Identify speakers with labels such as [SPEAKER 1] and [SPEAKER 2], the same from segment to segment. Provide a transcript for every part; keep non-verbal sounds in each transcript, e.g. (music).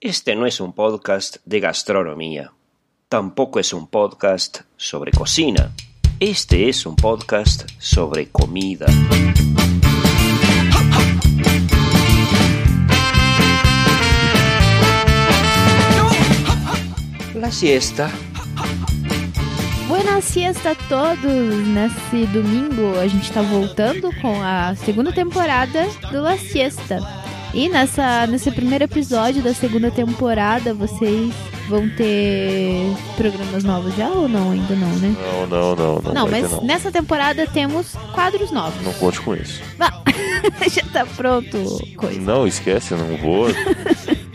[SPEAKER 1] Este no es un podcast de gastronomía. Tampoco es un podcast sobre cocina. Este es un podcast sobre comida. La siesta.
[SPEAKER 2] Boa siesta a todos! Nesse domingo a gente tá voltando com a segunda temporada do La Siesta. E nessa, nesse primeiro episódio da segunda temporada vocês vão ter programas novos já ou não? Ainda não, né?
[SPEAKER 3] Não, não, não. Não,
[SPEAKER 2] Não,
[SPEAKER 3] vai
[SPEAKER 2] mas né-
[SPEAKER 3] ter, não.
[SPEAKER 2] nessa temporada temos quadros novos.
[SPEAKER 3] Não conte com isso.
[SPEAKER 2] (laughs) já tá pronto, coisa.
[SPEAKER 3] Não, esquece, eu não
[SPEAKER 2] (laughs)
[SPEAKER 3] vou.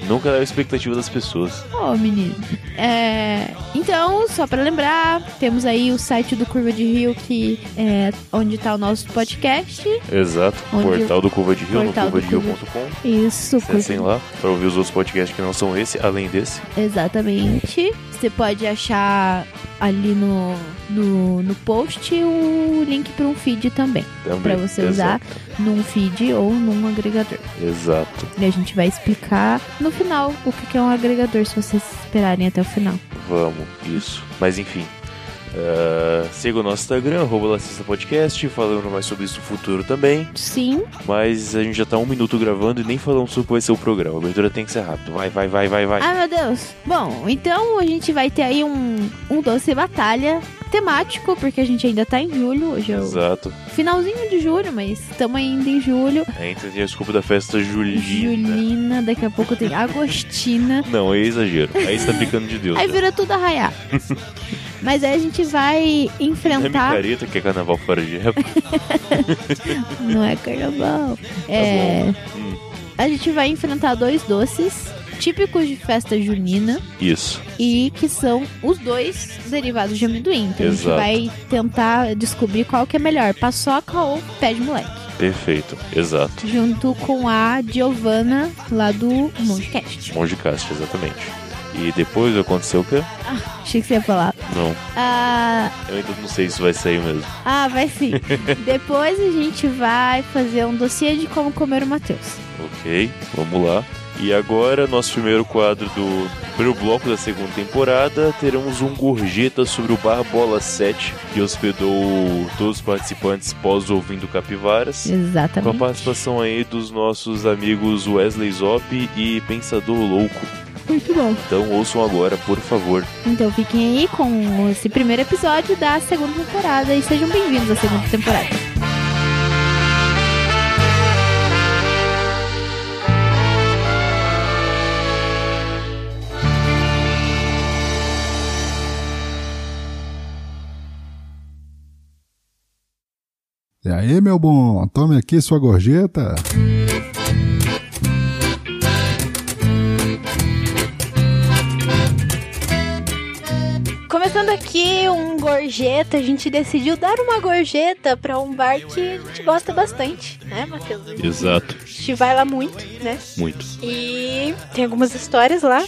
[SPEAKER 3] Nunca dá a expectativa das pessoas.
[SPEAKER 2] Ô, menino. É, então, só pra lembrar, temos aí o site do Curva de Rio, que é onde tá o nosso podcast.
[SPEAKER 3] Exato.
[SPEAKER 2] Onde
[SPEAKER 3] Portal do Curva de Rio, no
[SPEAKER 2] Portal do
[SPEAKER 3] curvaderio.com.
[SPEAKER 2] Isso,
[SPEAKER 3] Acessem lá pra ouvir os outros podcasts que não são esse, além desse.
[SPEAKER 2] Exatamente. Você pode achar ali no, no, no post o link para um feed também,
[SPEAKER 3] Também.
[SPEAKER 2] Pra você
[SPEAKER 3] Exato.
[SPEAKER 2] num feed ou num agregador.
[SPEAKER 3] Exato.
[SPEAKER 2] E a gente vai explicar no final o que que é um agregador, se vocês esperarem até o final.
[SPEAKER 3] Vamos, isso. Mas enfim. ah, siga o nosso Instagram, arroba Lacista Podcast, falando mais sobre isso no futuro também.
[SPEAKER 2] Sim,
[SPEAKER 3] Mas a gente já tá um minuto gravando e nem falamos sobre o que vai ser o programa. A abertura tem que ser rápido. Vai, vai, vai, vai, vai.
[SPEAKER 2] Ai, meu Deus. Bom, então a gente vai ter aí um, um doce batalha temático, porque a gente ainda tá em julho. Hoje é o
[SPEAKER 3] Exato.
[SPEAKER 2] finalzinho de julho, mas estamos ainda em julho.
[SPEAKER 3] Entra tem a desculpa da festa julina.
[SPEAKER 2] Julina, daqui a pouco
[SPEAKER 3] (laughs)
[SPEAKER 2] tem Agostina.
[SPEAKER 3] Não, é exagero. Aí você tá brincando de Deus.
[SPEAKER 2] Aí
[SPEAKER 3] né?
[SPEAKER 2] vira tudo
[SPEAKER 3] (laughs)
[SPEAKER 2] arraiar. Mas aí a gente vai
[SPEAKER 3] Não é
[SPEAKER 2] enfrentar.
[SPEAKER 3] micareta que é carnaval fora de época.
[SPEAKER 2] Não é carnaval.
[SPEAKER 3] Tá
[SPEAKER 2] É.
[SPEAKER 3] Hum.
[SPEAKER 2] A gente vai enfrentar dois doces típicos de festa junina
[SPEAKER 3] Isso.
[SPEAKER 2] e que são os dois derivados de amendoim. Então
[SPEAKER 3] Exato.
[SPEAKER 2] a gente vai tentar descobrir qual que é melhor, paçoca ou pé de moleque.
[SPEAKER 3] Perfeito. Exato.
[SPEAKER 2] Junto com a Giovana lá do Mondcast.
[SPEAKER 3] Monge Castro, exatamente. E depois aconteceu o quê?
[SPEAKER 2] Achei que você ia falar.
[SPEAKER 3] Não.
[SPEAKER 2] Ah,
[SPEAKER 3] Eu ainda não sei se vai sair mesmo.
[SPEAKER 2] Ah, vai
[SPEAKER 3] (laughs)
[SPEAKER 2] sim. Depois a gente vai fazer um dossiê de como comer o Matheus.
[SPEAKER 3] Ok, vamos lá. E agora, nosso primeiro quadro do primeiro bloco da segunda temporada, teremos um gorjeta sobre o bar Bola 7, que hospedou todos os participantes pós ouvindo Capivaras. Com a
[SPEAKER 2] Exatamente.
[SPEAKER 3] participação aí dos nossos amigos Wesley Zop e Pensador Louco.
[SPEAKER 2] Muito bom.
[SPEAKER 3] Então ouçam agora, por favor.
[SPEAKER 2] Então fiquem aí com esse primeiro episódio da segunda temporada e sejam bem-vindos à segunda temporada.
[SPEAKER 4] E aí, meu bom, tome aqui sua gorjeta.
[SPEAKER 5] Começando aqui um gorjeta, a gente decidiu dar uma gorjeta pra um bar que a gente gosta bastante, né, Matheus? A gente-
[SPEAKER 3] Exato,
[SPEAKER 5] A gente vai lá muito, né? (laughs)
[SPEAKER 3] muito.
[SPEAKER 5] E tem algumas histórias lá,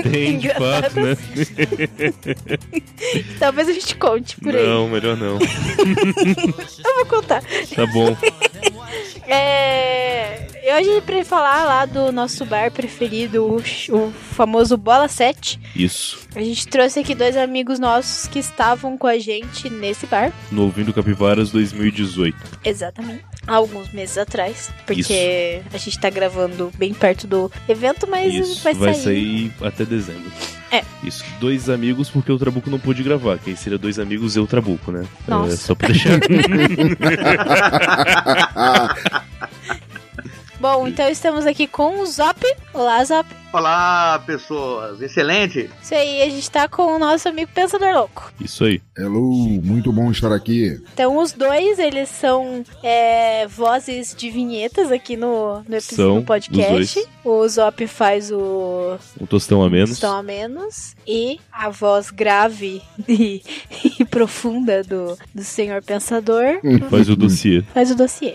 [SPEAKER 3] Tem de fato, né?
[SPEAKER 5] assim, que talvez a gente conte por aí.
[SPEAKER 3] Não, melhor não.
[SPEAKER 5] Eu vou contar.
[SPEAKER 3] Tá bom.
[SPEAKER 5] É... e Hoje é pra falar lá do nosso bar preferido, o, o famoso Bola 7.
[SPEAKER 3] Isso.
[SPEAKER 5] A gente trouxe aqui dois amigos nossos que estavam com a gente nesse bar.
[SPEAKER 3] No Ouvindo Capivaras 2018.
[SPEAKER 5] Exatamente. Há alguns meses atrás. Porque a gente tá gravando bem perto do evento, mas
[SPEAKER 3] Isso,
[SPEAKER 5] vai, sair.
[SPEAKER 3] até dezembro.
[SPEAKER 5] É.
[SPEAKER 3] Isso, dois amigos, porque o Trabuco não pôde gravar. Quem seria dois amigos e o Trabuco, né?
[SPEAKER 5] Nossa.
[SPEAKER 3] É, só
[SPEAKER 5] (laughs)
[SPEAKER 3] pra deixar.
[SPEAKER 5] Bom, então estamos aqui com o Zop. Olá, Zop.
[SPEAKER 6] Olá, pessoas. Excelente.
[SPEAKER 5] Isso aí, a gente tá com o nosso amigo Pensador Louco.
[SPEAKER 3] Isso aí.
[SPEAKER 4] (laughs) Hello, muito bom estar aqui.
[SPEAKER 5] Então, os dois, eles são é, vozes de vinhetas aqui no, no, episódio-
[SPEAKER 3] São
[SPEAKER 5] no podcast.
[SPEAKER 3] os
[SPEAKER 5] O Zop faz o
[SPEAKER 3] Um tostão a menos.
[SPEAKER 5] Estão a menos. E a voz grave e, e profunda do, do Senhor Pensador
[SPEAKER 3] Faz o dossiê.
[SPEAKER 5] faz o dossiê.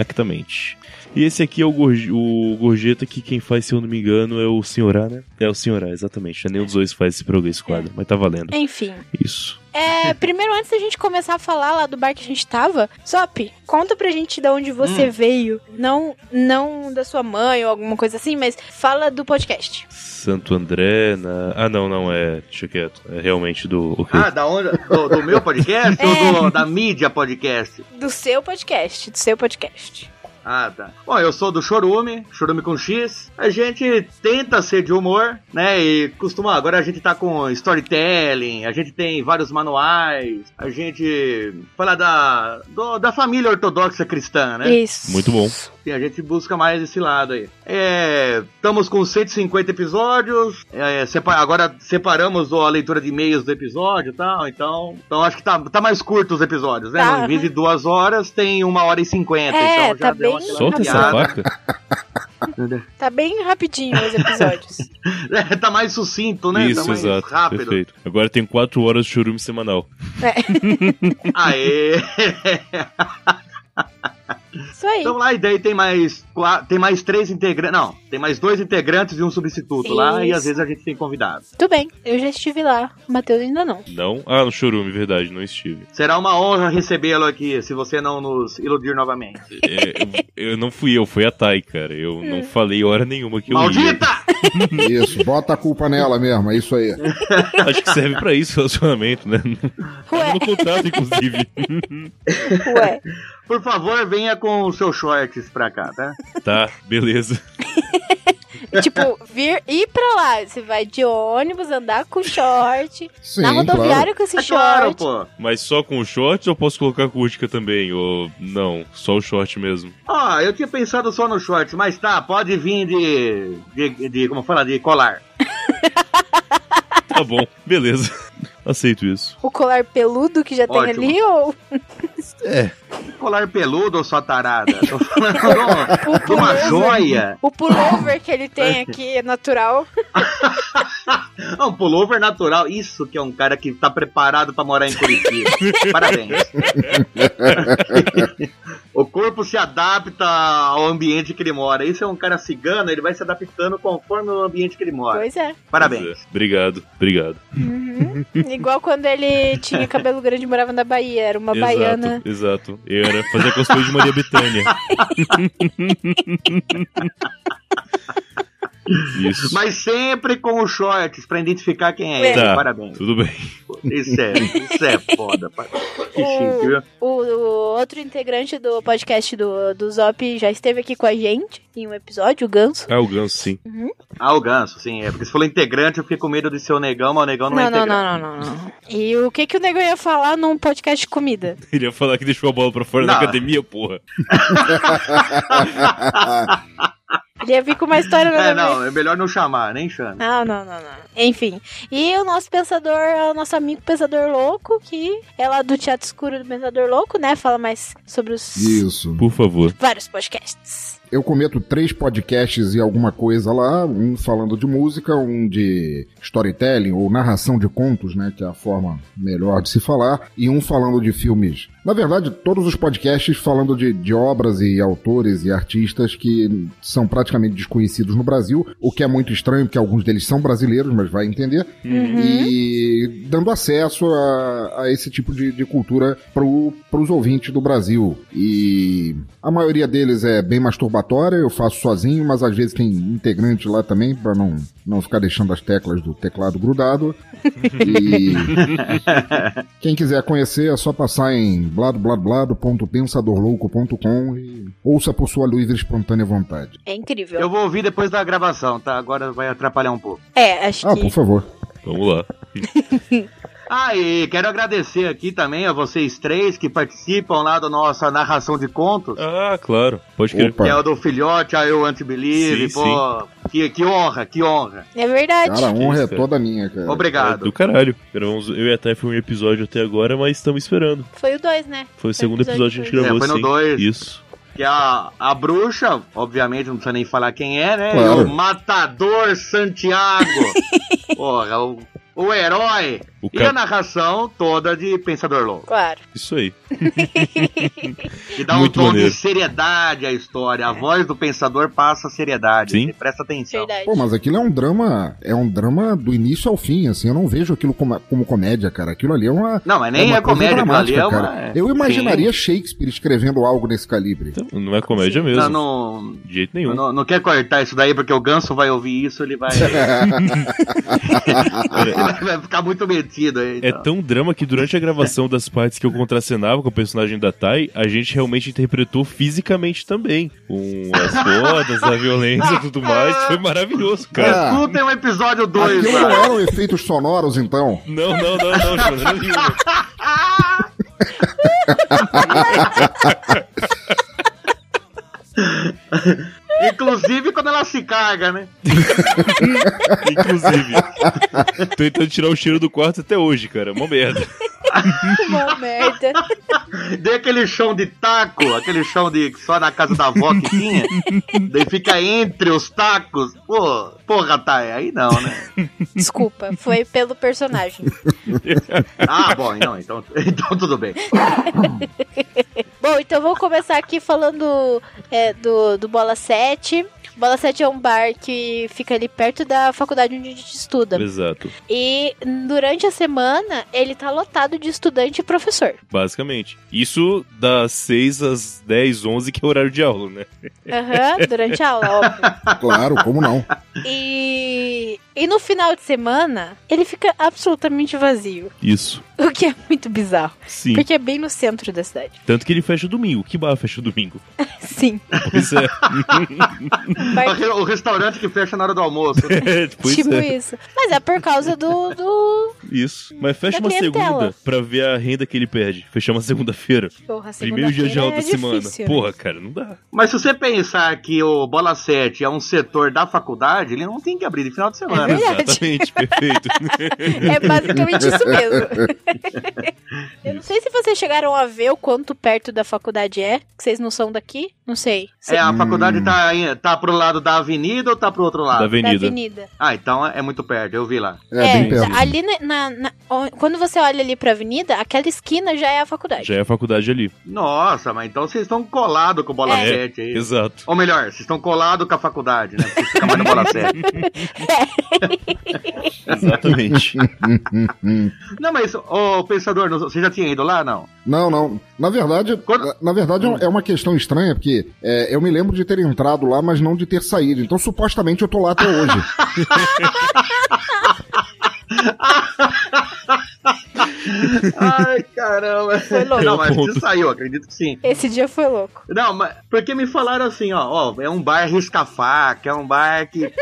[SPEAKER 3] Exatamente. E esse aqui é o, gorje- o gorjeta que quem faz, se eu não me engano, é o senhorá, né? É o senhorá, exatamente. Nenhum dos dois faz esse programa, esse quadro, mas tá valendo.
[SPEAKER 5] Enfim,
[SPEAKER 3] Isso.
[SPEAKER 2] É,
[SPEAKER 3] (laughs)
[SPEAKER 2] primeiro, antes da gente começar a falar lá do bar que a gente tava, Zop, conta pra gente de onde
[SPEAKER 3] Hum.
[SPEAKER 2] você veio. Não, não da sua mãe ou alguma coisa assim, mas fala do podcast.
[SPEAKER 3] Santo André, na... Ah, não, não, é. Deixa quieto. É realmente do. ok.
[SPEAKER 6] Ah, da onde? Do, do meu podcast ou do- da mídia podcast?
[SPEAKER 2] Do seu podcast, do seu podcast.
[SPEAKER 6] Ah, tá. Bom, eu sou do Chorume, Chorume com X. A gente tenta ser de humor, né? E costuma. Agora a gente tá com storytelling, a gente tem vários manuais, a gente fala da, do- da família ortodoxa cristã, né?
[SPEAKER 2] Isso.
[SPEAKER 3] É, Muito bom.
[SPEAKER 6] Sim, a gente busca mais esse lado aí. É, estamos com 150 episódios. é, sepa- agora separamos ó, a leitura de e-mails do episódio e tal. Então, então acho que tá, tá mais curto os episódios, né?
[SPEAKER 2] Tá,
[SPEAKER 6] Em vez de duas horas, tem uma hora e cinquenta.
[SPEAKER 2] É,
[SPEAKER 6] então já
[SPEAKER 2] tá
[SPEAKER 6] deu
[SPEAKER 2] bem
[SPEAKER 6] aquela
[SPEAKER 3] Solta essa
[SPEAKER 6] ampliada. (laughs)
[SPEAKER 3] faca.
[SPEAKER 2] Tá bem rapidinho
[SPEAKER 3] (laughs)
[SPEAKER 2] os episódios.
[SPEAKER 6] É, tá mais sucinto, né? tá
[SPEAKER 3] Isso,
[SPEAKER 6] mais
[SPEAKER 3] exato.
[SPEAKER 6] rápido.
[SPEAKER 3] Perfeito. Agora tem quatro horas de churume semanal.
[SPEAKER 6] Aê!
[SPEAKER 2] Isso aí.
[SPEAKER 6] então lá, e daí tem mais, qua- tem mais três integrantes. Não, tem mais dois integrantes e um substituto lá. E
[SPEAKER 2] Isso.
[SPEAKER 6] às vezes a gente tem convidados.
[SPEAKER 2] Tudo bem. Eu já estive lá. O Matheus ainda
[SPEAKER 3] (laughs)
[SPEAKER 2] não.
[SPEAKER 3] Não? Ah, no churume, verdade, não estive.
[SPEAKER 6] Será uma honra recebê-lo aqui, se você não nos iludir novamente.
[SPEAKER 3] É, eu, eu não fui eu, foi a Thay, cara. Eu não falei hora nenhuma que
[SPEAKER 6] Maldita!
[SPEAKER 4] Isso, bota a culpa nela mesmo, é isso aí.
[SPEAKER 3] eu ia. Acho que serve pra isso o relacionamento, né? Tava no contrato, inclusive.
[SPEAKER 2] Ué.
[SPEAKER 6] Por favor, venha com os seus shorts pra cá, tá?
[SPEAKER 3] tá, beleza.
[SPEAKER 2] tipo, vir ir pra lá. Você vai de ônibus, andar com short.
[SPEAKER 4] Sim,
[SPEAKER 2] na
[SPEAKER 4] claro.
[SPEAKER 2] rodoviária com esse
[SPEAKER 6] É
[SPEAKER 2] short.
[SPEAKER 6] claro, pô.
[SPEAKER 3] Mas só com o short ou posso colocar com útica também? Ou não, só o short mesmo.
[SPEAKER 6] Ó, eu tinha pensado só no short, mas tá, pode vir de. de, de- como fala? De colar.
[SPEAKER 3] Tá bom, beleza. Aceito isso.
[SPEAKER 2] O colar peludo que já
[SPEAKER 6] Ótimo.
[SPEAKER 2] tem ali
[SPEAKER 6] (laughs)
[SPEAKER 2] ou
[SPEAKER 6] Colar peludo ou só tarada? (laughs) Tô falando de
[SPEAKER 2] o
[SPEAKER 6] é uma- de uma
[SPEAKER 2] pullover?
[SPEAKER 6] joia.
[SPEAKER 2] O pullover que ele tem aqui é natural.
[SPEAKER 6] Ah, Um pullover natural. Isso que é um cara que tá preparado pra morar em Curitiba. Parabéns. (laughs) o corpo se adapta ao ambiente que ele mora. Isso é um cara cigano, ele vai se adaptando conforme o ambiente que ele mora.
[SPEAKER 2] Pois é.
[SPEAKER 6] Parabéns.
[SPEAKER 3] Pois é. Obrigado, obrigado.
[SPEAKER 2] Uhum. Igual quando ele tinha cabelo grande e morava na Bahia. Era uma
[SPEAKER 3] exato,
[SPEAKER 2] baiana.
[SPEAKER 3] exato. Eu era fazer cosplay de Maria Bethânia.
[SPEAKER 6] (laughs)
[SPEAKER 3] isso.
[SPEAKER 6] Mas sempre com os shorts pra identificar quem é ele.
[SPEAKER 3] Tá.
[SPEAKER 6] Parabéns.
[SPEAKER 3] Tudo bem.
[SPEAKER 6] Isso é, isso é foda. pa- Que chique, viu?
[SPEAKER 2] O, o outro integrante do podcast do, do Zop já esteve aqui com a gente em um episódio, o Ganso.
[SPEAKER 3] Ah, o ganso, sim.
[SPEAKER 6] Ah, o ganso, sim. É porque se falou integrante, eu fiquei com medo de ser o negão, mas o negão não,
[SPEAKER 2] Não,
[SPEAKER 6] é
[SPEAKER 2] não, não,
[SPEAKER 6] integrante.
[SPEAKER 2] não, não, não. E o que, que o nego ia falar num podcast de comida?
[SPEAKER 3] Ele ia falar que deixou a bola pra fora da
[SPEAKER 6] Não.
[SPEAKER 3] academia, porra.
[SPEAKER 2] Ele ia vir com uma história nada
[SPEAKER 6] É,
[SPEAKER 2] a ver.
[SPEAKER 6] não, é melhor não chamar, nem chama.
[SPEAKER 2] Ah, Não, não, não, não. Enfim. E o nosso pensador é o nosso amigo Pensador Louco, que é lá do Teatro Escuro do Pensador Louco, né? Fala mais sobre os
[SPEAKER 4] Isso.
[SPEAKER 3] Por favor.
[SPEAKER 2] vários podcasts.
[SPEAKER 4] Eu cometo três podcasts e alguma coisa lá, um falando de música, um de storytelling ou narração de contos, né, que é a forma melhor de se falar, e um falando de filmes. Na verdade, todos os podcasts falando de, de obras e autores e artistas que são praticamente desconhecidos no Brasil, o que é muito estranho, porque alguns deles são brasileiros, mas vai entender, e dando acesso a, a esse tipo de, de cultura para os ouvintes do Brasil. E a maioria deles é bem masturbatória, eu faço sozinho, mas às vezes tem integrante lá também, para não, não ficar deixando as teclas do teclado grudado. E quem quiser conhecer é só passar em bladobladoblado.pensadorlouco.com e ouça por sua livre e espontânea vontade.
[SPEAKER 2] É incrível.
[SPEAKER 6] Eu vou ouvir depois da gravação, tá? Agora vai atrapalhar um pouco.
[SPEAKER 2] É, acho
[SPEAKER 4] Ah,
[SPEAKER 2] que.
[SPEAKER 4] por favor.
[SPEAKER 3] Vamos lá.
[SPEAKER 6] Ah, e quero agradecer aqui também a vocês três que participam lá da nossa narração de contos.
[SPEAKER 3] Ah, claro. Pode crer.
[SPEAKER 6] Que é
[SPEAKER 4] Opa,
[SPEAKER 6] o do filhote, a eu anti-believe,
[SPEAKER 3] Sim,
[SPEAKER 6] pô. Que, que honra, que honra.
[SPEAKER 2] É verdade.
[SPEAKER 4] cara, a honra é
[SPEAKER 3] Isso, cara.
[SPEAKER 4] toda minha, cara.
[SPEAKER 3] É Do
[SPEAKER 6] Obrigado.
[SPEAKER 3] caralho. Gravamos, eu e a Thay foi um episódio até agora, mas estamos esperando.
[SPEAKER 2] Foi o 2, né?
[SPEAKER 3] Foi o segundo episódio que a gente
[SPEAKER 6] É,
[SPEAKER 3] gravou,
[SPEAKER 6] foi no
[SPEAKER 3] sim.
[SPEAKER 6] dois.
[SPEAKER 3] Isso.
[SPEAKER 6] Que a, a bruxa, obviamente, não precisa nem falar quem é, né?
[SPEAKER 4] Claro.
[SPEAKER 6] É o Matador Santiago. Porra, o o herói
[SPEAKER 3] O
[SPEAKER 6] e a
[SPEAKER 3] cap...
[SPEAKER 6] narração toda de Pensador Louco.
[SPEAKER 2] Claro.
[SPEAKER 4] Ah,
[SPEAKER 3] Isso aí.
[SPEAKER 6] Que dá
[SPEAKER 3] Muito
[SPEAKER 6] um tom
[SPEAKER 3] maneiro.
[SPEAKER 6] de seriedade à história. A voz do pensador passa seriedade.
[SPEAKER 3] Sim.
[SPEAKER 6] Você presta atenção.
[SPEAKER 2] Verdade.
[SPEAKER 4] Pô, mas aquilo é um drama, é um drama do início ao fim, assim, eu não vejo aquilo como, como comédia, cara. Aquilo ali é uma.
[SPEAKER 6] Não, mas nem
[SPEAKER 4] uma
[SPEAKER 6] é,
[SPEAKER 4] coisa
[SPEAKER 6] comédia, aquilo ali é
[SPEAKER 4] dramática,
[SPEAKER 6] uma...
[SPEAKER 4] cara. Eu imaginaria Shakespeare escrevendo algo desse calibre.
[SPEAKER 3] Então, não é comédia mesmo.
[SPEAKER 6] Não, não,
[SPEAKER 3] De jeito nenhum.
[SPEAKER 6] não, não quer cortar isso daí, porque o Ganso vai ouvir isso, ele vai, (laughs) vai ficar muito metido aí.
[SPEAKER 3] É
[SPEAKER 6] então.
[SPEAKER 3] tão drama que durante a gravação das partes que eu contracenava com o personagem da Tai, a gente realmente interpretou fisicamente também. Com as cordas, a violência e tudo mais. Foi maravilhoso, cara.
[SPEAKER 4] Ah,
[SPEAKER 6] Escutem o episódio 2,
[SPEAKER 4] aquilo não
[SPEAKER 6] mano.
[SPEAKER 4] eram efeitos sonoros, então.
[SPEAKER 3] Não, não, não, não, de maneira nenhuma.
[SPEAKER 6] Ah! Inclusive quando ela se caga, né?
[SPEAKER 3] Inclusive. Tô tentando tirar o cheiro do quarto até hoje, cara. Mó merda.
[SPEAKER 2] Uma
[SPEAKER 4] (laughs)
[SPEAKER 2] merda.
[SPEAKER 6] Dei aquele chão de taco, aquele chão de só na casa da avó que tinha. daí fica entre os tacos. Pô, porra, Thay, aí não, né?
[SPEAKER 2] Desculpa, foi pelo personagem.
[SPEAKER 6] Ah, bom, não, então, então tudo bem.
[SPEAKER 2] Bom, então vamos começar aqui falando é, do, do Bola 7. Bola 7 é um bar que fica ali perto da faculdade onde a gente estuda.
[SPEAKER 3] Exato.
[SPEAKER 2] E durante a semana ele tá lotado de estudante e professor.
[SPEAKER 3] Basicamente. Isso das 6 às 10, 11, que é o horário de aula, né?
[SPEAKER 2] Aham,
[SPEAKER 3] (laughs)
[SPEAKER 2] durante a aula, óbvio.
[SPEAKER 4] Claro, como não? É,
[SPEAKER 2] E, e no final de semana ele fica absolutamente vazio.
[SPEAKER 3] Isso.
[SPEAKER 2] O que é muito bizarro.
[SPEAKER 3] Sim.
[SPEAKER 2] Porque é bem no centro da cidade. (laughs)
[SPEAKER 3] Tanto que ele fecha domingo. Que bar fecha domingo?
[SPEAKER 2] Sim.
[SPEAKER 3] Pois
[SPEAKER 2] (laughs)
[SPEAKER 3] é.
[SPEAKER 2] Bar
[SPEAKER 6] O restaurante que fecha na hora do almoço.
[SPEAKER 3] (laughs) pois
[SPEAKER 2] tipo
[SPEAKER 3] é.
[SPEAKER 2] isso. Mas é por causa do. do...
[SPEAKER 3] Isso. Mas fecha
[SPEAKER 2] Da
[SPEAKER 3] uma
[SPEAKER 2] clientela.
[SPEAKER 3] segunda pra ver a renda que ele perde. Fechar uma segunda-feira.
[SPEAKER 2] Porra,
[SPEAKER 3] Primeiro dia de
[SPEAKER 2] segunda-feira
[SPEAKER 3] aula
[SPEAKER 2] é
[SPEAKER 3] da semana.
[SPEAKER 2] difícil, né?
[SPEAKER 3] Porra, cara, não dá.
[SPEAKER 6] Mas se você pensar que o Bola 7 é um setor da faculdade, ele não tem que abrir de final de
[SPEAKER 2] (laughs)
[SPEAKER 6] semana.
[SPEAKER 2] É verdade.
[SPEAKER 3] Exatamente, perfeito.
[SPEAKER 2] É basicamente isso mesmo.
[SPEAKER 3] (laughs)
[SPEAKER 2] Eu não sei se vocês chegaram a ver o quanto perto da faculdade é, que vocês não são daqui, não sei.
[SPEAKER 6] É, a
[SPEAKER 4] Hum.
[SPEAKER 6] faculdade tá, em- tá pro lado da avenida ou tá pro outro
[SPEAKER 3] da
[SPEAKER 6] lado?
[SPEAKER 2] Da
[SPEAKER 3] avenida.
[SPEAKER 2] avenida.
[SPEAKER 6] Ah, então é muito perto, eu vi lá.
[SPEAKER 4] É, bem perto.
[SPEAKER 2] ali na, na- na- on- quando você olha ali pra avenida, aquela esquina já é a faculdade.
[SPEAKER 3] Já é a faculdade ali.
[SPEAKER 6] Nossa, mas então vocês estão colados com o Bola
[SPEAKER 2] É.
[SPEAKER 6] 7 aí. (laughs)
[SPEAKER 3] Exato.
[SPEAKER 6] Ou melhor, vocês estão colados com a faculdade, né? Vocês ficam mais
[SPEAKER 3] (laughs)
[SPEAKER 6] no Bola 7.
[SPEAKER 3] Exatamente.
[SPEAKER 4] Hum.
[SPEAKER 6] Não, mas, ô, Pensador, não- você já tinha ido lá, não?
[SPEAKER 4] Não, não. Na verdade,
[SPEAKER 6] Quando- Hum.
[SPEAKER 4] na verdade é um- é uma questão estranha, porque é, eu me lembro de ter entrado lá, mas não de ter saído. Então, supostamente, eu tô lá até hoje.
[SPEAKER 6] Ai, caramba.
[SPEAKER 2] Foi louco.
[SPEAKER 6] Não, mas
[SPEAKER 3] Pelo
[SPEAKER 6] você
[SPEAKER 3] um ponto.
[SPEAKER 6] saiu, acredito que sim.
[SPEAKER 2] Esse dia foi louco.
[SPEAKER 6] Não, mas porque me falaram assim, ó, ó, é um bar risca-faca, é um bar que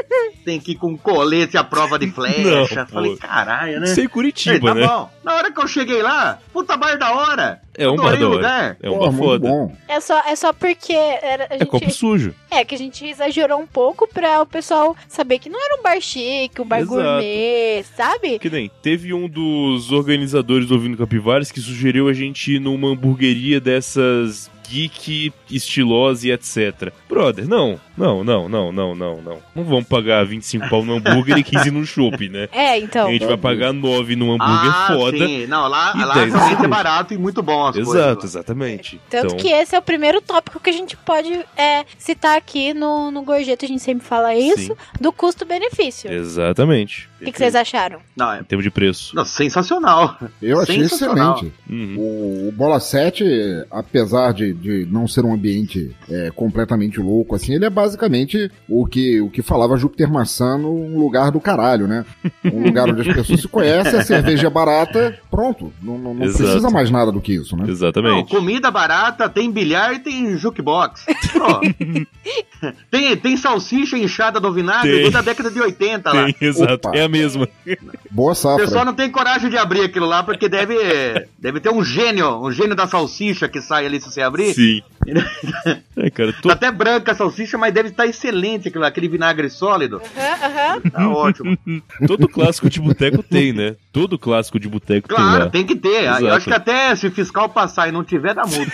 [SPEAKER 6] tem que ir com colete à prova de flecha.
[SPEAKER 3] (laughs) Não, pô.
[SPEAKER 6] Falei, caralho, né?
[SPEAKER 3] Isso é em
[SPEAKER 6] Ei,
[SPEAKER 3] Curitiba,
[SPEAKER 6] tá
[SPEAKER 3] né?
[SPEAKER 6] bom. Na hora que eu cheguei lá, puta bar da hora. né?
[SPEAKER 3] É um bar
[SPEAKER 6] Adorei
[SPEAKER 3] da
[SPEAKER 6] o
[SPEAKER 3] hora.
[SPEAKER 6] Tá lugar.
[SPEAKER 3] É um
[SPEAKER 4] Pô,
[SPEAKER 3] bar
[SPEAKER 4] muito
[SPEAKER 3] foda.
[SPEAKER 4] bom.
[SPEAKER 2] É só, é só porque era, a
[SPEAKER 3] É copo
[SPEAKER 2] gente,
[SPEAKER 3] sujo.
[SPEAKER 2] é que a gente exagerou um pouco pra o pessoal saber que não era um bar chique, um bar
[SPEAKER 3] Exato.
[SPEAKER 2] gourmet, sabe?
[SPEAKER 3] Que nem, teve um dos organizadores do Ouvindo Capivares que sugeriu a gente ir numa hamburgueria dessas geek, estilosa e etc. Brother, não, não, não, não, não, não, não. Não vamos pagar 25 pau no hambúrguer e 15 no chopp, né?
[SPEAKER 2] É, então.
[SPEAKER 3] a gente vai pagar 9 num hambúrguer
[SPEAKER 6] ah,
[SPEAKER 3] Um foda.
[SPEAKER 6] sim. Não, lá,
[SPEAKER 3] E
[SPEAKER 6] lá
[SPEAKER 3] dez
[SPEAKER 6] realmente é
[SPEAKER 3] reais.
[SPEAKER 6] barato e muito bom as
[SPEAKER 3] Exato,
[SPEAKER 6] coisas.
[SPEAKER 3] exatamente.
[SPEAKER 2] Tanto
[SPEAKER 3] então,
[SPEAKER 2] que esse é o primeiro tópico que a gente pode é, citar aqui no, no Gorjeta, a gente sempre fala isso, do
[SPEAKER 3] É,
[SPEAKER 2] custo-benefício.
[SPEAKER 3] Exatamente.
[SPEAKER 2] O que, que vocês acharam?
[SPEAKER 6] Não, é...
[SPEAKER 3] Em termos de preço.
[SPEAKER 6] Não, sensacional.
[SPEAKER 4] Eu achei
[SPEAKER 6] Sensacional.
[SPEAKER 4] excelente.
[SPEAKER 3] Uhum.
[SPEAKER 4] O, o Bola 7, apesar de, de não ser um ambiente é, completamente louco, assim, ele é basicamente o que, o que falava Júpiter Maçã num lugar do caralho, né? Um lugar onde as pessoas se conhecem, a cerveja é barata, pronto. Não, não- não
[SPEAKER 3] Exato.
[SPEAKER 4] precisa mais nada do que isso, né?
[SPEAKER 6] Não,
[SPEAKER 3] Exatamente.
[SPEAKER 6] comida barata, tem bilhar e tem jukebox. Ó.
[SPEAKER 3] (laughs)
[SPEAKER 6] tem, tem salsicha inchada do vinagre
[SPEAKER 3] Tem.
[SPEAKER 6] desde a década de 80 lá.
[SPEAKER 3] Tem, exato.
[SPEAKER 4] Opa.
[SPEAKER 3] É a mesma.
[SPEAKER 4] Boa
[SPEAKER 6] O
[SPEAKER 4] safra. (laughs)
[SPEAKER 6] pessoal não tem coragem de abrir aquilo lá, porque deve, deve ter um gênio, um gênio da salsicha que sai ali se você abrir. (laughs)
[SPEAKER 3] Sim. É, cara, to-
[SPEAKER 6] Tá até branca a salsicha, mas deve estar excelente aquilo lá, aquele vinagre sólido.
[SPEAKER 2] Aham, aham.
[SPEAKER 3] (laughs)
[SPEAKER 6] Tá ótimo.
[SPEAKER 3] todo clássico de boteco tem, né? Todo clássico de boteco tem lá.
[SPEAKER 6] Claro, tem que
[SPEAKER 3] é.
[SPEAKER 6] ter.
[SPEAKER 3] Exato.
[SPEAKER 6] Eu acho que até se o fiscal passar e não tiver, dá multa.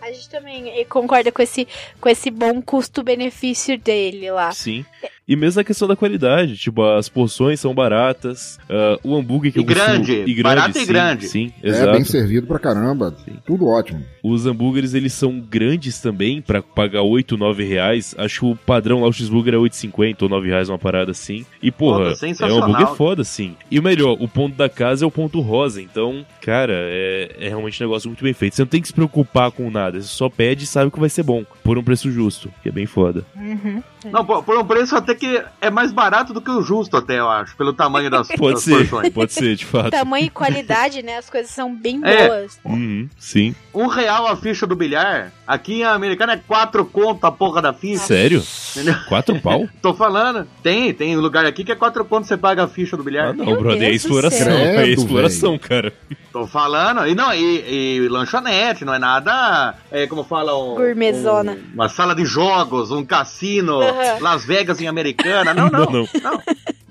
[SPEAKER 2] A gente também eh, concorda com esse, com esse bom custo-benefício dele lá.
[SPEAKER 4] É.
[SPEAKER 3] Sim. E mesmo a questão da qualidade, tipo, as porções são baratas, ah, o hambúrguer que
[SPEAKER 6] E
[SPEAKER 3] eu costumo-
[SPEAKER 6] grande, barato e
[SPEAKER 3] sim,
[SPEAKER 6] grande.
[SPEAKER 3] Sim,
[SPEAKER 4] É
[SPEAKER 3] exato.
[SPEAKER 4] bem servido pra caramba. Tudo ótimo.
[SPEAKER 3] Os hambúrgueres, eles são grandes também, pra pagar 8, 9 reais. Acho que o padrão lá, o cheeseburger é 8,50 ou 9 reais, uma parada assim. E, porra,
[SPEAKER 6] Foda,
[SPEAKER 3] é um
[SPEAKER 6] sensacional.
[SPEAKER 3] hambúrguer foda, sim. E o melhor, o ponto da casa é o ponto rosa. Então, cara, é, é realmente um negócio muito bem feito. Você não tem que se preocupar com nada. Você só pede e sabe que vai ser bom, por um preço justo, que é bem foda.
[SPEAKER 2] Uhum.
[SPEAKER 6] Não, por, por um preço até que é mais barato do que o justo, até, eu acho, pelo tamanho das,
[SPEAKER 3] Pode
[SPEAKER 6] das
[SPEAKER 3] ser,
[SPEAKER 6] É, porções.
[SPEAKER 3] pode ser, de fato.
[SPEAKER 4] Tá
[SPEAKER 2] Tamanho e qualidade, né? As coisas são bem
[SPEAKER 6] É.
[SPEAKER 2] boas.
[SPEAKER 3] Uhum, sim.
[SPEAKER 6] Um real a ficha do bilhar, aqui em Americana é quatro conto a porra da ficha.
[SPEAKER 3] Sério?
[SPEAKER 6] Entendeu?
[SPEAKER 3] Quatro
[SPEAKER 6] (laughs)
[SPEAKER 3] pau?
[SPEAKER 6] Tô falando. Tem, tem lugar aqui que é quatro conto você paga a ficha do bilhar.
[SPEAKER 3] Ah, não,
[SPEAKER 2] Meu
[SPEAKER 3] brother,
[SPEAKER 2] Deus
[SPEAKER 3] é
[SPEAKER 2] do
[SPEAKER 3] exploração.
[SPEAKER 2] céu.
[SPEAKER 3] É
[SPEAKER 4] Credo,
[SPEAKER 3] exploração, cara.
[SPEAKER 6] Tô falando. E não, e, e lanchonete, não é nada, é, como fala um...
[SPEAKER 2] Gourmetzona.
[SPEAKER 6] um- uma sala de jogos, um cassino,
[SPEAKER 2] Aham.
[SPEAKER 6] Las Vegas em Americana. Não, não,
[SPEAKER 3] (laughs) Não, não.
[SPEAKER 6] não.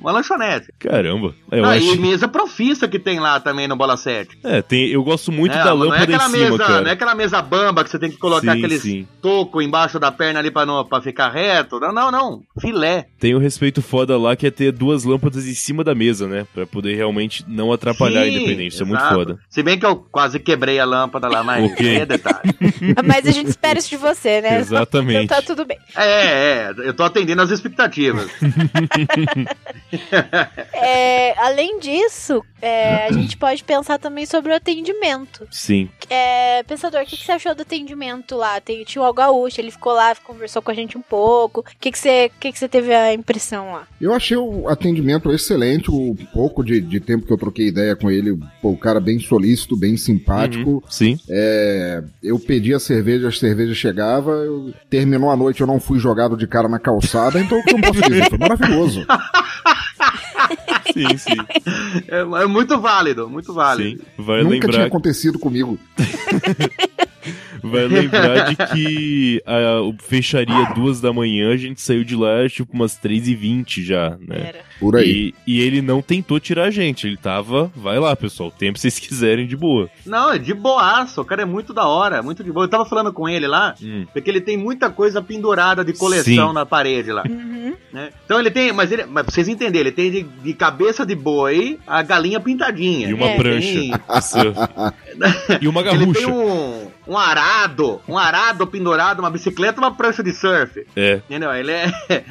[SPEAKER 6] Uma lanchonete.
[SPEAKER 3] Caramba. é, Eu
[SPEAKER 6] Ah,
[SPEAKER 3] acho.
[SPEAKER 6] e mesa profissa que tem lá também no Bola 7.
[SPEAKER 3] É, tem, eu gosto muito
[SPEAKER 6] É,
[SPEAKER 3] da
[SPEAKER 6] não é
[SPEAKER 3] lâmpada
[SPEAKER 6] aquela
[SPEAKER 3] em cima,
[SPEAKER 6] mesa,
[SPEAKER 3] cara.
[SPEAKER 6] Não é aquela mesa bamba que você tem que colocar
[SPEAKER 3] Sim,
[SPEAKER 6] aqueles
[SPEAKER 3] sim.
[SPEAKER 6] toco embaixo da perna ali pra, não, pra ficar reto. Não, não, não. Filé.
[SPEAKER 3] Tem um respeito foda lá que é ter duas lâmpadas em cima da mesa, né? Pra poder realmente não atrapalhar a
[SPEAKER 6] Sim,
[SPEAKER 3] independência. Isso é muito
[SPEAKER 6] exato.
[SPEAKER 3] foda.
[SPEAKER 6] Se bem que eu quase quebrei a lâmpada lá, mas
[SPEAKER 3] Ok.
[SPEAKER 6] aí é
[SPEAKER 3] (laughs)
[SPEAKER 6] detalhe.
[SPEAKER 2] Mas a gente espera isso de você, né? Então
[SPEAKER 3] Exatamente.
[SPEAKER 2] tá tudo bem.
[SPEAKER 6] É, é, eu tô atendendo as expectativas.
[SPEAKER 2] É, além disso, é, a gente pode pensar também sobre o atendimento.
[SPEAKER 3] Sim.
[SPEAKER 2] É, pensador, o que, que você achou do atendimento lá? Tem, tinha o Gaúcho, ele ficou lá, conversou com a gente um pouco. O que, que, você, o que, que você teve a impressão lá?
[SPEAKER 4] Eu achei o atendimento excelente, o pouco de, de tempo que eu troquei ideia com ele, pô, o cara bem solícito, bem simpático.
[SPEAKER 3] Uhum, Sim.
[SPEAKER 4] É, eu pedi a cerveja, a cerveja chegava, eu- terminou a noite, eu não fui jogado de cara na calçada, então o que eu posso dizer? Foi maravilhoso.
[SPEAKER 6] (laughs)
[SPEAKER 3] Sim, sim.
[SPEAKER 6] É, é muito válido, muito válido.
[SPEAKER 3] sim. Vai
[SPEAKER 4] Nunca tinha
[SPEAKER 3] lembrar
[SPEAKER 4] acontecido comigo.
[SPEAKER 3] (laughs) Vai lembrar de que a, o- fecharia duas da manhã, a gente saiu de lá, tipo, umas três e vinte já, né?
[SPEAKER 2] Era.
[SPEAKER 4] Por aí.
[SPEAKER 3] E, e ele não tentou tirar a gente, ele tava, vai lá, pessoal, o tempo que vocês quiserem, de boa.
[SPEAKER 6] Não, é de boaço. O cara é muito da hora, muito de boa. Eu tava falando com ele lá,
[SPEAKER 3] Hum.
[SPEAKER 6] porque ele tem muita coisa pendurada de coleção
[SPEAKER 3] Sim.
[SPEAKER 6] na parede lá.
[SPEAKER 2] Uhum.
[SPEAKER 6] né? Então ele tem, mas, ele, mas pra vocês entenderem, ele tem de, de cabeça de boi a galinha pintadinha.
[SPEAKER 3] E uma
[SPEAKER 2] É.
[SPEAKER 3] prancha.
[SPEAKER 6] Tem- (laughs)
[SPEAKER 3] Isso. e uma
[SPEAKER 6] Ele tem
[SPEAKER 3] garrucha.
[SPEAKER 6] um, um arado, um arado pendurado, uma bicicleta, uma prancha de surf.
[SPEAKER 3] É,
[SPEAKER 6] Entendeu? Ele é. (laughs)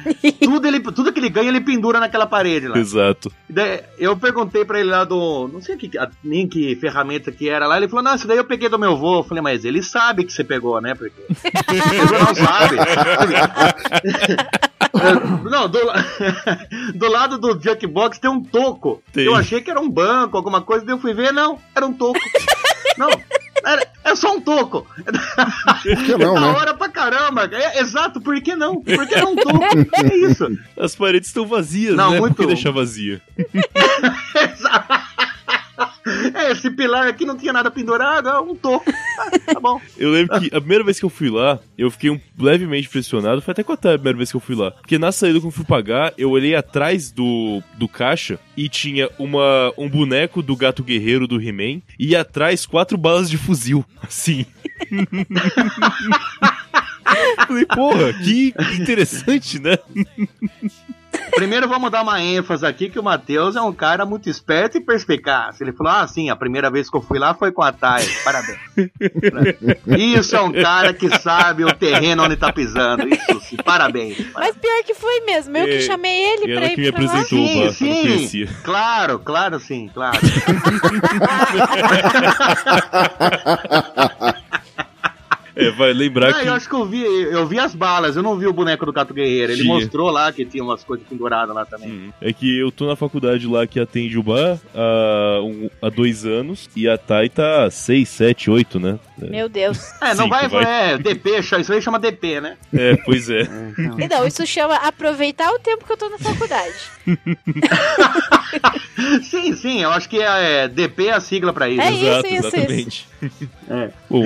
[SPEAKER 6] tudo, ele, tudo que ele ganha, ele pendura naquela parede lá.
[SPEAKER 3] exato.
[SPEAKER 6] E daí Eu perguntei pra ele lá do. Não sei que, a- nem que ferramenta que era lá. Ele falou: Não, isso daí eu peguei do meu avô. Eu falei: Mas ele sabe que você pegou, né? Porque. Meu avô não sabe. (laughs) É, Não, do, (laughs) la- do lado do Jackbox tem um toco.
[SPEAKER 3] Tem.
[SPEAKER 6] Eu achei que era um banco, alguma coisa, daí eu fui ver, não, era um toco. não, era, é só um toco. (laughs)
[SPEAKER 4] Por que não,
[SPEAKER 3] (laughs)
[SPEAKER 6] da
[SPEAKER 4] né?
[SPEAKER 6] hora pra caramba. É, exato, por que não? Por que não um toco? É isso.
[SPEAKER 3] As paredes estão vazias,
[SPEAKER 6] Não,
[SPEAKER 3] né?
[SPEAKER 6] muito-
[SPEAKER 3] Por que deixar vazia?
[SPEAKER 6] É, esse pilar aqui não tinha nada pendurado, é um toco. Ah, tá bom.
[SPEAKER 3] Eu lembro que a primeira vez que eu fui lá, eu fiquei um, levemente impressionado. Foi até com a Tab a primeira vez que eu fui lá. Porque na saída, quando eu fui pagar, eu olhei atrás do, do caixa e tinha uma, um boneco do gato guerreiro do He-Man e atrás quatro balas de fuzil. (laughs) Assim. Falei, porra, que interessante, né?
[SPEAKER 6] Primeiro vamos dar uma ênfase aqui que o Matheus é um cara muito esperto e perspicaz. Ele falou: Ah, sim, a primeira vez que eu fui lá foi com a Thay. Parabéns. Isso é um cara que sabe o terreno onde tá pisando. Isso, sim, parabéns.
[SPEAKER 2] Mas pior que foi mesmo, eu
[SPEAKER 3] É,
[SPEAKER 2] que chamei ele
[SPEAKER 3] E
[SPEAKER 2] pra
[SPEAKER 3] ela
[SPEAKER 2] ir
[SPEAKER 3] que me
[SPEAKER 2] pra lá.
[SPEAKER 3] apresentou,
[SPEAKER 6] Sim,
[SPEAKER 3] lá, eu
[SPEAKER 6] sim.
[SPEAKER 3] não conhecia.
[SPEAKER 6] Claro, claro, sim, claro.
[SPEAKER 3] É, vai lembrar
[SPEAKER 6] Ah,
[SPEAKER 3] que.
[SPEAKER 6] eu acho que eu vi, eu vi as balas, eu não vi o boneco do Cato Guerreiro. Ele
[SPEAKER 3] Tinha.
[SPEAKER 6] mostrou lá que tinha umas coisas penduradas lá também.
[SPEAKER 3] É que eu tô na faculdade lá que atende o bar há, um- há dois anos e a Thay tá há seis, sete, oito, né?
[SPEAKER 2] Meu Deus.
[SPEAKER 6] É, não
[SPEAKER 3] Sim,
[SPEAKER 6] vai,
[SPEAKER 3] que vai.
[SPEAKER 6] É, DP, cha- isso aí chama DP, né?
[SPEAKER 3] É, pois é.
[SPEAKER 2] Então, isso chama aproveitar o tempo que eu tô na faculdade.
[SPEAKER 6] Sim, sim, eu acho que é, é, DP é a sigla pra isso.
[SPEAKER 2] É isso, isso,
[SPEAKER 3] exatamente. (laughs) Bom,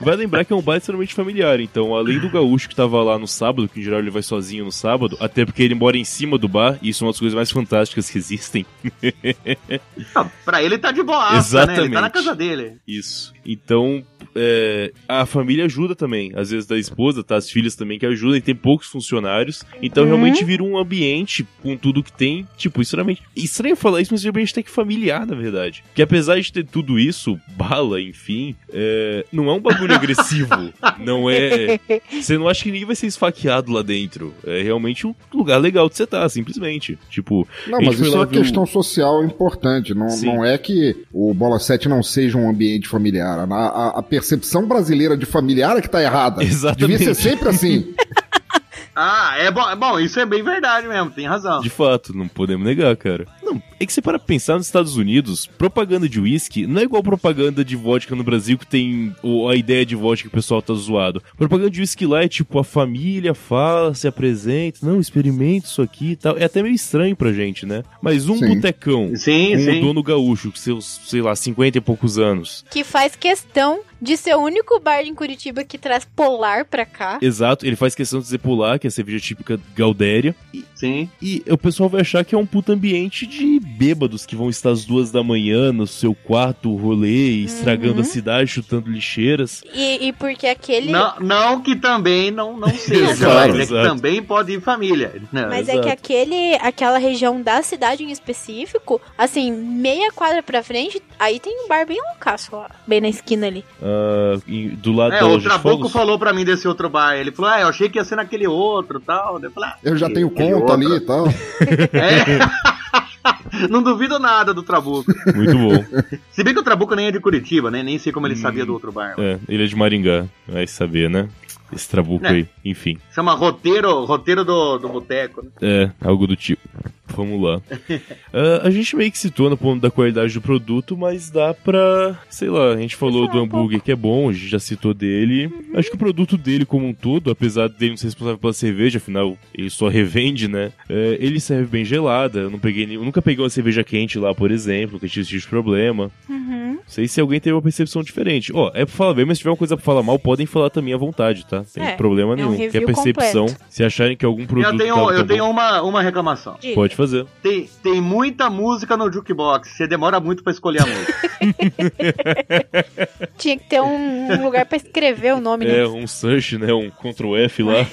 [SPEAKER 3] vai lembrar que é um baile extremamente familiar, então, além do gaúcho que tava lá no sábado, que em geral ele vai sozinho no sábado, até porque ele mora em cima do bar, e isso é uma das coisas mais fantásticas que existem.
[SPEAKER 6] Não, pra ele tá de boa, né? Ele tá na
[SPEAKER 3] Exatamente.
[SPEAKER 6] casa dele.
[SPEAKER 3] Isso. Então, é, a família ajuda também. Às vezes da esposa, tá? As filhas também que ajudam, e tem poucos funcionários. Então,
[SPEAKER 2] Uhum.
[SPEAKER 3] realmente vira um ambiente com tudo que tem. Tipo, extremamente. Estranho falar isso, mas realmente tem que familiar, na verdade. Que apesar de ter tudo isso, bala, enfim, é, não é um bagulho agressivo. não é. Você não acha que ninguém vai ser esfaqueado lá dentro. É realmente um lugar legal de você tá, simplesmente. Tipo,
[SPEAKER 4] Não,
[SPEAKER 3] A gente
[SPEAKER 4] mas
[SPEAKER 3] foi
[SPEAKER 4] isso é
[SPEAKER 3] lá
[SPEAKER 4] uma
[SPEAKER 3] ver o-
[SPEAKER 4] questão social importante. Não,
[SPEAKER 3] Sim.
[SPEAKER 4] não é que o Bola 7 não seja um ambiente familiar. A, a- a percepção brasileira de familiar é que tá
[SPEAKER 3] (laughs)
[SPEAKER 4] errada.
[SPEAKER 3] exatamente.
[SPEAKER 4] Devia ser sempre assim.
[SPEAKER 6] Ah, é bom, é bom, isso é bem verdade mesmo, tem razão.
[SPEAKER 3] De fato, não podemos negar, cara. Não, é que você para pensar nos Estados Unidos, propaganda de uísque não é igual propaganda de vodka no Brasil que tem o- a ideia de vodka que o pessoal tá zoado. Propaganda de uísque lá é tipo a família fala, se apresenta, não, experimente isso aqui e tal. É até meio estranho pra gente, né? Mas um
[SPEAKER 4] Sim.
[SPEAKER 3] botecão com
[SPEAKER 6] Sim,
[SPEAKER 3] o
[SPEAKER 6] sim.
[SPEAKER 3] dono gaúcho, com seus, sei lá, 50 e poucos anos.
[SPEAKER 2] Que faz questão de ser o único bar em Curitiba que traz polar pra cá.
[SPEAKER 3] Exato, ele faz questão de dizer pular, que é a cerveja típica gaudéria.
[SPEAKER 6] Sim.
[SPEAKER 3] E o pessoal vai achar que é um puta ambiente de bêbados que vão estar às duas da manhã no seu quarto
[SPEAKER 6] Uhum.
[SPEAKER 3] rolê, estragando a cidade, chutando lixeiras.
[SPEAKER 2] E, e porque aquele.
[SPEAKER 6] Não, não que também
[SPEAKER 3] (laughs)
[SPEAKER 6] não, não seja,
[SPEAKER 3] Exato,
[SPEAKER 6] mas é que
[SPEAKER 3] exato.
[SPEAKER 6] também pode ir família. Não,
[SPEAKER 2] Mas é
[SPEAKER 3] exato.
[SPEAKER 2] que aquele, aquela região da cidade em específico, assim, meia quadra pra frente, aí tem um bar bem loucaço lá, bem na esquina ali.
[SPEAKER 3] Ah, e do lado
[SPEAKER 6] É,
[SPEAKER 3] da
[SPEAKER 6] o
[SPEAKER 3] loja de
[SPEAKER 6] Trabuco
[SPEAKER 3] fogos.
[SPEAKER 6] falou pra mim desse outro bar. Ele falou, ah, eu achei que ia ser naquele outro e tal. Eu, falei, ah,
[SPEAKER 4] Eu já tenho
[SPEAKER 6] aquele
[SPEAKER 4] conta ali
[SPEAKER 6] outro.
[SPEAKER 4] e tal.
[SPEAKER 3] (laughs)
[SPEAKER 6] É. Não duvido nada do Trabuco.
[SPEAKER 3] Muito bom.
[SPEAKER 6] Se bem que o Trabuco nem é de Curitiba, né? Nem sei como ele sabia do outro bar.
[SPEAKER 3] É, ele é de Maringá, vai saber, né? Esse trabuco
[SPEAKER 6] É.
[SPEAKER 3] aí. Enfim,
[SPEAKER 6] Chama roteiro, roteiro do, do boteco. né?
[SPEAKER 3] é, algo do tipo. Vamos
[SPEAKER 2] (laughs)
[SPEAKER 3] lá. Ah, a gente meio que citou no ponto da qualidade do produto, mas dá pra. Sei lá, a gente falou
[SPEAKER 2] um
[SPEAKER 3] do hambúrguer que é bom, a gente já citou dele.
[SPEAKER 2] Uhum.
[SPEAKER 3] Acho que o produto dele como um todo, apesar dele não ser responsável pela cerveja, afinal ele só revende, né? É, ele serve bem gelada. Eu, não peguei, nem- eu nunca peguei uma cerveja quente lá, por exemplo, que tive esse tipo de problema.
[SPEAKER 2] Uhum.
[SPEAKER 3] Não sei se alguém teve uma percepção diferente. Ó, é pra falar bem, mas se tiver uma coisa pra falar mal, podem falar também à vontade, tá? Sem
[SPEAKER 2] É,
[SPEAKER 3] problema
[SPEAKER 2] um
[SPEAKER 3] nenhum. Que é
[SPEAKER 2] review
[SPEAKER 3] percepção.
[SPEAKER 2] completo.
[SPEAKER 3] Se acharem que algum produto
[SPEAKER 6] Eu tenho, um,
[SPEAKER 3] tava
[SPEAKER 6] eu
[SPEAKER 3] tão
[SPEAKER 6] tenho
[SPEAKER 3] bom,
[SPEAKER 6] uma, uma reclamação.
[SPEAKER 2] Diga.
[SPEAKER 3] pode fazer.
[SPEAKER 6] Tem, tem muita música no jukebox, você demora muito pra escolher a música.
[SPEAKER 2] Tinha que ter um, um lugar pra escrever o nome, né?
[SPEAKER 3] É, um search, né? Um Ctrl F
[SPEAKER 6] (laughs)
[SPEAKER 3] lá.
[SPEAKER 6] é,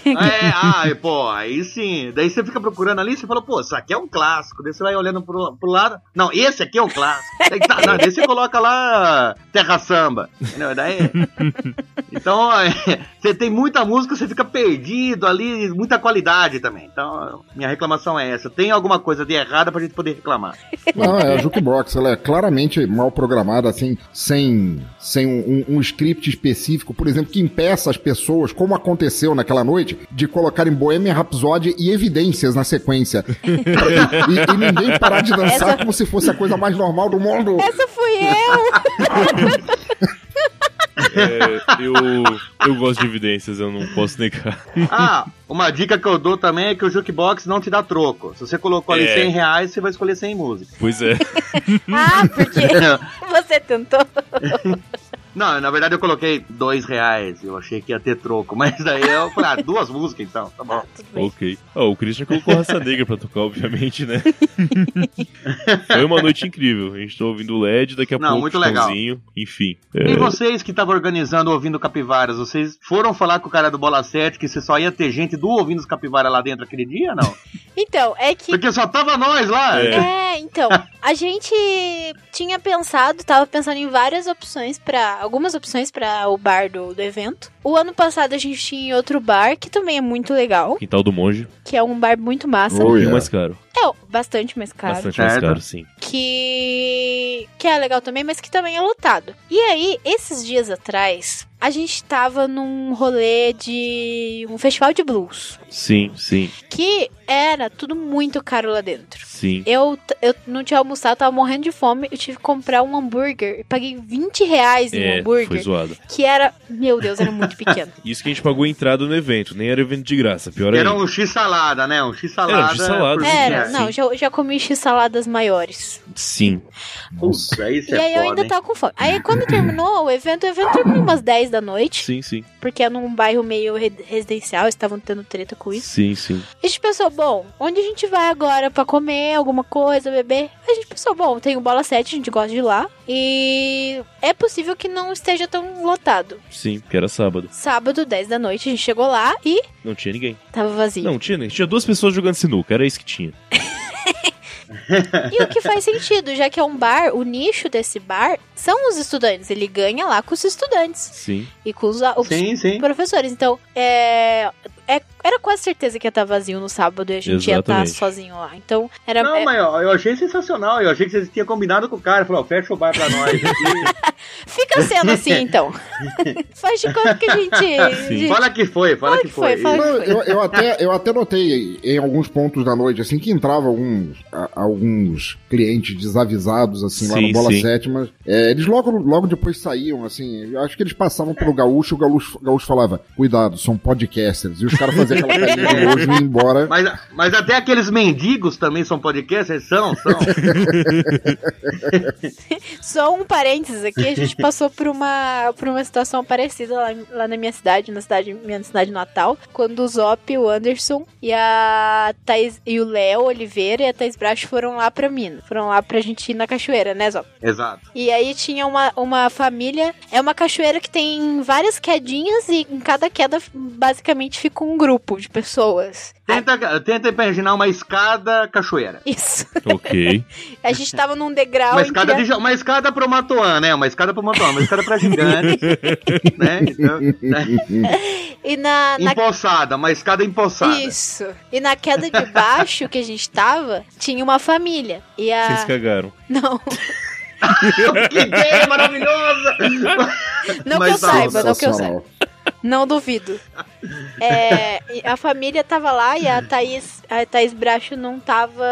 [SPEAKER 6] ah, e, pô, aí sim. Daí você fica procurando ali, você fala, pô, isso aqui é um clássico. Daí você vai olhando pro, pro lado, não, esse aqui é um clássico. Daí, tá, não, daí você coloca lá Terra Samba. entendeu? Daí, então, é, você tem muita música, você fica perdido ali, muita qualidade também. Então, minha reclamação é essa. Tem alguma coisa de errada pra gente poder reclamar.
[SPEAKER 4] Não, é a Jukebox, ela é claramente mal programada, assim, sem, sem um, um- um script específico, por exemplo, que impeça as pessoas, como aconteceu naquela noite, de colocarem Bohemian Rhapsody e evidências na sequência. (laughs) e, e ninguém parar de dançar
[SPEAKER 2] Essa-
[SPEAKER 4] como se fosse a coisa mais normal do mundo.
[SPEAKER 2] Essa fui
[SPEAKER 3] (laughs)
[SPEAKER 2] eu!
[SPEAKER 3] É, eu, eu gosto de evidências, eu não posso negar.
[SPEAKER 6] Ah, uma dica que eu dou também é que o jukebox não te dá troco. Se você colocou ali
[SPEAKER 3] É.
[SPEAKER 6] 100 reais, você vai escolher 100 músicas.
[SPEAKER 2] (laughs)
[SPEAKER 3] Pois
[SPEAKER 6] (laughs)
[SPEAKER 3] é.
[SPEAKER 2] Ah, porque (laughs) você tentou.
[SPEAKER 6] Não, na verdade eu coloquei 2 reais. Eu achei que ia ter troco, mas daí eu falei, ah, duas músicas então, tá bom.
[SPEAKER 2] Tudo bem.
[SPEAKER 3] ok. Ó, o Christian colocou raça negra pra tocar, obviamente,
[SPEAKER 6] (laughs)
[SPEAKER 3] né? Foi uma noite incrível. A gente tá ouvindo o LED, daqui a
[SPEAKER 6] Não,
[SPEAKER 3] pouco
[SPEAKER 6] muito legal.
[SPEAKER 3] Chitãozinho, Enfim.
[SPEAKER 6] E vocês que estavam organizando ouvindo Capivaras, vocês foram falar com o cara do Bola 7 que você só ia ter gente do ouvindo os Capivaras lá dentro aquele dia,
[SPEAKER 2] (laughs)
[SPEAKER 6] não?
[SPEAKER 2] Então, é que
[SPEAKER 6] Porque só tava nós lá.
[SPEAKER 3] É.
[SPEAKER 2] É, então, a gente tinha pensado, tava pensando em várias opções pra. algumas opções pra o bar do, do evento. O ano passado a gente tinha em outro bar, que também é muito legal,
[SPEAKER 3] Quintal do Monge.
[SPEAKER 2] que é um bar muito massa.
[SPEAKER 4] Oh,
[SPEAKER 3] e o
[SPEAKER 4] yeah.
[SPEAKER 3] mais caro.
[SPEAKER 2] É bastante mais caro.
[SPEAKER 3] Bastante mais
[SPEAKER 6] Certo.
[SPEAKER 3] caro, sim.
[SPEAKER 2] que que é legal também, mas que também é lotado. E aí, esses dias atrás, a gente tava num rolê de um festival de blues,
[SPEAKER 3] Sim, sim,
[SPEAKER 2] que era tudo muito caro lá dentro.
[SPEAKER 3] sim.
[SPEAKER 2] Eu, t- eu não tinha almoçado, tava morrendo de fome. Eu tive que comprar um hambúrguer. Eu paguei 20 reais em um
[SPEAKER 3] É, foi
[SPEAKER 2] hambúrguer.
[SPEAKER 3] zoado.
[SPEAKER 2] Que era. Meu Deus, era muito pequeno.
[SPEAKER 3] Isso que a gente pagou a entrada no evento, nem era evento de graça, pior
[SPEAKER 6] Era
[SPEAKER 3] ainda.
[SPEAKER 6] um X-salada, né? Um X-salada.
[SPEAKER 3] Era um X-salada.
[SPEAKER 6] (laughs) por
[SPEAKER 3] Sim,
[SPEAKER 2] era,
[SPEAKER 6] vinte reais.
[SPEAKER 2] não, já, já comi x saladas maiores. horas.
[SPEAKER 6] um-
[SPEAKER 3] Sim.
[SPEAKER 4] Nossa.
[SPEAKER 6] Putz, aí
[SPEAKER 2] E
[SPEAKER 6] você
[SPEAKER 2] aí
[SPEAKER 6] é
[SPEAKER 2] eu
[SPEAKER 6] foda,
[SPEAKER 2] ainda
[SPEAKER 6] hein?
[SPEAKER 2] tava com fome. Aí quando terminou o evento, o evento terminou umas 10 da noite,
[SPEAKER 3] Sim, sim.
[SPEAKER 2] porque é num bairro meio re- residencial, eles estavam tendo treta com isso.
[SPEAKER 3] Sim, sim.
[SPEAKER 2] A gente pensou, bom, onde a gente vai agora pra comer alguma coisa, beber? A gente pensou, bom, tem o Bola 7, a gente gosta de ir lá. E é possível que não esteja tão lotado.
[SPEAKER 3] Sim, porque era sábado.
[SPEAKER 2] Sábado, 10 da noite, a gente chegou lá e
[SPEAKER 3] Não tinha ninguém.
[SPEAKER 2] tava vazio.
[SPEAKER 3] Não, tinha ninguém. Tinha duas pessoas jogando sinuca, era isso que tinha.
[SPEAKER 2] E o que faz sentido, já que é um bar, o nicho desse bar são os estudantes. Ele ganha lá com os estudantes
[SPEAKER 3] Sim.
[SPEAKER 2] e com os, os
[SPEAKER 6] Sim, sim.
[SPEAKER 2] professores. Então, é, é- era quase certeza que ia estar vazio no sábado e a gente ia
[SPEAKER 3] Exatamente.
[SPEAKER 2] estar sozinho lá. Então, era.
[SPEAKER 6] Não,
[SPEAKER 2] é-
[SPEAKER 6] mas ó, eu achei sensacional. Eu achei que vocês tinham combinado com o cara. Falou, ó, fecha o bar pra
[SPEAKER 2] (laughs)
[SPEAKER 6] nós. aqui.
[SPEAKER 2] Fica sendo assim, então. faz de conta que a gente. a gente-
[SPEAKER 6] fala que foi, fala, que, foi.
[SPEAKER 2] fala-
[SPEAKER 4] Não, eu, eu até, eu até notei em alguns pontos da noite, assim, que entrava alguns, a- alguns clientes desavisados, assim, lá
[SPEAKER 3] Sim,
[SPEAKER 4] no Bola
[SPEAKER 3] sim.
[SPEAKER 4] Sétima. É, eles logo, logo depois saíam, assim, eu acho que eles passavam pelo gaúcho, o gaúcho, o gaúcho falava, cuidado, são podcasters. E os caras faziam aquela carinha de nojo e iam embora.
[SPEAKER 6] Mas, mas até aqueles mendigos também são podcasters?
[SPEAKER 2] (laughs)
[SPEAKER 6] São, são.
[SPEAKER 2] Só um parênteses aqui, a gente passou por uma, por uma situação parecida lá, lá na minha cidade, na cidade, minha cidade natal, quando o Zop, o Anderson e a Thaís, e o Léo Oliveira e a Thaís Bracho foram lá pra Minas. Foram lá pra gente ir na cachoeira, né, Zop?
[SPEAKER 6] Exato.
[SPEAKER 2] E aí tinha uma, uma família. É uma cachoeira que tem várias quedinhas e em cada queda basicamente fica um grupo de pessoas.
[SPEAKER 6] Tenta, tenta imaginar uma escada cachoeira.
[SPEAKER 2] Isso. (laughs)
[SPEAKER 3] Ok.
[SPEAKER 2] A gente tava num degrau
[SPEAKER 6] Uma
[SPEAKER 2] em que
[SPEAKER 6] escada, de, ja- uma escada pro Matoan, né? Uma escada pro Matoan, uma escada
[SPEAKER 2] (laughs)
[SPEAKER 6] pra gigante. né? Então,
[SPEAKER 4] (laughs)
[SPEAKER 2] E na, na
[SPEAKER 6] empossada, uma escada empossada. (laughs)
[SPEAKER 2] Isso. E na queda de baixo que a gente tava, tinha uma família. E a.
[SPEAKER 3] Vocês cagaram.
[SPEAKER 2] Não,
[SPEAKER 6] que ideia maravilhosa!
[SPEAKER 2] não que
[SPEAKER 6] Mas é
[SPEAKER 2] eu
[SPEAKER 6] não,
[SPEAKER 2] saiba, não que eu saiba.
[SPEAKER 4] Sensacional.
[SPEAKER 2] Não duvido. É, e a família tava lá e a Thaís, a Thaís Bracho não tava.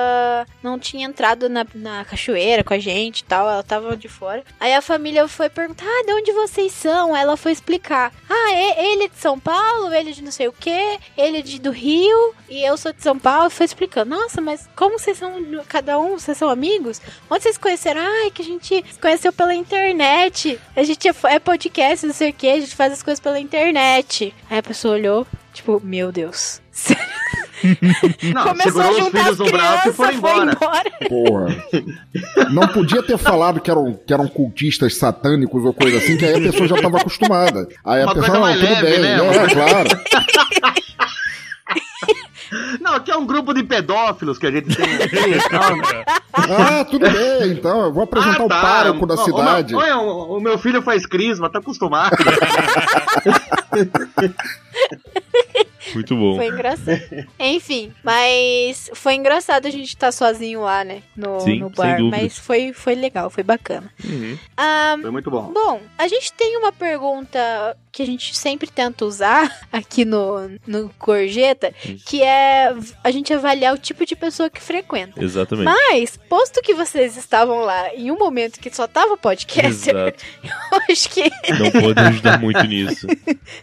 [SPEAKER 2] Não tinha entrado na, na cachoeira com a gente e tal, ela tava de fora. Aí a família foi perguntar: ah, de onde vocês são? Ela foi explicar: ah, e- ele é de São Paulo, ele é de não sei o que, ele é de, do Rio e eu sou de São Paulo. Foi explicando: nossa, mas como vocês são, cada um, vocês são amigos? Onde vocês conheceram? Ai, que a gente se conheceu pela internet. A gente é, fo- é podcast, não sei o que, a gente faz as coisas pela internet. Aí a pessoa olhou, tipo, meu Deus. (laughs)
[SPEAKER 6] Não,
[SPEAKER 2] Começou a
[SPEAKER 6] segurou os
[SPEAKER 2] juntar
[SPEAKER 6] filhos
[SPEAKER 2] as
[SPEAKER 6] no braço e
[SPEAKER 2] crianças,
[SPEAKER 6] foi embora.
[SPEAKER 4] Porra. Não podia ter falado que eram, que eram cultistas satânicos ou coisa assim, que aí a pessoa já estava acostumada. Aí a
[SPEAKER 6] Uma
[SPEAKER 4] pessoa,
[SPEAKER 6] coisa
[SPEAKER 4] não,
[SPEAKER 6] mais
[SPEAKER 4] tudo
[SPEAKER 6] leve,
[SPEAKER 4] bem,
[SPEAKER 6] né?
[SPEAKER 4] não, é claro.
[SPEAKER 6] Não, aqui é um grupo de pedófilos que a gente tem
[SPEAKER 2] (laughs)
[SPEAKER 6] aqui e tal, né?
[SPEAKER 4] Ah, tudo bem, então, eu vou apresentar
[SPEAKER 6] Ah,
[SPEAKER 4] o
[SPEAKER 6] tá.
[SPEAKER 4] pároco da
[SPEAKER 6] Ó, ó,
[SPEAKER 4] cidade.
[SPEAKER 6] Olha, o, o meu filho faz crisma, tá (laughs) acostumado.
[SPEAKER 3] Muito bom.
[SPEAKER 2] Foi engraçado.
[SPEAKER 6] (laughs)
[SPEAKER 2] Enfim, mas foi engraçado a gente estar sozinho lá, né? No,
[SPEAKER 3] Sim,
[SPEAKER 2] no
[SPEAKER 3] sem
[SPEAKER 2] bar.
[SPEAKER 3] dúvida.
[SPEAKER 2] Mas foi, foi legal, foi bacana.
[SPEAKER 3] Uhum.
[SPEAKER 2] Ah,
[SPEAKER 6] Foi muito bom.
[SPEAKER 2] Bom, a gente tem uma pergunta que a gente sempre tenta usar (laughs) aqui no, no Gorjeta, que é a gente avaliar o tipo de pessoa que frequenta.
[SPEAKER 3] Exatamente.
[SPEAKER 2] Mas, posto que vocês estavam lá em um momento que só tava podcaster,
[SPEAKER 3] Exato.
[SPEAKER 2] (laughs) eu acho que,
[SPEAKER 3] Não pode ajudar muito nisso.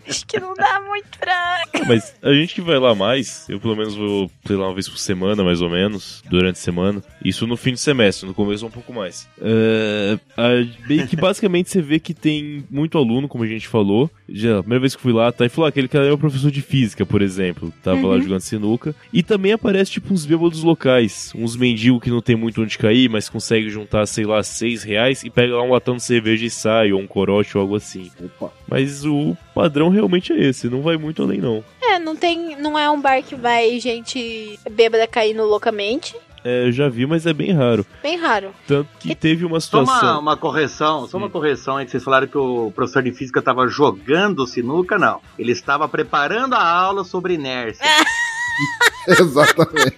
[SPEAKER 2] acho que não dá muito pra.
[SPEAKER 3] Mas a gente que vai lá mais, eu pelo menos vou, sei lá, uma vez por semana, mais ou menos, durante a semana. Isso no fim de semestre, no começo um pouco mais. É, a- meio que basicamente você vê que tem muito aluno, como a gente falou. Já, a primeira vez que fui lá, tá, e falou, ah, aquele cara é o professor de física, por exemplo. Tava lá jogando sinuca. E também aparece, tipo, uns bêbados locais. Uns mendigos que não tem muito onde cair, mas consegue juntar, sei lá, seis reais e pega lá um latão de cerveja e sai, ou um corote ou algo assim.
[SPEAKER 4] Opa.
[SPEAKER 3] Mas o padrão realmente é esse, não vai muito além não.
[SPEAKER 2] É, não tem. Não é um bar que vai gente bêbada caindo loucamente.
[SPEAKER 3] É, eu já vi, mas é bem raro.
[SPEAKER 2] Bem raro.
[SPEAKER 3] Tanto que teve uma
[SPEAKER 6] Só uma,
[SPEAKER 3] situação.
[SPEAKER 6] uma correção, só uma correção aí que vocês falaram que o professor de física estava jogando sinuca, não. Ele estava preparando a aula sobre (laughs) inércia.
[SPEAKER 4] (laughs) Exatamente.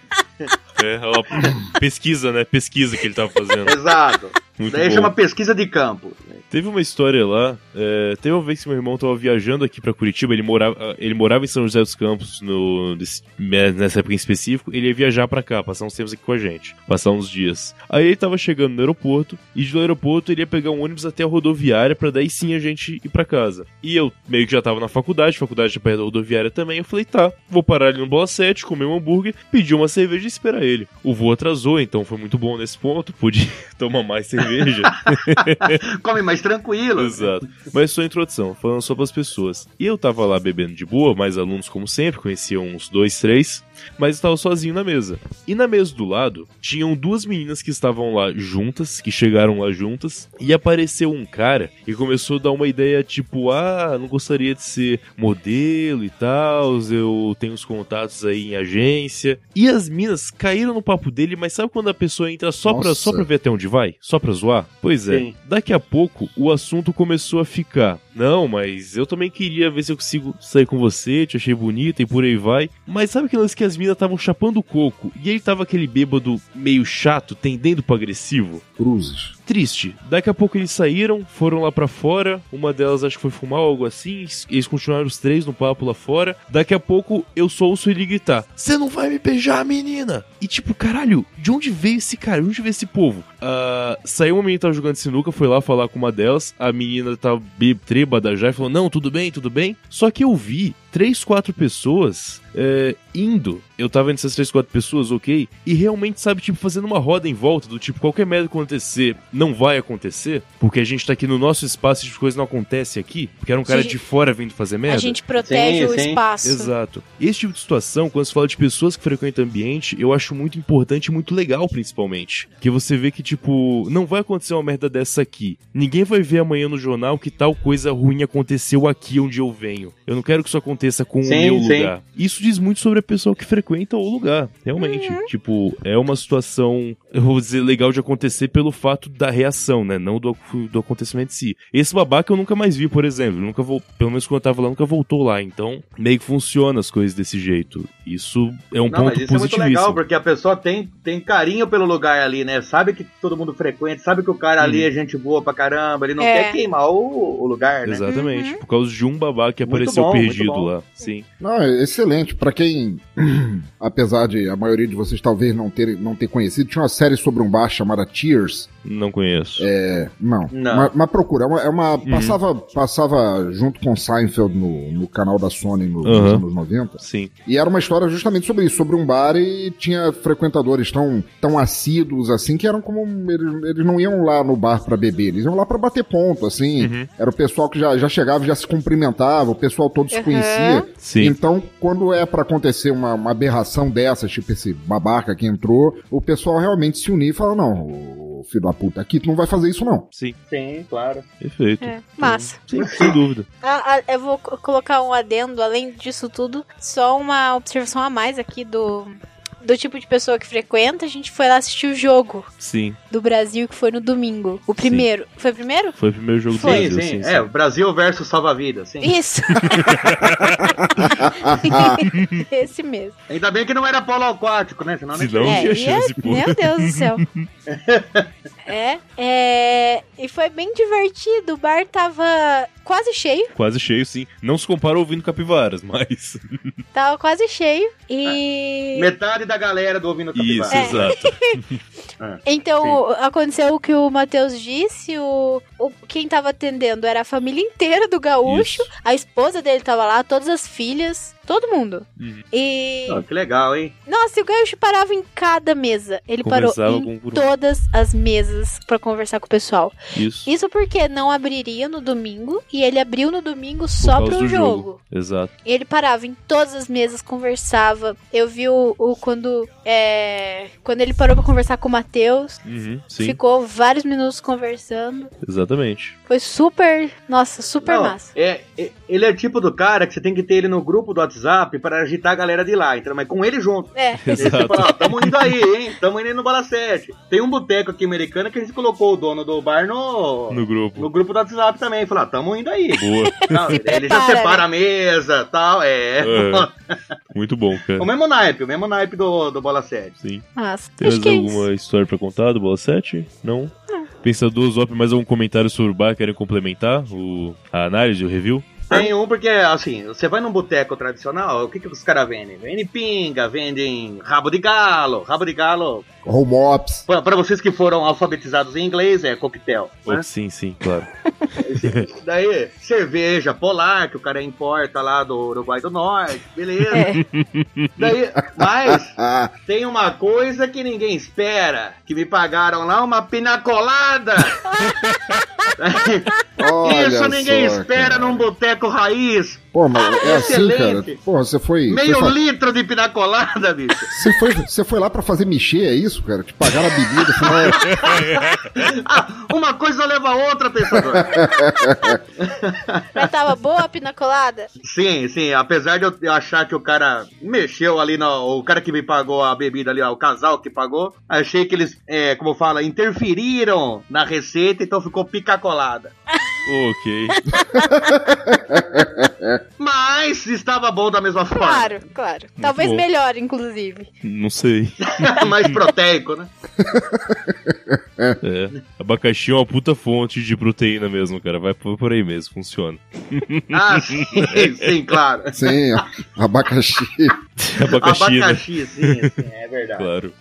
[SPEAKER 3] É, ó, pesquisa, né? Pesquisa que ele tava fazendo.
[SPEAKER 6] Exato.
[SPEAKER 3] Muito
[SPEAKER 6] Daí
[SPEAKER 3] bom.
[SPEAKER 6] chama pesquisa de campo.
[SPEAKER 3] Teve uma história lá. é, teve uma vez que meu irmão tava viajando aqui pra Curitiba. Ele morava, ele morava em São José dos Campos no, nesse- né, nessa época em específico. Ele ia viajar pra cá, passar uns tempos aqui com a gente, passar uns dias. Aí ele tava chegando no aeroporto e do aeroporto ele ia pegar um ônibus até a rodoviária pra daí sim a gente ir pra casa. E eu meio que já tava na faculdade, faculdade perto da rodoviária também. Eu falei, tá, vou parar ali no Bola 7, comer um hambúrguer, pedir uma cerveja e esperar ele. O voo atrasou, então foi muito bom nesse ponto. Pude (laughs) tomar mais cerveja.
[SPEAKER 6] Come mais tranquilo.
[SPEAKER 3] Exato. Mas só introdução, falando só pras pessoas. E eu tava lá bebendo de boa, mais alunos como sempre, conhecia uns dois, três, mas eu tava sozinho na mesa. E na mesa do lado, tinham duas meninas que estavam lá juntas, que chegaram lá juntas, e apareceu um cara e começou a dar uma ideia tipo, ah, não gostaria de ser modelo e tal, eu tenho os contatos aí em agência. E as minas caíram no papo dele, mas sabe quando a pessoa entra só pra,
[SPEAKER 4] Nossa.
[SPEAKER 3] só pra ver até onde vai? Só pra zoar? Pois é.
[SPEAKER 6] Sim.
[SPEAKER 3] Daqui a pouco o assunto começou a ficar. Não, mas eu também queria ver se eu consigo sair com você, te achei bonita e por aí vai. Mas sabe que lance que as minas estavam chapando o coco e ele tava aquele bêbado meio chato, tendendo pro agressivo?
[SPEAKER 4] Cruzes.
[SPEAKER 3] Triste. Daqui a pouco eles saíram, foram lá pra fora. Uma delas acho que foi fumar ou algo assim. Eles continuaram os três no papo lá fora. Daqui a pouco eu só ouço ele gritar: Você não vai me beijar, menina! E tipo, caralho, de onde veio esse cara? De onde veio esse povo? Ah, saiu uma menina que tava jogando sinuca, foi lá falar com uma delas. A menina tava bê- trêbada já e falou: Não, tudo bem, tudo bem. Só que eu vi três, quatro pessoas é, indo. Eu tava entre essas três, quatro pessoas, ok? E realmente, sabe, tipo, fazendo uma roda em volta do tipo, qualquer merda que acontecer, não vai acontecer, porque a gente tá aqui no nosso espaço e as coisas não acontecem aqui, porque era um
[SPEAKER 2] Se
[SPEAKER 3] cara
[SPEAKER 2] a gente-
[SPEAKER 3] de fora vindo fazer merda.
[SPEAKER 2] A gente protege
[SPEAKER 6] Sim,
[SPEAKER 2] o
[SPEAKER 6] sim.
[SPEAKER 2] espaço.
[SPEAKER 3] Exato. Esse tipo de situação, quando se fala de pessoas que frequentam ambiente, eu acho muito importante e muito legal, principalmente. Que você vê que, tipo, não vai acontecer uma merda dessa aqui. Ninguém vai ver amanhã no jornal que tal coisa ruim aconteceu aqui onde eu venho. Eu não quero que isso aconteça com
[SPEAKER 6] Sim,
[SPEAKER 3] o meu
[SPEAKER 6] sim.
[SPEAKER 3] lugar. Isso diz muito sobre a pessoa que frequenta o lugar, realmente.
[SPEAKER 2] Uhum.
[SPEAKER 3] Tipo, é uma situação, eu vou dizer, legal de acontecer pelo fato da reação, né? Não do, ac- do acontecimento em si. Esse babaca eu nunca mais vi, por exemplo. Nunca vou, pelo menos quando eu tava lá, nunca voltou lá. Então, meio que funciona as coisas desse jeito. Isso é um
[SPEAKER 6] Não, mas
[SPEAKER 3] ponto
[SPEAKER 6] isso é muito legal,
[SPEAKER 3] positivíssimo.
[SPEAKER 6] porque a pessoa tem, tem carinho pelo lugar ali, né? Sabe que todo mundo frequenta, sabe que o cara ali
[SPEAKER 3] Uhum.
[SPEAKER 6] é gente boa pra caramba, ele não
[SPEAKER 2] É.
[SPEAKER 6] quer queimar o, o lugar, né?
[SPEAKER 3] Exatamente.
[SPEAKER 2] Uhum.
[SPEAKER 3] Por causa de um babaca que
[SPEAKER 6] Muito
[SPEAKER 3] apareceu
[SPEAKER 6] bom, muito
[SPEAKER 3] perdido
[SPEAKER 6] bom.
[SPEAKER 3] lá. Sim.
[SPEAKER 4] Não, é excelente. Pra quem, (clears throat) apesar de a maioria de vocês talvez não ter, não ter conhecido, tinha uma série sobre um bar chamada Tears.
[SPEAKER 3] Não conheço.
[SPEAKER 4] É, não.
[SPEAKER 6] Não.
[SPEAKER 4] Mas, mas procura. É uma, é uma- passava, passava junto com Seinfeld no, no canal da Sony no- nos
[SPEAKER 3] Uhum.
[SPEAKER 4] anos 90.
[SPEAKER 3] Sim.
[SPEAKER 4] E era uma história justamente sobre isso, sobre um bar e tinha frequentadores tão, tão assíduos assim que eram como eles, eles não iam lá no bar pra beber, eles iam lá pra bater ponto, assim.
[SPEAKER 6] Uhum.
[SPEAKER 4] Era o pessoal que já, já chegava, já se cumprimentava, o pessoal todo se
[SPEAKER 2] Uhum.
[SPEAKER 4] conhecia.
[SPEAKER 3] Sim.
[SPEAKER 4] Então, quando é pra acontecer uma, uma aberração dessa, tipo esse babaca que entrou, o pessoal realmente se unir e falar: não, ô filho da puta, aqui tu não vai fazer isso não.
[SPEAKER 3] Sim.
[SPEAKER 6] Sim, claro.
[SPEAKER 3] Perfeito.
[SPEAKER 2] É, massa.
[SPEAKER 3] Sim, sem dúvida.
[SPEAKER 2] Ah, ah, eu vou co- colocar um adendo, além disso tudo, só uma observação a mais aqui do, do tipo de pessoa que frequenta. A gente foi lá assistir o jogo
[SPEAKER 3] Sim.
[SPEAKER 2] do Brasil, que foi no domingo. O primeiro. Foi o primeiro?
[SPEAKER 3] Foi o primeiro jogo
[SPEAKER 2] Foi.
[SPEAKER 3] do
[SPEAKER 6] Sim,
[SPEAKER 3] Brasil.
[SPEAKER 6] sim.
[SPEAKER 3] sim,
[SPEAKER 6] É, Brasil versus salva-vida, sim. (laughs)
[SPEAKER 2] Isso! (laughs)
[SPEAKER 4] Ah,
[SPEAKER 2] Esse mesmo.
[SPEAKER 6] Ainda bem que não era polo aquático, né? Senão
[SPEAKER 3] Se
[SPEAKER 6] nem...
[SPEAKER 3] não,
[SPEAKER 2] é, e
[SPEAKER 3] tinha
[SPEAKER 2] é-
[SPEAKER 3] chance, pô.
[SPEAKER 2] meu Deus do céu. É, é, e foi bem divertido. O bar tava quase cheio.
[SPEAKER 3] Quase cheio, sim. Não se compara ouvindo capivaras, (laughs) mas.
[SPEAKER 2] Tava quase cheio. E.
[SPEAKER 3] Ah,
[SPEAKER 6] Metade da galera do Ouvindo Capivara.
[SPEAKER 3] Isso, exato.
[SPEAKER 2] Então, aconteceu o que o Matheus disse, o, o- quem tava atendendo era a família inteira do gaúcho,
[SPEAKER 3] Isso.
[SPEAKER 2] a esposa dele tava lá, todas as filhas, todo mundo.
[SPEAKER 3] Uhum.
[SPEAKER 2] E.
[SPEAKER 6] Ó, que legal, hein?
[SPEAKER 2] Nossa, e o gaúcho parava em cada mesa. Ele parou
[SPEAKER 3] Conversava
[SPEAKER 2] em
[SPEAKER 3] com o grupo.
[SPEAKER 2] todas as mesas pra conversar com o pessoal.
[SPEAKER 3] Isso.
[SPEAKER 2] Isso porque não abriria no domingo e ele abriu no domingo
[SPEAKER 3] Por
[SPEAKER 2] só
[SPEAKER 3] causa
[SPEAKER 2] pro
[SPEAKER 3] do
[SPEAKER 2] jogo.
[SPEAKER 3] Exato.
[SPEAKER 2] E ele parava em todas as mesas, conversava. Eu vi o, o- quando. é, quando ele parou pra conversar com o Matheus.
[SPEAKER 3] Uhum, sim,
[SPEAKER 2] Ficou vários minutos conversando.
[SPEAKER 3] exatamente.
[SPEAKER 2] Foi super. Nossa, super
[SPEAKER 6] Não,
[SPEAKER 2] massa.
[SPEAKER 6] É, é- ele é o tipo do cara que você tem que ter ele no grupo do WhatsApp para agitar a galera de lá, então, mas com ele junto.
[SPEAKER 3] (laughs)
[SPEAKER 2] É.
[SPEAKER 6] Aí Você
[SPEAKER 3] Exato.
[SPEAKER 6] fala, ó, tamo indo aí, hein? Tamo indo aí no Bala 7. Tem um boteco aqui americano que a gente colocou o dono do bar no,
[SPEAKER 3] No grupo.
[SPEAKER 6] no grupo do WhatsApp também. Falar, tamo indo aí.
[SPEAKER 3] Boa.
[SPEAKER 6] Não,
[SPEAKER 2] Se
[SPEAKER 6] ele já
[SPEAKER 2] prepara, né?
[SPEAKER 6] separa a mesa tal, é.
[SPEAKER 3] (laughs) É. Muito bom,
[SPEAKER 6] O
[SPEAKER 3] cara.
[SPEAKER 6] mesmo naipe, o mesmo naipe do, do Bola 7.
[SPEAKER 3] Sim.
[SPEAKER 2] Massa.
[SPEAKER 3] Tem
[SPEAKER 2] Acho
[SPEAKER 3] mais
[SPEAKER 2] que é isso. Ah.
[SPEAKER 3] alguma história pra contar do Bola 7? Não? Pensador Zop, mais algum comentário sobre o bar? Querem complementar o, a análise, o review?
[SPEAKER 6] Tem um porque, assim, você vai num boteco tradicional, o que, que os caras vendem? Vendem pinga, vendem rabo de galo. Rabo de galo,
[SPEAKER 4] Home Ops.
[SPEAKER 6] pra, pra vocês que foram alfabetizados em inglês, é coquetel. né?
[SPEAKER 3] Oh, sim, sim, claro.
[SPEAKER 6] Daí, cerveja polar, que o cara importa lá do Uruguai do Norte, beleza.
[SPEAKER 2] É.
[SPEAKER 6] Daí, mas
[SPEAKER 4] Ah,
[SPEAKER 6] tem uma coisa que ninguém espera, que me pagaram lá
[SPEAKER 4] (laughs)
[SPEAKER 6] uma pinacolada.
[SPEAKER 4] olha
[SPEAKER 6] Isso ninguém
[SPEAKER 4] só,
[SPEAKER 6] espera
[SPEAKER 4] cara.
[SPEAKER 6] num boteco raiz.
[SPEAKER 4] Pô, mas é assim,
[SPEAKER 6] Excelente.
[SPEAKER 4] cara. Pô, você foi.
[SPEAKER 6] Meio
[SPEAKER 4] foi fa-
[SPEAKER 6] litro de pinacolada, bicho.
[SPEAKER 4] Você foi, você foi lá pra fazer mexer, é isso, cara? Te pagaram a bebida, você falou,
[SPEAKER 6] Ah, (laughs) uma coisa leva a outra, pensador.
[SPEAKER 2] Mas tava boa a
[SPEAKER 6] (laughs)
[SPEAKER 2] pinacolada?
[SPEAKER 6] Sim, sim. Apesar de eu achar que o cara mexeu ali, no, o cara que me pagou a bebida ali, ó, o casal que pagou, achei que eles, é, como fala, interferiram na receita, então ficou pica colada.
[SPEAKER 3] (laughs) ok.
[SPEAKER 6] Mas estava bom da mesma forma.
[SPEAKER 2] Claro, claro. Talvez
[SPEAKER 3] bom.
[SPEAKER 2] melhor, inclusive.
[SPEAKER 3] (laughs) Não (laughs) sei.
[SPEAKER 6] (laughs) Mais proteico, né?
[SPEAKER 3] É. Abacaxi é uma puta fonte de proteína mesmo, cara. Vai por por aí mesmo, funciona. (laughs)
[SPEAKER 6] Ah, sim, sim, claro.
[SPEAKER 4] sim, ó, abacaxi.
[SPEAKER 3] Abacaxi, né?
[SPEAKER 6] Abacaxi, sim, sim, é verdade.
[SPEAKER 3] Claro.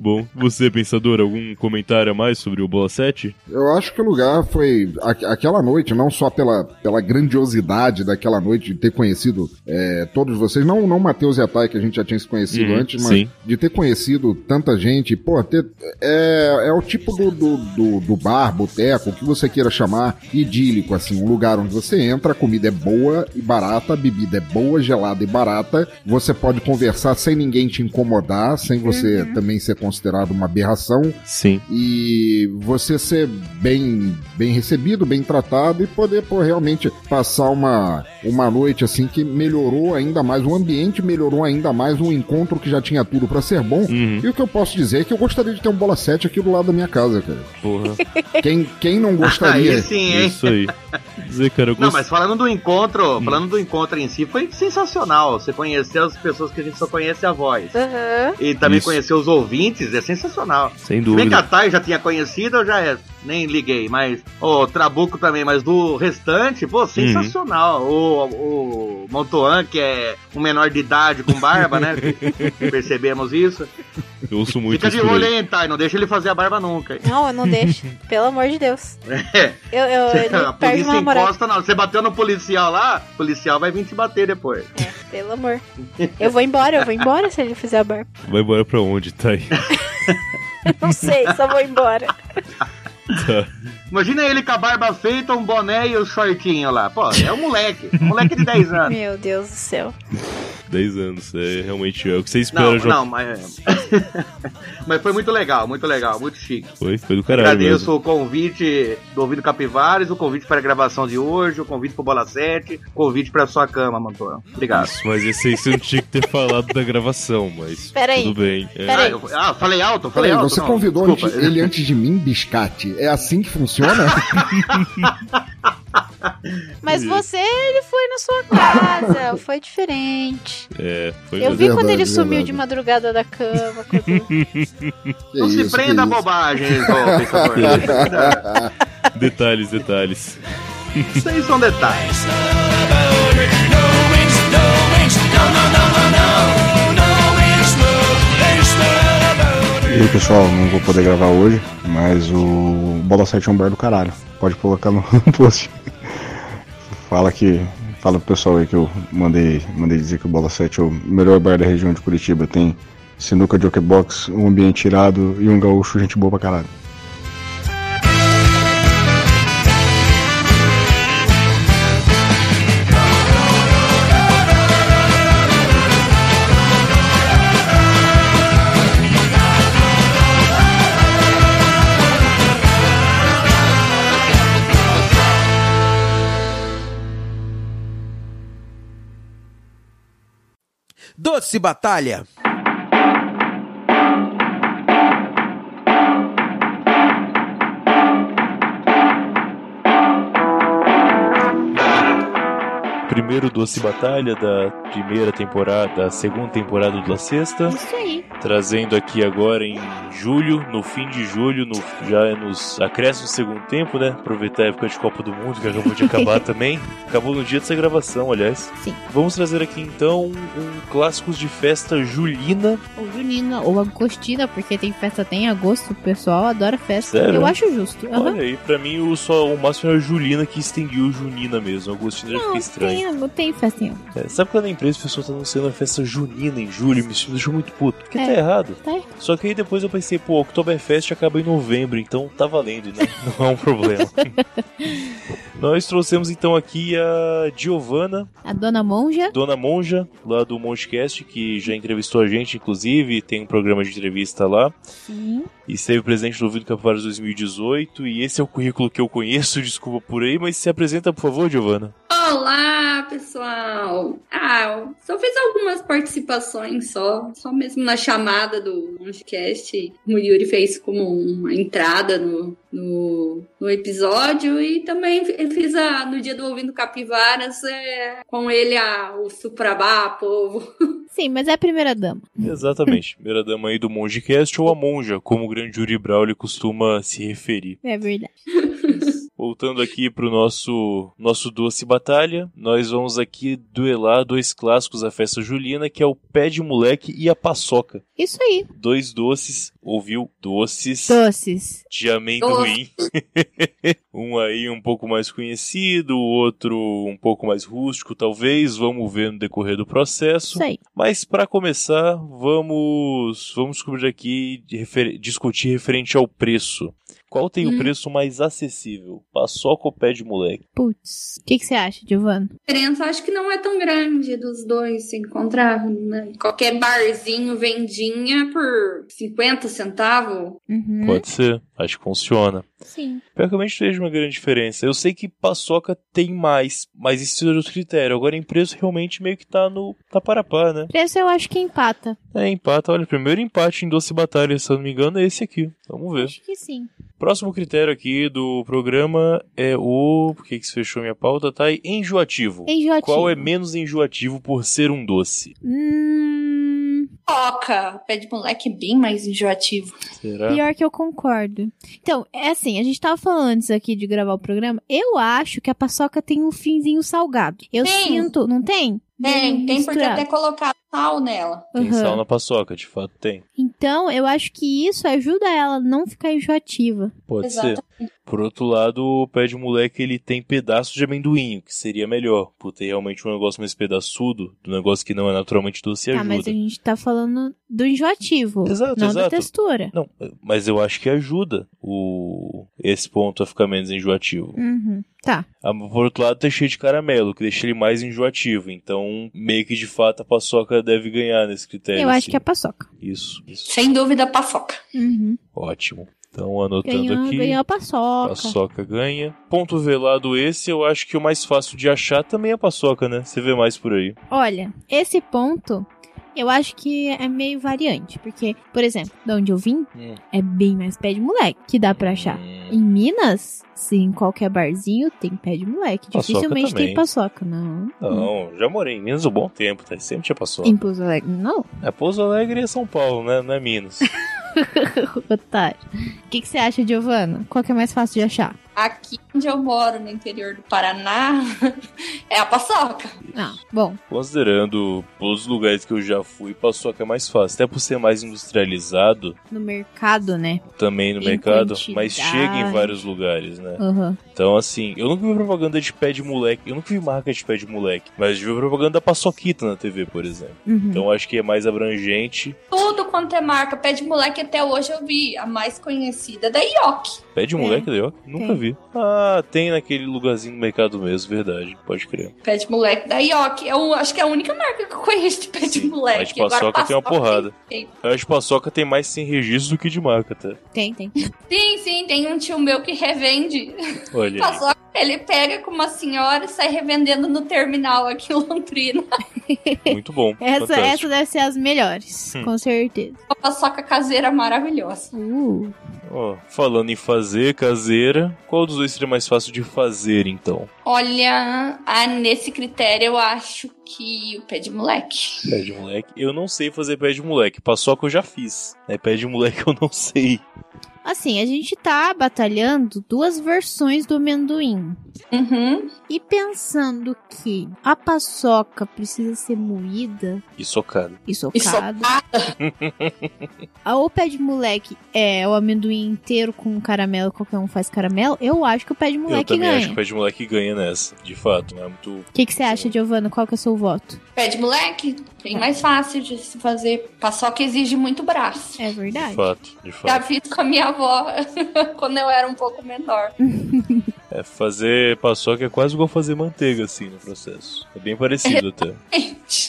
[SPEAKER 3] Bom, você, é pensador, algum comentário a mais sobre o Bola 7?
[SPEAKER 4] Eu acho que o lugar foi. a- aquela noite, não só pela, pela grandiosidade daquela noite, de ter conhecido é, todos vocês, não, não Matheus e a Thay, que a gente já tinha se conhecido
[SPEAKER 3] Uhum,
[SPEAKER 4] antes, mas
[SPEAKER 3] sim.
[SPEAKER 4] de ter conhecido tanta gente, pô, ter- é, é o tipo do, do, do, do bar, boteco, o que você queira chamar, idílico, assim, um lugar onde você entra, a comida é boa e barata, a bebida é boa, gelada e barata, você pode conversar sem ninguém te incomodar, sem você também ser considerado uma aberração
[SPEAKER 3] Sim.
[SPEAKER 4] e você ser bem, bem recebido, bem tratado e poder pô, realmente passar uma, uma noite assim que melhorou ainda mais o ambiente, melhorou ainda mais um encontro que já tinha tudo pra ser bom.
[SPEAKER 3] Uhum.
[SPEAKER 4] E o que eu posso dizer é que eu gostaria de ter um bola 7 aqui do lado da minha casa, cara.
[SPEAKER 3] Porra.
[SPEAKER 6] É
[SPEAKER 4] Quem, quem não
[SPEAKER 6] Ah,
[SPEAKER 4] gostaria?
[SPEAKER 6] Aí sim, hein?
[SPEAKER 3] É Isso aí. Dizer, cara, eu
[SPEAKER 6] Não,
[SPEAKER 3] gosto.
[SPEAKER 6] mas falando do encontro, falando do encontro em si, foi sensacional. Você conhecer as pessoas que a gente só conhece a voz.
[SPEAKER 2] Aham.
[SPEAKER 6] E também
[SPEAKER 3] Isso.
[SPEAKER 6] conhecer os ouvintes, é sensacional.
[SPEAKER 3] Sem
[SPEAKER 6] Se bem que
[SPEAKER 3] dúvida.
[SPEAKER 6] a Thay já tinha conhecido, eu já é, nem liguei, mas o Trabuco também, mas do restante, pô, sensacional.
[SPEAKER 3] Uhum.
[SPEAKER 6] O, o Montoan, que é um menor de idade com
[SPEAKER 3] (laughs)
[SPEAKER 6] barba, né? Percebemos isso.
[SPEAKER 3] Eu ouço muito
[SPEAKER 6] Fica de
[SPEAKER 3] isso por
[SPEAKER 6] olho
[SPEAKER 3] aí.
[SPEAKER 6] aí, Thay, não deixa ele fazer a barba nunca. hein?
[SPEAKER 2] Não, eu não
[SPEAKER 3] (laughs)
[SPEAKER 2] deixo. Pelo amor de Deus.
[SPEAKER 6] É.
[SPEAKER 2] Eu, eu, ele
[SPEAKER 6] (laughs) a
[SPEAKER 2] perde
[SPEAKER 6] polícia
[SPEAKER 2] uma namorada.
[SPEAKER 6] encosta, não. Você bateu no policial lá, o policial vai vir te bater depois.
[SPEAKER 2] É, Pelo amor. Eu vou embora, eu vou embora se ele fizer a barba.
[SPEAKER 3] Vai embora pra onde, tá aí? (laughs)
[SPEAKER 2] Não sei, só vou embora.
[SPEAKER 6] Imagina ele com a barba feita, um boné e o shortinho lá. Pô, é um moleque, um moleque de 10 anos.
[SPEAKER 2] Meu Deus do céu.
[SPEAKER 3] 10 anos. É realmente é o que você espera,
[SPEAKER 6] Não,
[SPEAKER 3] João.
[SPEAKER 6] não, mas. é. (laughs) mas foi muito legal, muito legal, muito chique.
[SPEAKER 3] Foi, foi do caralho
[SPEAKER 6] Agradeço
[SPEAKER 3] mesmo.
[SPEAKER 6] o convite do ouvido Capivares, o convite para a gravação de hoje, o convite para Bola 7, o convite para sua cama, Mantuan. Obrigado.
[SPEAKER 3] Isso, mas esse aí você não tinha que ter falado da gravação, mas
[SPEAKER 2] Pera aí.
[SPEAKER 3] tudo bem. É.
[SPEAKER 2] Pera
[SPEAKER 6] Ah,
[SPEAKER 2] aí.
[SPEAKER 6] eu- ah, falei alto, falei
[SPEAKER 4] Peraí,
[SPEAKER 6] alto.
[SPEAKER 4] você
[SPEAKER 6] não.
[SPEAKER 4] convidou um
[SPEAKER 6] Desculpa.
[SPEAKER 4] antes- ele antes de mim, biscate? É assim que
[SPEAKER 6] (laughs)
[SPEAKER 4] funciona?
[SPEAKER 2] Mas você, ele foi na sua casa, foi diferente.
[SPEAKER 3] É, foi
[SPEAKER 2] Eu
[SPEAKER 3] mesmo.
[SPEAKER 2] vi quando
[SPEAKER 4] Verdade,
[SPEAKER 2] ele sumiu
[SPEAKER 3] né?
[SPEAKER 4] verdade.
[SPEAKER 2] de madrugada da cama. quando-
[SPEAKER 4] Que
[SPEAKER 6] Não se
[SPEAKER 4] isso,
[SPEAKER 6] prenda então,
[SPEAKER 4] que
[SPEAKER 6] a
[SPEAKER 4] isso.
[SPEAKER 6] bobagens, ô pensador.
[SPEAKER 3] Detalhes, detalhes.
[SPEAKER 6] Isso aí são detalhes.
[SPEAKER 7] E aí, pessoal, não vou poder gravar hoje, mas o Bola 7 é um bar do caralho. Pode colocar no (laughs) post. Fala que. Fala pro pessoal aí que eu mandei, mandei dizer que o Bola 7 é o melhor bar da região de Curitiba. Tem sinuca, jokebox, um ambiente irado e um gaúcho, gente boa pra caralho.
[SPEAKER 8] Doce Batalha.
[SPEAKER 3] primeiro Doce Batalha da primeira temporada, da segunda temporada do La Sexta.
[SPEAKER 2] Isso aí.
[SPEAKER 3] Trazendo aqui agora em julho, no fim de julho, no, já é nos acréscimo do segundo tempo, né? Aproveitar a época de Copa do Mundo, que acabou de
[SPEAKER 2] (laughs)
[SPEAKER 3] acabar também. Acabou no dia dessa gravação, aliás.
[SPEAKER 2] Sim.
[SPEAKER 3] Vamos trazer aqui então um clássicos de festa julina.
[SPEAKER 2] Ou Julina, ou Agostina, porque tem festa até em agosto, o pessoal adora festa.
[SPEAKER 3] Sério?
[SPEAKER 2] Eu acho justo. Aham.
[SPEAKER 3] Olha aí, pra mim o, só, o máximo era a Julina que estendiu o Junina mesmo. Agostinho já fica estranho.
[SPEAKER 2] Tem, tem festa em
[SPEAKER 3] É, sabe quando a empresa o pessoal tá anunciando a festa junina em julho? Isso me deixou muito puto. Porque
[SPEAKER 2] É.
[SPEAKER 3] tá errado.
[SPEAKER 2] Tá errado.
[SPEAKER 3] Só que aí depois eu pensei, pô, Oktoberfest acaba em novembro, então tá valendo, né? (laughs) Não é
[SPEAKER 2] (laughs)
[SPEAKER 3] um problema. Nós trouxemos então aqui a Giovana,
[SPEAKER 2] A dona Monja.
[SPEAKER 3] Dona Monja, lá do Montecast, que já entrevistou a gente, inclusive, tem um programa de entrevista lá,
[SPEAKER 2] Sim.
[SPEAKER 3] e esteve presente no Vídeo Capivaras 2018, e esse é o currículo que eu conheço, (laughs) desculpa por aí, mas se apresenta, por favor, Giovana.
[SPEAKER 9] Olá, pessoal! Ah, eu só fiz algumas participações só, só mesmo na chamada do podcast. O Yuri fez como uma entrada no, no, no episódio e também eu fiz a, no dia do Ouvindo Capivaras é, com ele a, o Suprabá, povo.
[SPEAKER 2] Sim, mas é a primeira dama.
[SPEAKER 3] Exatamente. Primeira dama aí do Mongecast ou a monja, como o grande Yuri Braulio costuma se referir.
[SPEAKER 2] É verdade.
[SPEAKER 3] Voltando aqui pro nosso nosso doce batalha, nós vamos aqui duelar dois clássicos da festa julina, que é o pé de moleque e a paçoca.
[SPEAKER 2] Isso aí.
[SPEAKER 3] Dois doces, ouviu? Doces
[SPEAKER 2] Doces.
[SPEAKER 3] de amendoim. (laughs) um aí um pouco mais conhecido, o outro um pouco mais rústico, talvez. Vamos ver no decorrer do processo.
[SPEAKER 2] Isso aí.
[SPEAKER 3] Mas para começar, vamos vamos descobrir aqui de refer- discutir referente ao preço. Qual tem o
[SPEAKER 9] Hum.
[SPEAKER 3] preço mais acessível? Paçoca ou pé de moleque?
[SPEAKER 2] Putz. O que, que você acha, Giovana?
[SPEAKER 9] A diferença acho que não é tão grande dos dois se encontrar. Né? Qualquer barzinho vendinha por 50 centavos.
[SPEAKER 2] Uhum.
[SPEAKER 3] Pode ser, acho que funciona.
[SPEAKER 2] Sim.
[SPEAKER 3] Pior que eu realmente vejo uma grande diferença. Eu sei que paçoca tem mais, mas isso é outro critério. Agora em preço realmente meio que tá no tá para par, né?
[SPEAKER 2] Preço eu acho que empata.
[SPEAKER 3] É, empata, olha, o primeiro empate em doce batalha, se eu não me engano, é esse aqui. Vamos ver.
[SPEAKER 2] Acho que sim.
[SPEAKER 3] Próximo critério aqui do programa é o. Por que, que se fechou minha pauta? Tá aí. Enjoativo.
[SPEAKER 2] Enjoativo.
[SPEAKER 3] Qual é menos enjoativo por ser um doce?
[SPEAKER 2] Hum,
[SPEAKER 9] Toca! Pé de moleque é bem mais enjoativo.
[SPEAKER 3] Será?
[SPEAKER 2] pior que eu concordo. Então, é assim, a gente tava falando antes aqui de gravar o programa. Eu acho que a paçoca tem um finzinho salgado. Eu
[SPEAKER 9] Tem.
[SPEAKER 2] sinto, não tem?
[SPEAKER 9] Tem, tem porque
[SPEAKER 2] Misturado.
[SPEAKER 9] até colocar sal nela.
[SPEAKER 3] Tem
[SPEAKER 2] Aham.
[SPEAKER 3] sal na paçoca, de fato tem.
[SPEAKER 2] Então, eu acho que isso ajuda ela a não ficar enjoativa.
[SPEAKER 3] Pode
[SPEAKER 9] Exatamente.
[SPEAKER 3] ser. Por outro lado, o pé de moleque ele tem pedaço de amendoim, o que seria melhor. Por ter realmente um negócio mais pedaçudo, do negócio que não é naturalmente doce
[SPEAKER 2] Tá, mas a
[SPEAKER 3] ajuda.
[SPEAKER 2] gente tá falando do enjoativo.
[SPEAKER 3] Exato,
[SPEAKER 2] não da
[SPEAKER 3] exato.
[SPEAKER 2] textura.
[SPEAKER 3] Não, mas eu acho que ajuda o esse ponto a ficar menos enjoativo.
[SPEAKER 2] Uhum. Tá.
[SPEAKER 3] Ah, mas Por outro lado, tá cheio de caramelo, que deixa ele mais enjoativo. Então, meio que de fato a paçoca deve ganhar nesse critério.
[SPEAKER 2] eu acho
[SPEAKER 3] assim.
[SPEAKER 2] que é a paçoca.
[SPEAKER 3] Isso, isso.
[SPEAKER 9] Sem dúvida, paçoca.
[SPEAKER 2] Uhum.
[SPEAKER 3] Ótimo. Então, anotando
[SPEAKER 2] Ganhou,
[SPEAKER 3] aqui.
[SPEAKER 2] ganhou a paçoca.
[SPEAKER 3] Paçoca ganha. Ponto velado esse, eu acho que o mais fácil de achar também é a paçoca, né? Você vê mais por aí.
[SPEAKER 2] Olha, esse ponto eu acho que é meio variante. Porque, por exemplo, de onde eu vim,
[SPEAKER 3] Hum.
[SPEAKER 2] é bem mais pé de moleque que dá pra achar.
[SPEAKER 3] Hum,
[SPEAKER 2] Em Minas, se em qualquer barzinho tem pé de moleque.
[SPEAKER 3] Paçoca
[SPEAKER 2] Dificilmente
[SPEAKER 3] também.
[SPEAKER 2] tem paçoca, não.
[SPEAKER 3] Não, já morei em Minas um bom tempo, tá? Sempre tinha paçoca.
[SPEAKER 2] Em Pouso Alegre, não. (laughs)
[SPEAKER 3] É Pouso Alegre e São Paulo, né? Não é Minas.
[SPEAKER 2] Otário. O que, que você acha, Giovana? Qual que é mais fácil de achar?
[SPEAKER 9] Aqui onde eu moro, no interior do Paraná, (laughs) é a paçoca.
[SPEAKER 2] Ah, bom.
[SPEAKER 3] Considerando os lugares que eu já fui, paçoca é mais fácil. Até por ser mais industrializado,
[SPEAKER 2] No mercado, né?
[SPEAKER 3] também no
[SPEAKER 2] Em
[SPEAKER 3] mercado,
[SPEAKER 2] quantidade.
[SPEAKER 3] mas chega em vários lugares, né?
[SPEAKER 2] Aham.
[SPEAKER 3] Então, assim, eu nunca vi propaganda de pé de moleque, eu nunca vi marca de pé de moleque, mas vi propaganda da paçoquita na TV, por exemplo.
[SPEAKER 2] Uhum.
[SPEAKER 3] Então, acho que é mais abrangente.
[SPEAKER 9] Tudo quanto é marca. Pé de moleque até hoje eu vi. A mais conhecida é da Ioki.
[SPEAKER 3] Pé de
[SPEAKER 2] Tem.
[SPEAKER 3] moleque, Leo? Nunca
[SPEAKER 2] Tem.
[SPEAKER 3] vi. Ah, tem naquele lugarzinho do mercado mesmo, verdade, pode crer.
[SPEAKER 9] Pé de moleque da Ioki. Eu acho que é a única marca que eu conheço de pé de moleque.
[SPEAKER 3] Mas de paçoca tem uma porrada.
[SPEAKER 9] tem-
[SPEAKER 3] Eu acho que paçoca tem mais sem registro do que de marca, tá?
[SPEAKER 2] Tem, tem.
[SPEAKER 9] Sim, sim, tem um tio meu que revende
[SPEAKER 3] Olha aí.
[SPEAKER 9] paçoca. Ele pega com uma senhora e sai revendendo no terminal aqui em Londrina.
[SPEAKER 3] muito bom.
[SPEAKER 2] Essa,
[SPEAKER 3] fantástico.
[SPEAKER 2] essa deve ser as melhores,
[SPEAKER 3] Hum.
[SPEAKER 2] com certeza.
[SPEAKER 9] Uma paçoca caseira maravilhosa.
[SPEAKER 2] Uh.
[SPEAKER 3] Ó, falando em fazer caseira, qual dos dois seria mais fácil de fazer então?
[SPEAKER 9] Olha, ah, nesse critério eu acho que o pé de moleque.
[SPEAKER 3] Pé de moleque. Eu não sei fazer pé de moleque. Paçoca eu já fiz. Né? Pé de moleque (laughs) eu não sei.
[SPEAKER 10] Assim, a gente tá batalhando duas versões do amendoim.
[SPEAKER 9] Uhum.
[SPEAKER 10] E pensando que a paçoca precisa ser moída
[SPEAKER 3] E socado.
[SPEAKER 10] e socada. a o pé de moleque é o amendoim inteiro com caramelo, qualquer um faz caramelo. Eu acho que o pé de
[SPEAKER 3] Eu
[SPEAKER 10] moleque
[SPEAKER 3] também acho
[SPEAKER 10] ganha.
[SPEAKER 3] que o
[SPEAKER 10] O
[SPEAKER 3] pé de moleque ganha nessa. De fato, não é muito.
[SPEAKER 10] que, que você acha, Giovana? Qual que é o seu voto?
[SPEAKER 9] Pé de moleque, bem mais fácil de se fazer. Paçoca exige muito braço.
[SPEAKER 10] É
[SPEAKER 3] De
[SPEAKER 10] verdade.
[SPEAKER 3] fato, de fato.
[SPEAKER 9] Já fiz com a minha avó (laughs) quando eu era um pouco menor.
[SPEAKER 3] É, fazer paçoca é quase igual fazer manteiga, assim, no processo. É bem parecido
[SPEAKER 10] (laughs)
[SPEAKER 3] até.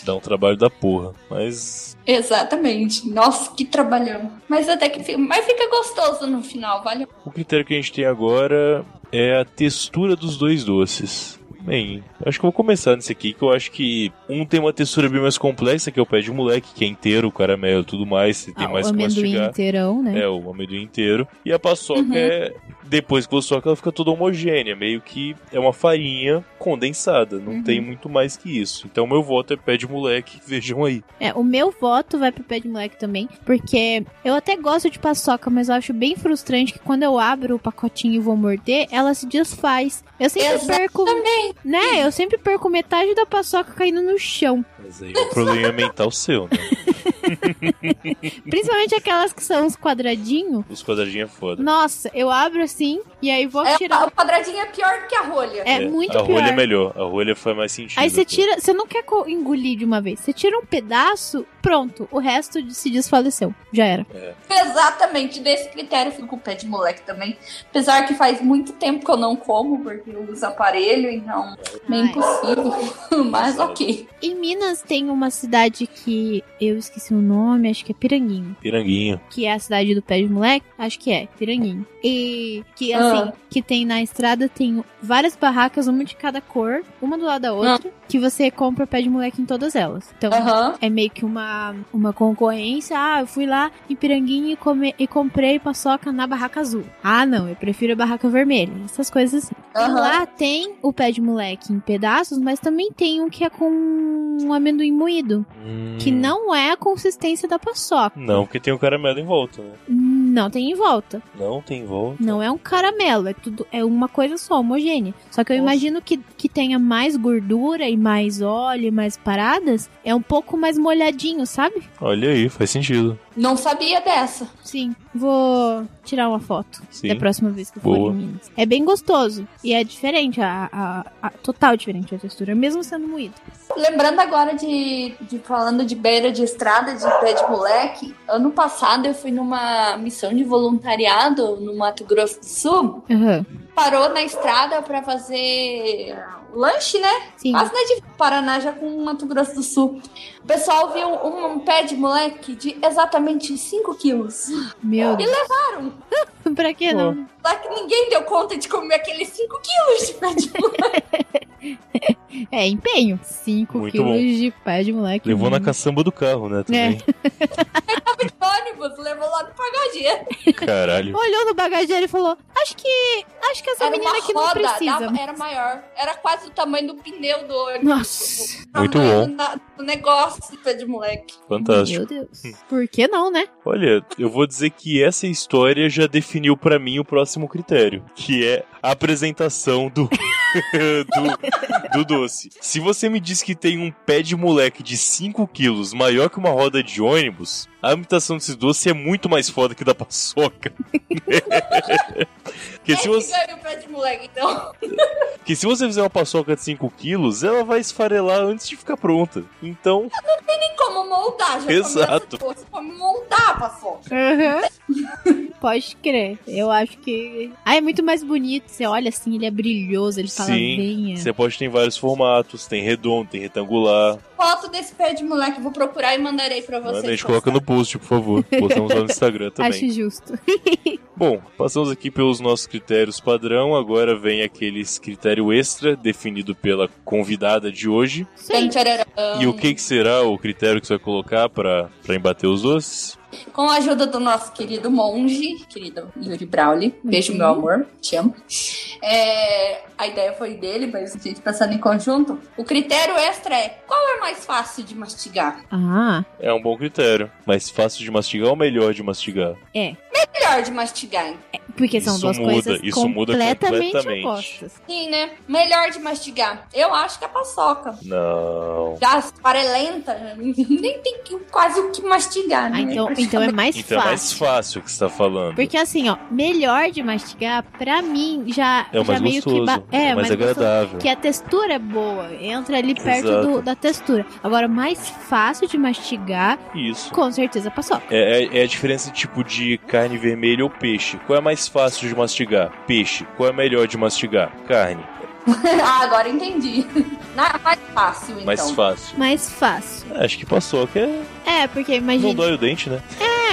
[SPEAKER 3] Dá um trabalho da porra. Mas.
[SPEAKER 9] Exatamente. Nossa, que trabalhão. Mas até que fica, mas fica gostoso no final, valeu.
[SPEAKER 3] O critério que a gente tem agora é a textura dos dois doces. Bem, eu acho que eu vou começar nesse aqui, que eu acho que um tem uma textura bem mais complexa, que é o pé de moleque, que é inteiro, o caramelo e tudo mais, você tem
[SPEAKER 10] Ah,
[SPEAKER 3] mais
[SPEAKER 10] o
[SPEAKER 3] que
[SPEAKER 10] amendoim
[SPEAKER 3] mastigar.
[SPEAKER 10] inteirão, né?
[SPEAKER 3] É, o amendoim inteiro. E a paçoca
[SPEAKER 9] Uhum.
[SPEAKER 3] é. Depois que você soca, ela fica toda homogênea. Meio que é uma farinha condensada. Não
[SPEAKER 10] Uhum.
[SPEAKER 3] tem muito mais que isso. Então meu voto é pé de moleque. Vejam aí.
[SPEAKER 10] É, o meu voto vai pro pé de moleque também, porque eu até gosto de paçoca, mas eu acho bem frustrante que quando eu abro o pacotinho e vou morder, ela se desfaz. Eu sempre perco,
[SPEAKER 9] Também.
[SPEAKER 10] né? Eu sempre perco metade da paçoca caindo no chão,
[SPEAKER 3] Mas aí é um problema mental seu, né?
[SPEAKER 10] principalmente aquelas que são uns quadradinhos.
[SPEAKER 3] Os quadradinhos é foda.
[SPEAKER 10] Nossa, eu abro assim e aí vou
[SPEAKER 9] É,
[SPEAKER 10] tirar.
[SPEAKER 9] o quadradinho é pior que a rolha.
[SPEAKER 10] É, muito
[SPEAKER 3] a rolha é
[SPEAKER 10] pior.
[SPEAKER 3] melhor. A rolha faz mais sentido.
[SPEAKER 10] Aí você
[SPEAKER 3] até.
[SPEAKER 10] tira, você não quer co- engolir de uma vez. Você tira um pedaço, pronto, o resto de- se desfaleceu. Já era.
[SPEAKER 9] Exatamente, desse critério eu fico com o pé de moleque também. Apesar que faz muito tempo que eu não como, porque eu uso aparelho, então é
[SPEAKER 10] Ai.
[SPEAKER 9] impossível. (laughs) Mas ok.
[SPEAKER 10] Em Minas tem uma cidade que eu esqueci o nome, acho que é Piranguinho.
[SPEAKER 3] Piranguinho.
[SPEAKER 10] que é a cidade do pé de moleque, acho que é, Piranguinho. E que assim,
[SPEAKER 9] Ah.
[SPEAKER 10] que tem na estrada tem várias barracas, uma de cada cor, uma do lado da outra, que você compra pé de moleque em todas elas. Então,
[SPEAKER 9] Ah. Aham.
[SPEAKER 10] é meio que uma, uma concorrência. Ah, eu fui lá em Piranguinho e, come- e comprei paçoca na barraca azul. Ah, não, eu prefiro a barraca vermelha. Essas coisas assim. E
[SPEAKER 9] Aham.
[SPEAKER 10] lá tem o pé de moleque em pedaços, mas também tem um que é com um amendoim moído, que
[SPEAKER 3] Hum,
[SPEAKER 10] não é a consistência da paçoca.
[SPEAKER 3] Não, porque tem o caramelo em volta, né?
[SPEAKER 10] Não tem em volta.
[SPEAKER 3] Não tem em volta.
[SPEAKER 10] Não é um caramelo, é tudo é uma coisa só, homogênea. Só que eu
[SPEAKER 3] Nossa.
[SPEAKER 10] imagino que, que tenha mais gordura e mais óleo e mais paradas. É um pouco mais molhadinho, sabe?
[SPEAKER 3] Olha aí, faz sentido.
[SPEAKER 9] Não sabia dessa.
[SPEAKER 10] Sim. Vou tirar uma foto
[SPEAKER 3] Sim.
[SPEAKER 10] da próxima vez que eu
[SPEAKER 3] Boa.
[SPEAKER 10] for em Minas. É bem gostoso. E é diferente, a, a- a- total diferente a textura, mesmo sendo moído.
[SPEAKER 9] Lembrando agora de, de falando de beira de estrada, de pé de moleque, ano passado eu fui numa missão de voluntariado no Mato Grosso do Sul,
[SPEAKER 10] Aham.
[SPEAKER 9] parou na estrada pra fazer lanche, né?
[SPEAKER 10] Sim.
[SPEAKER 9] Quase na divisa do Paraná já com o Mato Grosso do Sul. O pessoal viu um, um pé de moleque de exatamente 5 quilos.
[SPEAKER 10] Meu
[SPEAKER 9] E
[SPEAKER 10] Deus.
[SPEAKER 9] levaram.
[SPEAKER 10] (laughs) pra que não?
[SPEAKER 9] Só que ninguém deu conta de comer aqueles 5 quilos de pé de
[SPEAKER 10] (laughs)
[SPEAKER 9] moleque.
[SPEAKER 10] É empenho. 5
[SPEAKER 3] Muito
[SPEAKER 10] quilos
[SPEAKER 3] bom.
[SPEAKER 10] de pé de moleque.
[SPEAKER 3] Levou na
[SPEAKER 10] Hum.
[SPEAKER 3] caçamba do carro, né?
[SPEAKER 10] (laughs)
[SPEAKER 3] Também.
[SPEAKER 9] no ônibus, levou lá no pagageiro.
[SPEAKER 3] Caralho.
[SPEAKER 10] Olhou no bagageiro e falou: Acho que. Acho que essa
[SPEAKER 9] Era uma
[SPEAKER 10] menina aqui não
[SPEAKER 9] roda,
[SPEAKER 10] precisa.
[SPEAKER 9] dava- era maior. Era quase o tamanho do pneu do ônibus.
[SPEAKER 10] Nossa.
[SPEAKER 3] Muito
[SPEAKER 9] tamanho
[SPEAKER 3] bom.
[SPEAKER 9] da- do negócio de pé de moleque.
[SPEAKER 3] Fantástico.
[SPEAKER 10] Meu Deus. Por que não, né?
[SPEAKER 3] Olha, eu vou dizer que essa história já definiu pra mim o próximo critério, que é a apresentação do, (laughs) do do doce. Se você me diz que tem um pé de moleque de 5 quilos maior que uma roda de ônibus, a imitação desse doce é muito mais foda que da paçoca. (laughs) Porque
[SPEAKER 9] Esse
[SPEAKER 3] se, você,
[SPEAKER 9] é ganha o pé de moleque, então.
[SPEAKER 3] porque se você fizer uma paçoca de 5 quilos, ela vai esfarelar antes de ficar pronta. Então,
[SPEAKER 9] Nem como moldar, já
[SPEAKER 3] Exato.
[SPEAKER 9] começa como moldar a paçoca.
[SPEAKER 10] (laughs) Pode crer. Eu acho que. Ah, é muito mais bonito. Você olha assim, ele é brilhoso, ele fala é.
[SPEAKER 3] Sim.
[SPEAKER 10] venha.
[SPEAKER 3] você pode ter em vários formatos, tem redondo, tem retangular,
[SPEAKER 9] Foto desse pé de moleque, eu vou procurar e mandarei pra vocês.
[SPEAKER 3] Manda, a gente coloca no post, por favor. Postamos lá no
[SPEAKER 10] (laughs)
[SPEAKER 3] Instagram também.
[SPEAKER 10] Acho justo.
[SPEAKER 3] Bom, passamos aqui pelos nossos critérios padrão. Agora vem aqueles critério extra definido pela convidada de hoje.
[SPEAKER 10] Sim.
[SPEAKER 9] Tcharam, tcharam.
[SPEAKER 3] E o que, que será o critério que você vai colocar pra pra embater os doces?
[SPEAKER 9] com a ajuda do nosso querido monge, querido Yuri Brawley. Beijo,
[SPEAKER 10] Uhum.
[SPEAKER 9] meu amor, te amo. É, a ideia foi dele, mas a gente pensando em conjunto. O critério extra é qual é mais fácil de mastigar?
[SPEAKER 10] Ah,
[SPEAKER 3] É um bom critério. Mas fácil de mastigar ou melhor de mastigar?
[SPEAKER 10] é.
[SPEAKER 9] Melhor de mastigar.
[SPEAKER 10] Porque são
[SPEAKER 3] Isso
[SPEAKER 10] duas
[SPEAKER 3] muda,
[SPEAKER 10] coisas
[SPEAKER 3] isso muda
[SPEAKER 10] completamente,
[SPEAKER 3] completamente.
[SPEAKER 10] opostas.
[SPEAKER 9] Sim, né? Melhor de mastigar. Eu acho que é a paçoca.
[SPEAKER 3] Não.
[SPEAKER 9] Já farelenta, (laughs) nem tem que- quase o que mastigar, né?
[SPEAKER 10] Ah, então, então é mais
[SPEAKER 3] Então é mais
[SPEAKER 10] fácil.
[SPEAKER 3] fácil o que você tá falando.
[SPEAKER 10] Porque assim, ó, melhor de mastigar, pra mim, já,
[SPEAKER 3] É o
[SPEAKER 10] já
[SPEAKER 3] mais
[SPEAKER 10] meio
[SPEAKER 3] gostoso.
[SPEAKER 10] que. ba-
[SPEAKER 3] É o mais
[SPEAKER 10] gostoso.
[SPEAKER 3] agradável.
[SPEAKER 10] Que a textura é boa, entra ali perto
[SPEAKER 3] Exato.
[SPEAKER 10] do- da textura. Agora, mais fácil de mastigar,
[SPEAKER 3] Isso.
[SPEAKER 10] com certeza paçoca.
[SPEAKER 3] É, é- é a diferença de tipo de carne vermelha ou peixe. Qual é mais fácil de mastigar? Peixe. Qual é melhor de mastigar? Carne.
[SPEAKER 9] (laughs) ah, agora entendi. (laughs) Na- mais fácil, então.
[SPEAKER 3] Mais fácil.
[SPEAKER 10] Mais fácil.
[SPEAKER 3] Acho que passou, que é...
[SPEAKER 10] É, porque
[SPEAKER 3] não
[SPEAKER 10] imagina.
[SPEAKER 3] dói o dente, né?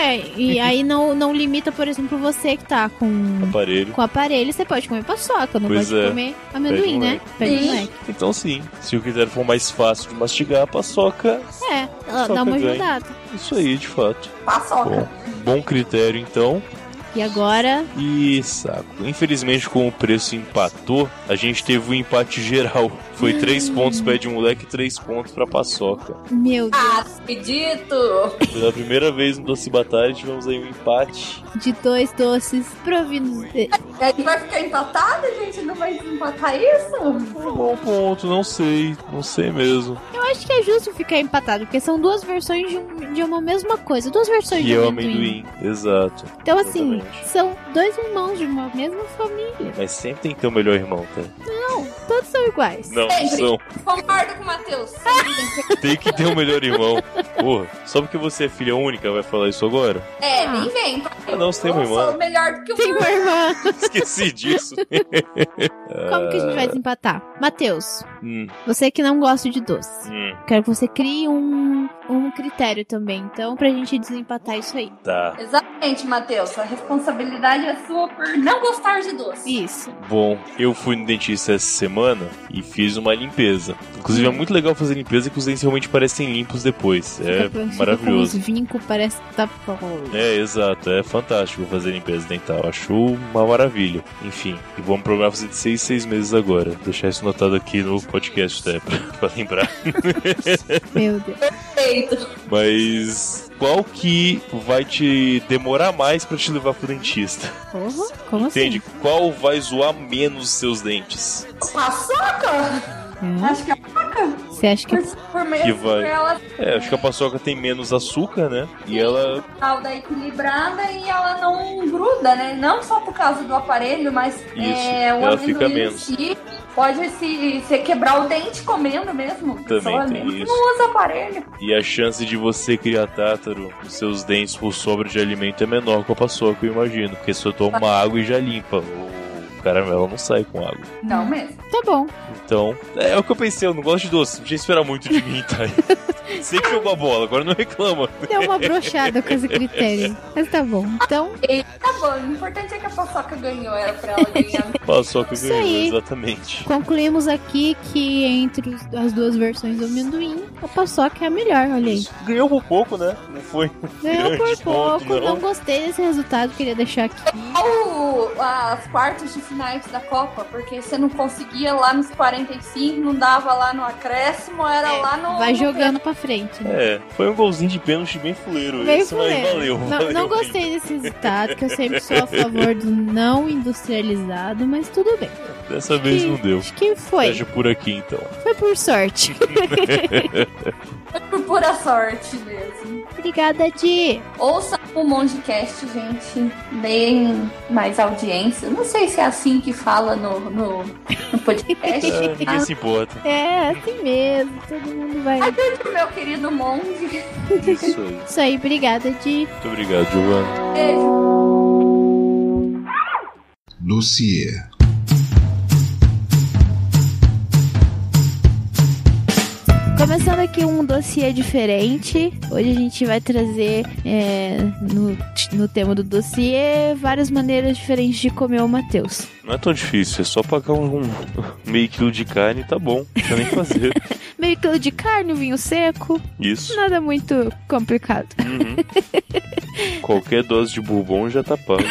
[SPEAKER 10] É, e aí não, não limita, por exemplo, você que tá com,
[SPEAKER 3] Aparelho.
[SPEAKER 10] com aparelho, você pode comer paçoca, não
[SPEAKER 3] Pois
[SPEAKER 10] pode
[SPEAKER 3] é.
[SPEAKER 10] comer amendoim,
[SPEAKER 3] Pede um
[SPEAKER 10] né? Pede um
[SPEAKER 9] Sim.
[SPEAKER 10] leque.
[SPEAKER 3] Então sim, se o critério for mais fácil de mastigar, a paçoca,
[SPEAKER 10] É, ela dá
[SPEAKER 3] Paçoca
[SPEAKER 10] uma
[SPEAKER 3] ganha.
[SPEAKER 10] ajudada.
[SPEAKER 3] isso aí, de fato.
[SPEAKER 9] Paçoca.
[SPEAKER 3] Bom, bom critério então.
[SPEAKER 10] E agora,
[SPEAKER 3] E saco. Infelizmente, com o preço empatou, a gente teve um empate geral. Foi três pontos pra de moleque e 3 pontos pra paçoca.
[SPEAKER 10] meu Deus,
[SPEAKER 9] Ah, despedito!
[SPEAKER 3] Pela primeira vez no Doce Batalha, tivemos aí um empate.
[SPEAKER 10] de dois doces provindos de-
[SPEAKER 9] E aí vai ficar empatado, gente? Não vai empatar isso?
[SPEAKER 3] Um bom ponto, não sei, não sei mesmo.
[SPEAKER 10] Eu acho que é justo ficar empatado, porque são duas versões de, um- de uma mesma coisa, duas versões
[SPEAKER 3] E
[SPEAKER 10] de
[SPEAKER 3] é o
[SPEAKER 10] amendoim.
[SPEAKER 3] amendoim, exato.
[SPEAKER 10] Então, assim,
[SPEAKER 3] Exatamente.
[SPEAKER 10] são dois irmãos de uma mesma família.
[SPEAKER 3] Mas sempre tem que ter o melhor irmão, tá?
[SPEAKER 10] Não, todos são iguais.
[SPEAKER 3] Não,
[SPEAKER 9] Sempre.
[SPEAKER 3] são.
[SPEAKER 9] Concordo com o Matheus.
[SPEAKER 3] Tem que ter o melhor irmão. Porra, só porque você é filha única vai falar isso agora?
[SPEAKER 9] É, nem vem. tá?
[SPEAKER 3] Ah, não, você tem
[SPEAKER 9] Eu
[SPEAKER 3] uma
[SPEAKER 9] sou
[SPEAKER 3] irmã.
[SPEAKER 9] melhor do que o
[SPEAKER 10] Tem uma irmã.
[SPEAKER 3] (laughs) Esqueci disso.
[SPEAKER 10] Como que a gente
[SPEAKER 3] É.
[SPEAKER 10] vai desempatar? Matheus,
[SPEAKER 3] Hum,
[SPEAKER 10] você que não gosta de doce,
[SPEAKER 3] hum,
[SPEAKER 10] quero que você crie um, um critério também, então, pra gente desempatar isso aí.
[SPEAKER 3] tá.
[SPEAKER 9] Exatamente, Matheus. A responsabilidade é sua por não gostar de doce.
[SPEAKER 10] Isso.
[SPEAKER 3] Bom, eu fui no dentista essa semana e fiz uma limpeza. Inclusive, é muito legal fazer limpeza que os dentes realmente parecem limpos depois. É
[SPEAKER 10] Fica- fica
[SPEAKER 3] maravilhoso.
[SPEAKER 10] Com os vincos parece que tá bom.
[SPEAKER 3] É, exato, é fantástico fazer limpeza dental. Acho uma maravilha. Enfim, e vamos programar fazer de 6 seis meses agora. Vou deixar isso notado aqui no podcast, até (laughs) pra, pra lembrar.
[SPEAKER 10] Meu Deus.
[SPEAKER 9] Feito.
[SPEAKER 3] Mas qual que vai te demorar mais pra te levar pro dentista?
[SPEAKER 10] Porra, como
[SPEAKER 3] Entende?
[SPEAKER 10] assim?
[SPEAKER 3] Qual vai zoar menos seus dentes?
[SPEAKER 9] Paçoca?
[SPEAKER 10] Hã?
[SPEAKER 9] Acho que é paçoca.
[SPEAKER 10] Você acha que
[SPEAKER 9] Por, por meio
[SPEAKER 3] Que vai.
[SPEAKER 9] ela
[SPEAKER 3] É, acho que a paçoca tem menos açúcar, né? E ela.
[SPEAKER 9] tal da equilibrada e ela não gruda, né? Não só por causa do aparelho, mas
[SPEAKER 3] Isso,
[SPEAKER 9] é, o
[SPEAKER 3] ela
[SPEAKER 9] amendoim
[SPEAKER 3] fica
[SPEAKER 9] em
[SPEAKER 3] menos.
[SPEAKER 9] si Pode se, se quebrar o dente comendo mesmo.
[SPEAKER 3] Também
[SPEAKER 9] só
[SPEAKER 3] tem
[SPEAKER 9] mesmo.
[SPEAKER 3] isso.
[SPEAKER 9] Não usa aparelho.
[SPEAKER 3] E a chance de você criar tártaro nos seus dentes por sobra de alimento é menor com a paçoca, eu imagino. Porque se eu tomar água e já limpa. O caramelo não sai com água.
[SPEAKER 9] Não mesmo.
[SPEAKER 10] tá bom?
[SPEAKER 3] Então, é, o que eu pensei, eu não gosto de doce. Podia esperar muito de mim, tá?
[SPEAKER 10] (laughs)
[SPEAKER 3] Sei que jogou a bola, agora não reclama.
[SPEAKER 10] Deu uma brochada com esse critério. Mas tá bom. Então,
[SPEAKER 9] Tá bom, o importante é que a paçoca ganhou. Era pra ela ganhar.
[SPEAKER 3] Paçoca
[SPEAKER 10] Isso
[SPEAKER 3] ganhou,
[SPEAKER 10] aí.
[SPEAKER 3] exatamente.
[SPEAKER 10] concluímos aqui que entre os- as duas versões do amendoim, a paçoca é a melhor, olha aí.
[SPEAKER 3] Ganhou por pouco, né? Não foi.
[SPEAKER 10] Ganhou por
[SPEAKER 3] Grande ponto,
[SPEAKER 10] pouco, não.
[SPEAKER 3] não.
[SPEAKER 10] gostei desse resultado, queria deixar aqui.
[SPEAKER 9] Ou as quartas de finais da Copa, porque você não conseguia lá nos 45, não dava lá no acréscimo, era lá no.
[SPEAKER 10] É, Vai
[SPEAKER 9] no
[SPEAKER 10] jogando pra frente. né?
[SPEAKER 3] É, foi um golzinho de pênalti bem fuleiro.
[SPEAKER 10] Meio
[SPEAKER 3] esse, mas
[SPEAKER 10] fuleiro.
[SPEAKER 3] valeu.
[SPEAKER 10] Não,
[SPEAKER 3] valeu
[SPEAKER 10] não
[SPEAKER 3] bem.
[SPEAKER 10] gostei desse resultado, que eu sempre sou a favor do não industrializado, mas tudo bem.
[SPEAKER 3] Dessa vez não deu.
[SPEAKER 10] Acho que foi.
[SPEAKER 3] Veja por aqui então.
[SPEAKER 10] Foi por sorte. (laughs)
[SPEAKER 9] Por pura sorte mesmo.
[SPEAKER 10] Obrigada, Di.
[SPEAKER 9] Ouça o Mondcast, gente. Deem mais audiência. Não sei se é assim que fala no, no, no podcast.
[SPEAKER 3] Ah,
[SPEAKER 10] (laughs)
[SPEAKER 3] ninguém se importa.
[SPEAKER 10] É, assim mesmo, todo mundo vai.
[SPEAKER 9] Ajude o meu querido Monge.
[SPEAKER 3] Isso aí.
[SPEAKER 10] Isso aí, obrigada, Di.
[SPEAKER 3] Muito obrigado, Giovanna.
[SPEAKER 9] Beijo.
[SPEAKER 11] Dossiê.
[SPEAKER 10] Começando aqui um dossiê diferente. Hoje a gente vai trazer é, no, no tema do dossiê várias maneiras diferentes de comer o Matheus.
[SPEAKER 3] Não é tão difícil, é só pagar um um meio quilo de carne e tá bom. Não precisa nem
[SPEAKER 10] (laughs)
[SPEAKER 3] fazer.
[SPEAKER 10] Meio quilo de carne, um vinho seco,
[SPEAKER 3] Isso. Uhum.
[SPEAKER 10] nada muito complicado.
[SPEAKER 3] Qualquer dose de bourbon já tá pago.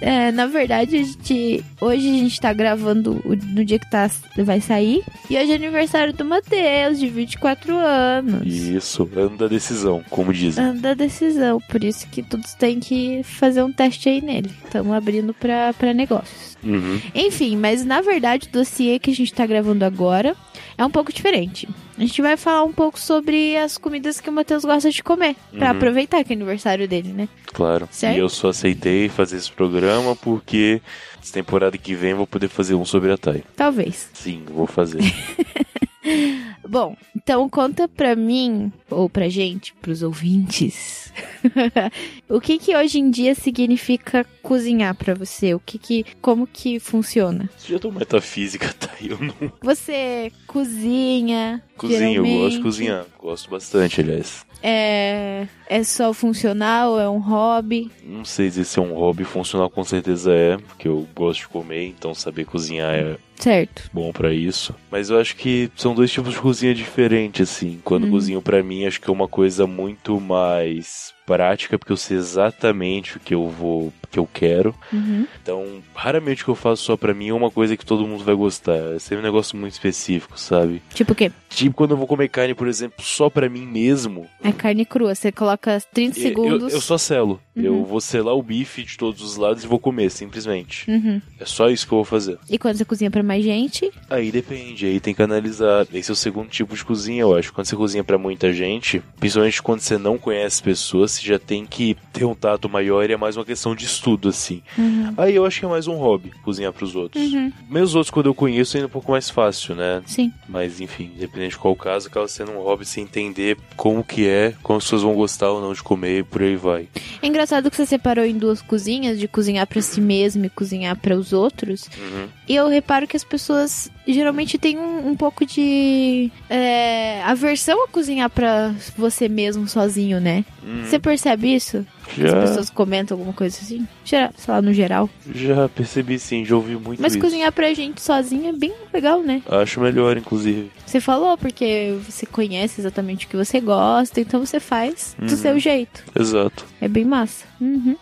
[SPEAKER 10] É, na verdade, a gente, hoje a gente tá gravando o- no dia que tá, vai sair. E hoje é aniversário do Matheus, de 24 anos.
[SPEAKER 3] Isso, ano da decisão, como dizem.
[SPEAKER 10] Ano da decisão, por isso que todos têm que fazer um teste aí nele. Estamos abrindo pra, pra negócios.
[SPEAKER 3] Uhum.
[SPEAKER 10] Enfim, mas na verdade o dossiê que a gente tá gravando agora é um pouco diferente. A gente vai falar um pouco sobre as comidas que o Matheus gosta de comer, pra
[SPEAKER 3] Uhum.
[SPEAKER 10] aproveitar que é aniversário dele, né?
[SPEAKER 3] Claro.
[SPEAKER 10] Certo.
[SPEAKER 3] E eu só aceitei fazer esse programa porque essa temporada que vem eu vou poder fazer um sobre a Thay.
[SPEAKER 10] Talvez.
[SPEAKER 3] Sim, vou
[SPEAKER 10] (laughs)
[SPEAKER 3] fazer.
[SPEAKER 10] Bom, então conta pra mim, ou pra gente, pros ouvintes, (laughs) o que que hoje em dia significa cozinhar pra você? O que que, como que funciona?
[SPEAKER 3] Você já deu metafísica, Thay? Eu não
[SPEAKER 10] Você cozinha,
[SPEAKER 3] cozinho, eu gosto
[SPEAKER 10] geralmente?
[SPEAKER 3] de cozinhar. Gosto bastante, aliás.
[SPEAKER 10] É, é só funcional, é um hobby?
[SPEAKER 3] Não sei dizer se é um hobby funcional, com certeza é, porque eu gosto de comer, então saber cozinhar é
[SPEAKER 10] Certo.
[SPEAKER 3] bom pra isso. Mas eu acho que são dois tipos de cozinha diferentes, assim. Quando
[SPEAKER 10] Uhum.
[SPEAKER 3] cozinho pra mim, acho que é uma coisa muito mais prática, porque eu sei exatamente o que eu vou, o que eu quero.
[SPEAKER 10] Uhum.
[SPEAKER 3] Então, raramente o que eu faço só pra mim é uma coisa que todo mundo vai gostar. É sempre um negócio muito específico, sabe?
[SPEAKER 10] Tipo o quê?
[SPEAKER 3] Tipo, quando eu vou comer carne, por exemplo, só pra mim mesmo,
[SPEAKER 10] É carne crua, você coloca 30
[SPEAKER 3] eu-
[SPEAKER 10] segundos.
[SPEAKER 3] Eu, eu só selo.
[SPEAKER 10] Uhum.
[SPEAKER 3] Eu vou selar o bife de todos os lados e vou comer, simplesmente.
[SPEAKER 10] Uhum.
[SPEAKER 3] É só isso que eu vou fazer.
[SPEAKER 10] E quando você cozinha pra mais gente?
[SPEAKER 3] Aí depende, aí tem que analisar. Esse é o segundo tipo de cozinha, eu acho. Quando você cozinha pra muita gente, principalmente quando você não conhece pessoas, você já tem que ter um tato maior e é mais uma questão de estudo, assim.
[SPEAKER 10] Uhum.
[SPEAKER 3] Aí eu acho que é mais um hobby, cozinhar pros outros.
[SPEAKER 10] Uhum.
[SPEAKER 3] Meus outros, quando eu conheço, ainda é um pouco mais fácil, né?
[SPEAKER 10] Sim.
[SPEAKER 3] Mas enfim, dependendo de qual caso, acaba sendo um hobby se entender como que é, como as pessoas vão gostar ou não de comer e por aí vai.
[SPEAKER 10] É engraçado que você separou em duas cozinhas, de cozinhar pra si mesmo e cozinhar para os outros.
[SPEAKER 3] Uhum.
[SPEAKER 10] E eu reparo que as pessoas geralmente têm um, um pouco de é, aversão a cozinhar pra você mesmo sozinho, né?
[SPEAKER 3] Uhum. É.
[SPEAKER 10] Você percebe isso?
[SPEAKER 3] Já,
[SPEAKER 10] As pessoas comentam alguma coisa assim? Geral, sei lá, no geral.
[SPEAKER 3] já percebi sim, já ouvi muito
[SPEAKER 10] Mas
[SPEAKER 3] isso.
[SPEAKER 10] cozinhar pra gente sozinho é bem legal, né?
[SPEAKER 3] Acho melhor, inclusive.
[SPEAKER 10] Você falou porque você conhece exatamente o que você gosta, então você faz do
[SPEAKER 3] Uhum.
[SPEAKER 10] seu jeito.
[SPEAKER 3] Exato.
[SPEAKER 10] É bem massa. Uhum.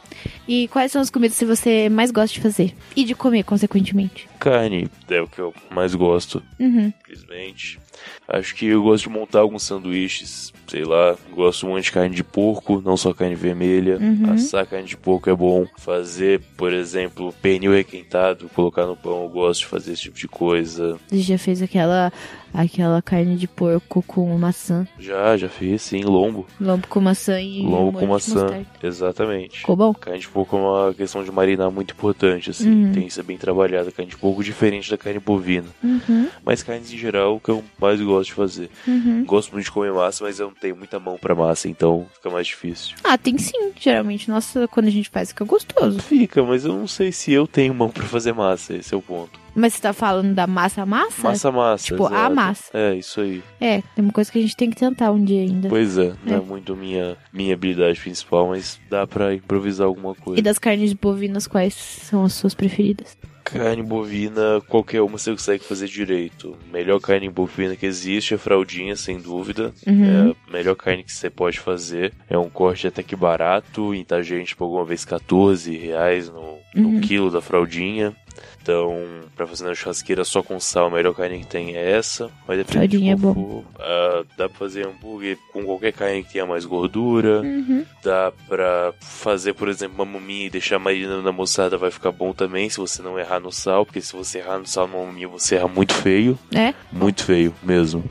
[SPEAKER 10] E quais são as comidas que você mais gosta de fazer? E de comer, consequentemente.
[SPEAKER 3] Carne é o que eu mais gosto,
[SPEAKER 10] Uhum.
[SPEAKER 3] simplesmente. Acho que eu gosto de montar alguns sanduíches, sei lá. Gosto muito de carne de porco, não só carne vermelha.
[SPEAKER 10] Uhum.
[SPEAKER 3] Assar carne de porco é bom. Fazer, por exemplo, pernil requentado, colocar no pão, eu gosto de fazer esse tipo de coisa.
[SPEAKER 10] Você já fez aquela aquela carne de porco com maçã,
[SPEAKER 3] Já, já fiz, sim, lombo.
[SPEAKER 10] lombo com maçã e
[SPEAKER 3] lombo
[SPEAKER 10] molho
[SPEAKER 3] com
[SPEAKER 10] de
[SPEAKER 3] maçã.
[SPEAKER 10] mostarda.
[SPEAKER 3] Exatamente.
[SPEAKER 10] Ficou bom?
[SPEAKER 3] Carne de porco é uma questão de marinar muito importante, assim.
[SPEAKER 10] Uhum.
[SPEAKER 3] Tem isso é bem trabalhado. Carne de porco é diferente da carne bovina.
[SPEAKER 10] Uhum.
[SPEAKER 3] Mas carnes em geral é o que eu mais gosto de fazer.
[SPEAKER 10] Uhum.
[SPEAKER 3] Gosto muito de comer massa, mas eu não tenho muita mão pra massa, então fica mais difícil.
[SPEAKER 10] Ah, tem sim, geralmente. Nossa, quando a gente faz fica gostoso.
[SPEAKER 3] Fica, mas eu não sei se eu tenho mão pra fazer massa, esse é o ponto.
[SPEAKER 10] Mas você tá falando da massa massa?
[SPEAKER 3] Massa, massa.
[SPEAKER 10] Tipo, a
[SPEAKER 3] exato.
[SPEAKER 10] massa.
[SPEAKER 3] É, isso aí.
[SPEAKER 10] É, tem uma coisa que a gente tem que tentar um dia ainda.
[SPEAKER 3] Pois é, não
[SPEAKER 10] É.
[SPEAKER 3] é muito minha, minha habilidade principal, mas dá pra improvisar alguma coisa.
[SPEAKER 10] E das carnes bovinas, quais são as suas preferidas?
[SPEAKER 3] Carne bovina, qualquer uma você consegue fazer direito. Melhor carne bovina que existe é fraldinha, sem dúvida.
[SPEAKER 10] Uhum.
[SPEAKER 3] É a melhor carne que você pode fazer. É um corte até que barato, e tá gente por alguma vez 14 reais no, no
[SPEAKER 10] Uhum.
[SPEAKER 3] quilo da fraldinha. Então, pra fazer na churrasqueira só com sal, a melhor carne que tem é essa. Mas depende
[SPEAKER 10] Fraldinha é
[SPEAKER 3] de qual for. Ah, dá pra fazer hambúrguer com qualquer carne que tenha mais gordura.
[SPEAKER 10] Uhum.
[SPEAKER 3] Dá pra fazer, por exemplo, uma maminha e deixar marinando na moçada vai ficar bom também, se você não errar no sal, porque se você errar no sal na maminha, você erra muito feio.
[SPEAKER 10] É?
[SPEAKER 3] Muito feio mesmo.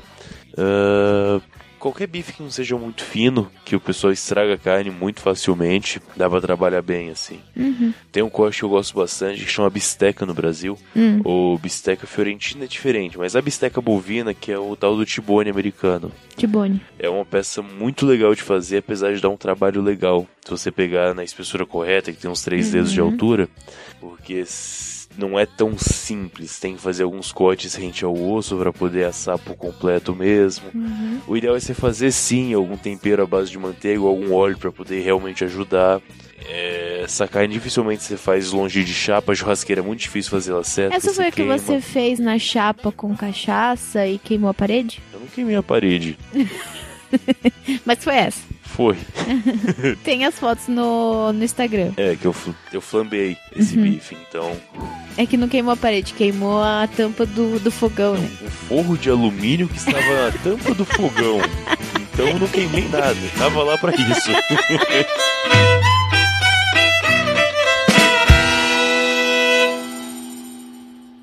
[SPEAKER 3] Ah, qualquer bife que não seja muito fino, que o pessoal estraga a carne muito facilmente, dá pra trabalhar bem, assim.
[SPEAKER 10] Uhum.
[SPEAKER 3] Tem um corte que eu gosto bastante, que chama bisteca no Brasil.
[SPEAKER 10] Hum.
[SPEAKER 3] Ou bisteca fiorentina é diferente, mas a bisteca bovina, que é o tal do tibone americano.
[SPEAKER 10] Tibone.
[SPEAKER 3] É uma peça muito legal de fazer, apesar de dar um trabalho legal. Se você pegar na espessura correta, que tem uns três dedos de
[SPEAKER 10] Uhum.
[SPEAKER 3] altura, porque s- não é tão simples. Tem que fazer alguns cortes rente ao osso para poder assar por completo mesmo.
[SPEAKER 10] Uhum.
[SPEAKER 3] O ideal é você fazer sim algum tempero à base de manteiga ou algum óleo para poder realmente ajudar. É, essa carne dificilmente você faz longe de chapa, churrasqueira é muito difícil fazer ela certa.
[SPEAKER 10] Essa
[SPEAKER 3] porque
[SPEAKER 10] foi
[SPEAKER 3] você
[SPEAKER 10] a que
[SPEAKER 3] queima.
[SPEAKER 10] você fez na chapa com cachaça e queimou a parede?
[SPEAKER 3] Eu não queimei a parede.
[SPEAKER 10] Mas foi essa.
[SPEAKER 3] Foi.
[SPEAKER 10] Tem as fotos no, no Instagram.
[SPEAKER 3] É, que eu, fl- eu flambei esse
[SPEAKER 10] Uhum.
[SPEAKER 3] bife, então.
[SPEAKER 10] É que não queimou a parede, queimou a tampa do, do fogão, né?
[SPEAKER 3] Um forro de alumínio que estava na tampa do fogão. Então eu não queimei nada. Tava lá pra isso.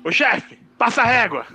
[SPEAKER 11] Ô chefe, passa a régua.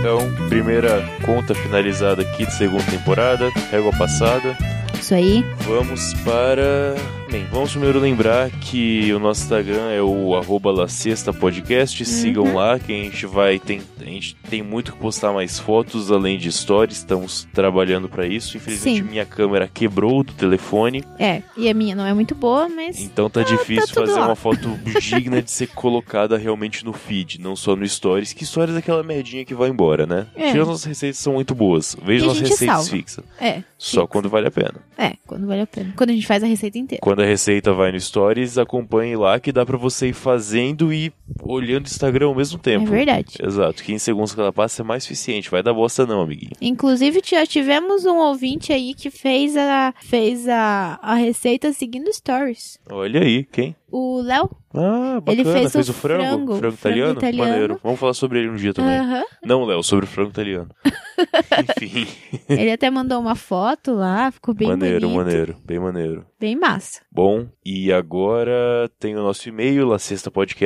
[SPEAKER 3] Então, primeira conta finalizada aqui de segunda temporada, régua passada.
[SPEAKER 10] Isso aí.
[SPEAKER 3] Vamos para. Bem, vamos primeiro lembrar que o nosso Instagram é o arroba Lacesta Podcast.
[SPEAKER 10] Uhum.
[SPEAKER 3] Sigam lá, que a gente vai. Tem, a gente tem muito que postar mais fotos além de stories. Estamos trabalhando para isso. Infelizmente,
[SPEAKER 10] Sim.
[SPEAKER 3] minha câmera quebrou do telefone.
[SPEAKER 10] É, e a minha não é muito boa, mas.
[SPEAKER 3] Então tá difícil
[SPEAKER 10] tudo
[SPEAKER 3] fazer
[SPEAKER 10] lá.
[SPEAKER 3] uma
[SPEAKER 10] (laughs)
[SPEAKER 3] foto digna de ser colocada realmente no feed, não só no stories. Que stories é aquela merdinha que vai embora, né?
[SPEAKER 10] É.
[SPEAKER 3] Tira nossas receitas são muito boas. Veja
[SPEAKER 10] E a
[SPEAKER 3] nossas
[SPEAKER 10] gente
[SPEAKER 3] receitas
[SPEAKER 10] salva.
[SPEAKER 3] fixas.
[SPEAKER 10] É.
[SPEAKER 3] Só quando vale a pena.
[SPEAKER 10] É, quando vale a pena. Quando a gente faz a receita inteira.
[SPEAKER 3] Quando a receita vai no Stories, acompanhe lá que dá pra você ir fazendo e olhando o Instagram ao mesmo tempo.
[SPEAKER 10] É verdade.
[SPEAKER 3] Exato. 15 segundos que ela passa é mais suficiente. Vai dar bosta não, amiguinho.
[SPEAKER 10] Inclusive, já tivemos um ouvinte aí que fez a, fez a, a receita seguindo stories.
[SPEAKER 3] Olha aí, quem?
[SPEAKER 10] O Léo?
[SPEAKER 3] Ah, bacana.
[SPEAKER 10] Ele fez o
[SPEAKER 3] frango.
[SPEAKER 10] frango, frango
[SPEAKER 3] italiano?
[SPEAKER 10] italiano.
[SPEAKER 3] Maneiro. Vamos falar sobre ele um dia também.
[SPEAKER 10] Aham.
[SPEAKER 3] Não, Léo, sobre o frango
[SPEAKER 10] (laughs)
[SPEAKER 3] italiano. Enfim.
[SPEAKER 10] Ele até mandou uma foto lá, ficou (laughs) bem
[SPEAKER 3] maneiro,
[SPEAKER 10] bonito.
[SPEAKER 3] maneiro. Bem maneiro.
[SPEAKER 10] Bem massa.
[SPEAKER 3] Bom, e agora tem o nosso e-mail,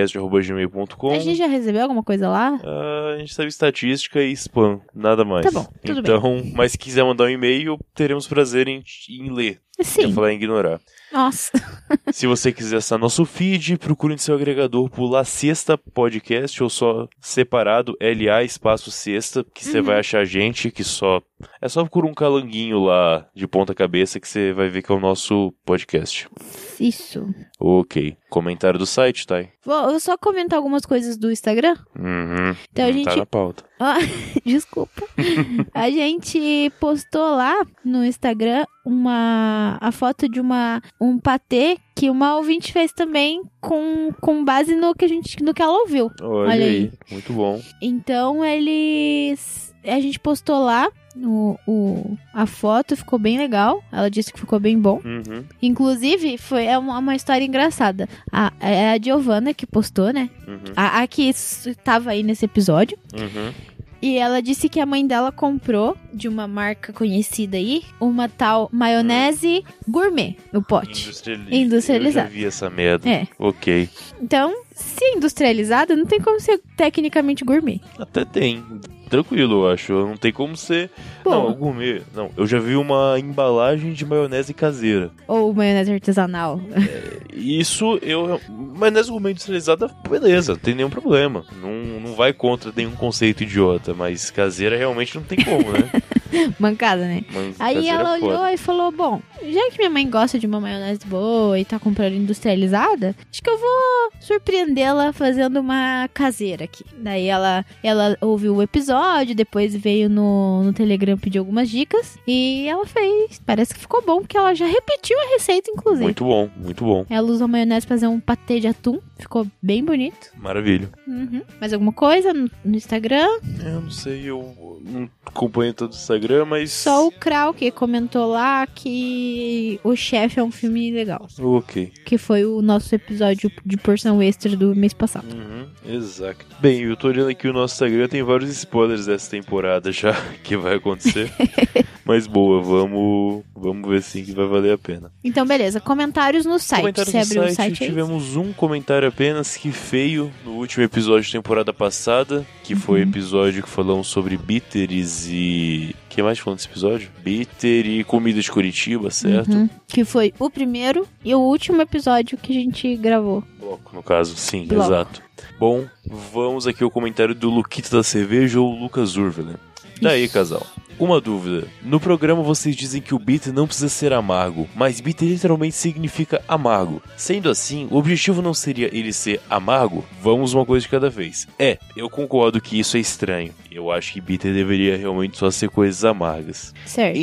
[SPEAKER 3] lacestapodcast.gmail.com.
[SPEAKER 10] A gente já recebeu alguma coisa lá?
[SPEAKER 3] Ah, a gente sabe estatística e spam, nada mais.
[SPEAKER 10] Tá bom, tudo
[SPEAKER 3] então, mas se quiser mandar um e-mail, teremos prazer em, em ler.
[SPEAKER 10] Sim.
[SPEAKER 3] Quer falar em ignorar.
[SPEAKER 10] Nossa.
[SPEAKER 3] se você quiser acessar nosso feed, procure no seu agregador por La Sexta Podcast ou só separado LA espaço Sexta, que você
[SPEAKER 10] Uhum.
[SPEAKER 3] vai achar a gente que só. É só procurar um calanguinho lá de ponta cabeça que você vai ver que é o nosso podcast.
[SPEAKER 10] Isso.
[SPEAKER 3] Ok. Comentário do site, tá Thay?
[SPEAKER 10] Vou eu só comentar algumas coisas do Instagram.
[SPEAKER 3] Uhum.
[SPEAKER 10] Então a
[SPEAKER 3] Não Tá
[SPEAKER 10] gente-
[SPEAKER 3] na pauta.
[SPEAKER 10] Ah, desculpa. A gente postou lá no Instagram uma a foto de uma um patê que uma ouvinte fez também com, com base no que a gente no que ela ouviu.
[SPEAKER 3] Olha,
[SPEAKER 10] Olha
[SPEAKER 3] aí.
[SPEAKER 10] aí.
[SPEAKER 3] Muito bom.
[SPEAKER 10] Então eles. A gente postou lá o, o- a foto, ficou bem legal. Ela disse que ficou bem bom.
[SPEAKER 3] Uhum.
[SPEAKER 10] Inclusive, foi é uma, uma história engraçada. A, é a Giovanna que postou, né?
[SPEAKER 3] Uhum.
[SPEAKER 10] A, a que s- tava aí nesse episódio.
[SPEAKER 3] Uhum.
[SPEAKER 10] E ela disse que a mãe dela comprou de uma marca conhecida aí uma tal maionese gourmet no pote.
[SPEAKER 3] Industrializado.
[SPEAKER 10] Industrializado.
[SPEAKER 3] Eu já vi essa merda.
[SPEAKER 10] É.
[SPEAKER 3] Ok.
[SPEAKER 10] Então, se é industrializada, não tem como ser tecnicamente gourmet.
[SPEAKER 3] Até tem. Tranquilo, eu acho. Não tem como ser.
[SPEAKER 10] Bom.
[SPEAKER 3] Não, gourmet. Não, eu já vi uma embalagem de maionese caseira.
[SPEAKER 10] Ou maionese artesanal. (laughs)
[SPEAKER 3] Isso eu. Maionese gourmet industrializada, beleza, não tem nenhum problema. Não, não vai contra nenhum conceito idiota, mas caseira realmente não tem como, né?
[SPEAKER 10] (laughs) Mancada, né?
[SPEAKER 3] Mas
[SPEAKER 10] Aí
[SPEAKER 3] caseira
[SPEAKER 10] ela
[SPEAKER 3] é
[SPEAKER 10] olhou
[SPEAKER 3] foda.
[SPEAKER 10] e falou: Bom, já que minha mãe gosta de uma maionese boa e tá comprando industrializada, acho que eu vou surpreendê-la fazendo uma caseira aqui. Daí ela, ela ouviu o episódio, depois veio no, no Telegram pedir algumas dicas e ela fez. Parece que ficou bom, porque ela já repetiu a receita, inclusive.
[SPEAKER 3] Muito bom, muito bom.
[SPEAKER 10] Ela usou maionese pra fazer um patê de atum, ficou bem bonito.
[SPEAKER 3] Maravilha.
[SPEAKER 10] Uhum. Mais alguma coisa no, no Instagram?
[SPEAKER 3] É, Eu não sei, eu não acompanho todo o Instagram, mas.
[SPEAKER 10] Só o Krau que comentou lá que O Chefe é um filme legal.
[SPEAKER 3] Ok.
[SPEAKER 10] que foi o nosso episódio de porção extra do mês passado.
[SPEAKER 3] Uhum, exato. Bem, eu tô olhando aqui o nosso Instagram, tem vários spoilers dessa temporada já (laughs) que vai
[SPEAKER 10] (laughs)
[SPEAKER 3] acontecer. Mas boa, vamos, vamos ver sim que vai valer a pena.
[SPEAKER 10] Então, beleza. Comentários no site.
[SPEAKER 3] Comentários
[SPEAKER 10] Você abriu
[SPEAKER 3] no
[SPEAKER 10] o site aí?
[SPEAKER 3] tivemos um comentário apenas que feio no último episódio da temporada passada, que foi o
[SPEAKER 10] Uhum.
[SPEAKER 3] episódio que falamos sobre bitters e. O que mais falando desse episódio? Bitter e comida de Curitiba, certo?
[SPEAKER 10] Uhum. Que foi o primeiro e o último episódio que a gente gravou.
[SPEAKER 3] bloco, no caso. Sim,
[SPEAKER 10] Bloco.
[SPEAKER 3] exato. Bom, vamos aqui ao comentário do Luquita da Cerveja ou Lucas Urvelen. Daí, casal. Uma dúvida. No programa vocês dizem que o bitter não precisa ser amargo, mas bitter literalmente significa amargo. Sendo assim, o objetivo não seria ele ser amargo? Vamos uma coisa de cada vez. É, eu concordo que isso é estranho. Eu acho que bitter deveria realmente só ser coisas amargas.
[SPEAKER 10] Certo.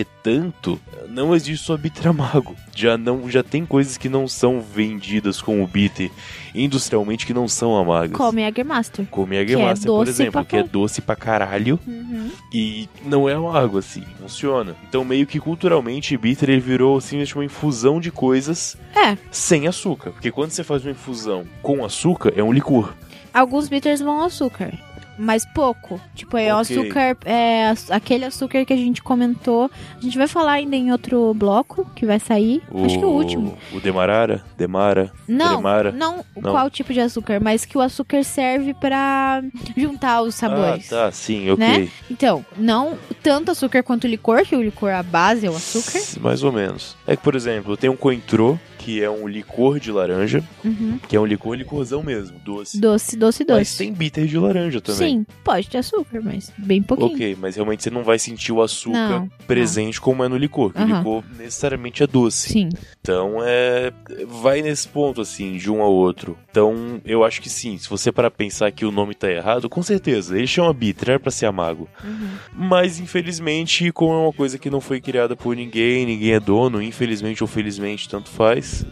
[SPEAKER 3] Entretanto, não existe só bitter amargo. Já não, já tem coisas que não são vendidas como bitter industrialmente que não são amargas.
[SPEAKER 10] Come Jägermaster.
[SPEAKER 3] Como
[SPEAKER 10] Que é
[SPEAKER 3] Jägermaster, por
[SPEAKER 10] doce
[SPEAKER 3] exemplo,
[SPEAKER 10] pra
[SPEAKER 3] que é
[SPEAKER 10] ca-
[SPEAKER 3] doce pra caralho
[SPEAKER 10] Uhum.
[SPEAKER 3] e não é amargo assim, funciona. Então meio que culturalmente bitter ele virou assim uma infusão de coisas
[SPEAKER 10] É.
[SPEAKER 3] sem açúcar, porque quando você faz uma infusão com açúcar é um licor.
[SPEAKER 10] Alguns bitters vão açúcar, mas pouco. Tipo, é o
[SPEAKER 3] Ok.
[SPEAKER 10] açúcar, é aç- aquele açúcar que a gente comentou. A gente vai falar ainda em outro bloco que vai sair. Acho que é o último.
[SPEAKER 3] O demarara, demara,
[SPEAKER 10] Não,
[SPEAKER 3] demara.
[SPEAKER 10] não, qual tipo de açúcar, mas que o açúcar serve pra juntar os sabores.
[SPEAKER 3] Ah, tá, sim, ok.
[SPEAKER 10] Né? Então, não tanto açúcar quanto licor, que o licor a base é o açúcar.
[SPEAKER 3] Mais ou menos. É que, por exemplo, tem um coentrô, que é um licor de laranja,
[SPEAKER 10] Uhum.
[SPEAKER 3] que é um licor licorzão mesmo, doce.
[SPEAKER 10] Doce, doce, doce.
[SPEAKER 3] Mas tem bitter de laranja também.
[SPEAKER 10] Sim, pode ter açúcar, mas bem Um pouquinho.
[SPEAKER 3] Ok, mas realmente você não vai sentir o açúcar
[SPEAKER 10] Não,
[SPEAKER 3] presente como é no licor. que O
[SPEAKER 10] Aham.
[SPEAKER 3] licor necessariamente é doce.
[SPEAKER 10] Sim.
[SPEAKER 3] Então é. Vai nesse ponto, assim, de um ao outro. Então, eu acho que sim. Se você parar pra pensar que o nome tá errado, com certeza. Ele chama bitter, era pra ser amargo.
[SPEAKER 10] Uhum.
[SPEAKER 3] Mas infelizmente, como é uma coisa que não foi criada por ninguém, ninguém é dono, infelizmente ou felizmente, tanto faz,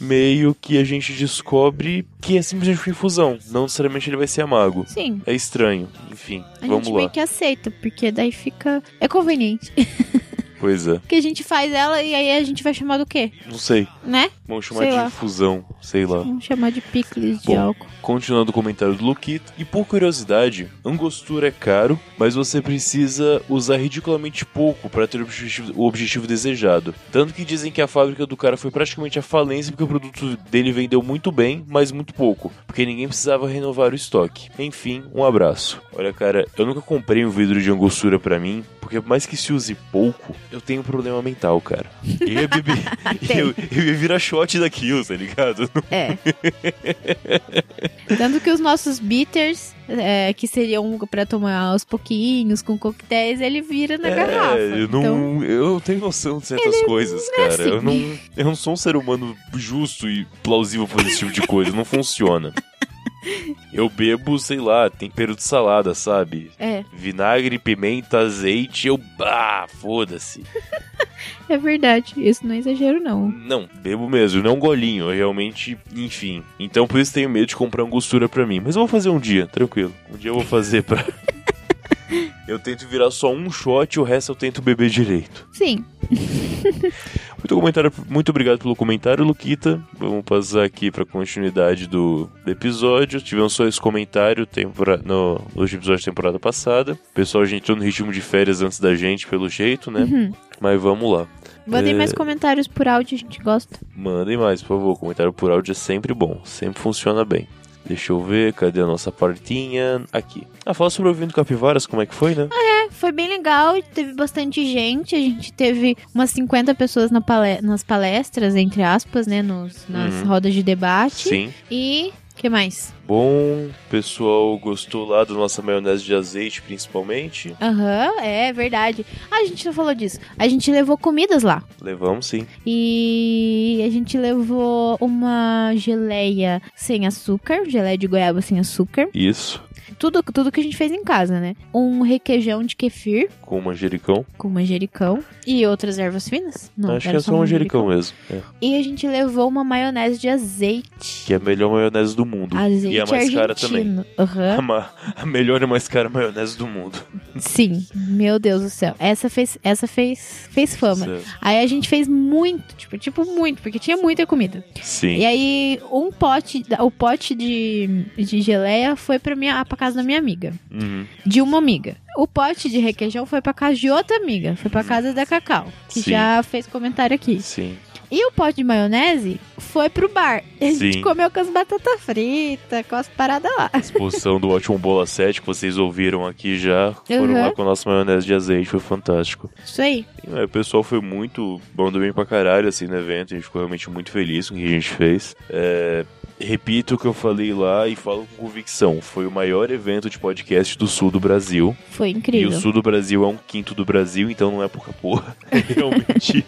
[SPEAKER 3] meio que a gente descobre que é simplesmente uma infusão. Não necessariamente ele vai ser amargo.
[SPEAKER 10] Sim.
[SPEAKER 3] É estranho. Enfim,
[SPEAKER 10] A
[SPEAKER 3] vamos
[SPEAKER 10] gente
[SPEAKER 3] lá.
[SPEAKER 10] meio que aceita, porque daí fica. É conveniente. (laughs)
[SPEAKER 3] Pois é.
[SPEAKER 10] Porque a gente faz ela e aí a gente vai chamar do quê?
[SPEAKER 3] Não sei.
[SPEAKER 10] Né?
[SPEAKER 3] Vamos chamar
[SPEAKER 10] Sei
[SPEAKER 3] de
[SPEAKER 10] lá.
[SPEAKER 3] infusão, sei lá.
[SPEAKER 10] Vamos chamar de picles de
[SPEAKER 3] Bom,
[SPEAKER 10] álcool.
[SPEAKER 3] Continuando o comentário do Luquito, e por curiosidade, angostura é caro, mas você precisa usar ridiculamente pouco para ter o objetivo, o objetivo desejado. Tanto que dizem que a fábrica do cara foi praticamente à falência porque o produto dele vendeu muito bem, mas muito pouco, porque ninguém precisava renovar o estoque. Enfim, um abraço. Olha, cara, eu nunca comprei um vidro de angostura pra mim, porque por mais que se use pouco, eu tenho um problema mental, cara. Eu ia beber, eu, eu ia virar shot daquilo, tá ligado?
[SPEAKER 10] É. Tanto que os nossos bitters, é, que seriam pra tomar aos pouquinhos, com coquetéis, ele vira na garrafa.
[SPEAKER 3] É, eu não.
[SPEAKER 10] Então,
[SPEAKER 3] Eu tenho noção de certas coisas,
[SPEAKER 10] é
[SPEAKER 3] cara. Eu,
[SPEAKER 10] assim.
[SPEAKER 3] não, eu não sou um ser humano justo e plausível pra fazer esse tipo de coisa. não funciona. Eu bebo, sei lá, tempero de salada, sabe?
[SPEAKER 10] É.
[SPEAKER 3] Vinagre, pimenta, azeite, eu. Ah, foda-se.
[SPEAKER 10] é verdade. Isso não é exagero, não.
[SPEAKER 3] Não, bebo mesmo, não é um golinho, eu realmente, enfim. Então por isso tenho medo de comprar angostura pra mim. Mas eu vou fazer um dia, tranquilo. Um dia eu vou fazer
[SPEAKER 10] (laughs)
[SPEAKER 3] pra. eu tento virar só um shot e o resto eu tento beber direito.
[SPEAKER 10] Sim.
[SPEAKER 3] Muito, comentário, muito obrigado pelo comentário, Luquita. Vamos passar aqui para continuidade do, do episódio. Tivemos só esse comentário tempora- no, nos episódios da temporada passada. O pessoal já entrou no ritmo de férias antes da gente, pelo jeito, né?
[SPEAKER 10] Uhum.
[SPEAKER 3] Mas vamos lá.
[SPEAKER 10] Mandem
[SPEAKER 3] É,
[SPEAKER 10] mais comentários por áudio, a gente gosta.
[SPEAKER 3] Mandem mais, por favor. Comentário por áudio é sempre bom, sempre funciona bem. Deixa eu ver, cadê a nossa partinha? Aqui. Ah, fala sobre ouvindo capivaras, como é que foi, né?
[SPEAKER 10] É, foi bem legal, teve bastante gente, a gente teve umas 50 pessoas na pale- nas palestras, entre aspas, né, nos, nas
[SPEAKER 3] Uhum.
[SPEAKER 10] rodas de debate.
[SPEAKER 3] Sim.
[SPEAKER 10] E, que mais?
[SPEAKER 3] Bom, o pessoal gostou lá da nossa maionese de azeite, principalmente.
[SPEAKER 10] Aham, é verdade. A gente não falou disso. A gente levou comidas lá.
[SPEAKER 3] Levamos sim.
[SPEAKER 10] E a gente levou uma geleia sem açúcar, geleia de goiaba sem açúcar.
[SPEAKER 3] Isso.
[SPEAKER 10] Tudo, tudo que a gente fez em casa, né? Um requeijão de kefir
[SPEAKER 3] Com manjericão.
[SPEAKER 10] com manjericão e outras ervas finas. Não,
[SPEAKER 3] Acho que
[SPEAKER 10] era
[SPEAKER 3] é só manjericão, mesmo. é.
[SPEAKER 10] E a gente levou uma maionese de azeite.
[SPEAKER 3] Que é a melhor maionese do mundo.
[SPEAKER 10] Azeite
[SPEAKER 3] e é a mais cara também.
[SPEAKER 10] argentino.
[SPEAKER 3] (laughs)
[SPEAKER 10] Aham.
[SPEAKER 3] A, ma- a melhor e mais cara maionese do mundo.
[SPEAKER 10] Sim, meu Deus do céu. Essa fez, essa fez, fez fama.
[SPEAKER 3] Certo.
[SPEAKER 10] Aí a gente fez muito, tipo, tipo muito, porque tinha muita comida.
[SPEAKER 3] Sim.
[SPEAKER 10] E aí um pote, da- o pote de, de geleia foi para minha, pra casa da minha amiga,
[SPEAKER 3] Uhum.
[SPEAKER 10] de uma amiga. O pote de requeijão foi pra casa de outra amiga, foi pra casa da Cacau, que
[SPEAKER 3] Sim.
[SPEAKER 10] já fez comentário aqui. (laughs)
[SPEAKER 3] Sim.
[SPEAKER 10] E o pote de maionese foi pro bar. A gente
[SPEAKER 3] Sim.
[SPEAKER 10] comeu com as batatas fritas, com as paradas lá.
[SPEAKER 3] Poção do ótimo Bola 7 que vocês ouviram aqui já. Foram
[SPEAKER 10] Uhum.
[SPEAKER 3] lá com a nossa maionese de azeite, foi fantástico.
[SPEAKER 10] Isso aí.
[SPEAKER 3] E, é, o pessoal foi muito. mandou bem pra caralho assim no evento. A gente ficou realmente muito feliz com o que a gente fez. É, Repito o que eu falei lá e falo com convicção. Foi o maior evento de podcast do sul do Brasil.
[SPEAKER 10] Foi incrível.
[SPEAKER 3] E o sul do Brasil é um quinto do Brasil, então não é pouca
[SPEAKER 10] (laughs)
[SPEAKER 3] porra. Realmente.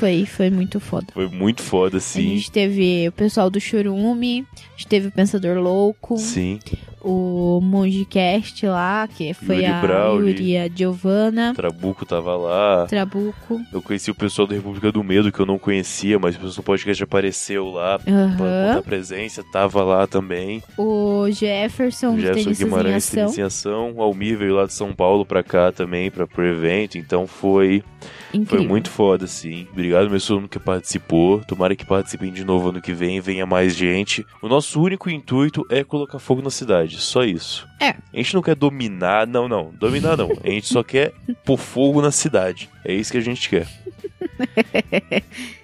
[SPEAKER 10] Foi, foi muito foda.
[SPEAKER 3] Foi muito foda,
[SPEAKER 10] A
[SPEAKER 3] sim.
[SPEAKER 10] gente teve o pessoal do Churume, a gente teve o Pensador Louco,
[SPEAKER 3] Sim.
[SPEAKER 10] o Mongecast lá, que foi
[SPEAKER 3] Yuri
[SPEAKER 10] a
[SPEAKER 3] Brauli.
[SPEAKER 10] Yuri e a Giovana,
[SPEAKER 3] Trabuco tava lá.
[SPEAKER 10] Trabuco.
[SPEAKER 3] Eu conheci o pessoal da República do Medo, que eu não conhecia, mas o pessoal do podcast apareceu lá.
[SPEAKER 10] Aham.
[SPEAKER 3] Pra contar presença, tava lá também.
[SPEAKER 10] O Jefferson, de
[SPEAKER 3] Jefferson
[SPEAKER 10] Tenistas um em
[SPEAKER 3] Guimarães
[SPEAKER 10] Ação.
[SPEAKER 3] teve iniciação. O Almir veio lá de São Paulo pra cá também, pra pro evento. Então foi.
[SPEAKER 10] Incrível.
[SPEAKER 3] Foi muito foda, sim. Obrigado mesmo a todo mundo que participou. Tomara que participem de novo ano que vem, venha mais gente. O nosso único intuito é colocar fogo na cidade, só isso.
[SPEAKER 10] É.
[SPEAKER 3] A gente não quer dominar, não, não. Dominar não. A
[SPEAKER 10] (laughs)
[SPEAKER 3] gente só quer pôr fogo na cidade. É isso que a gente quer.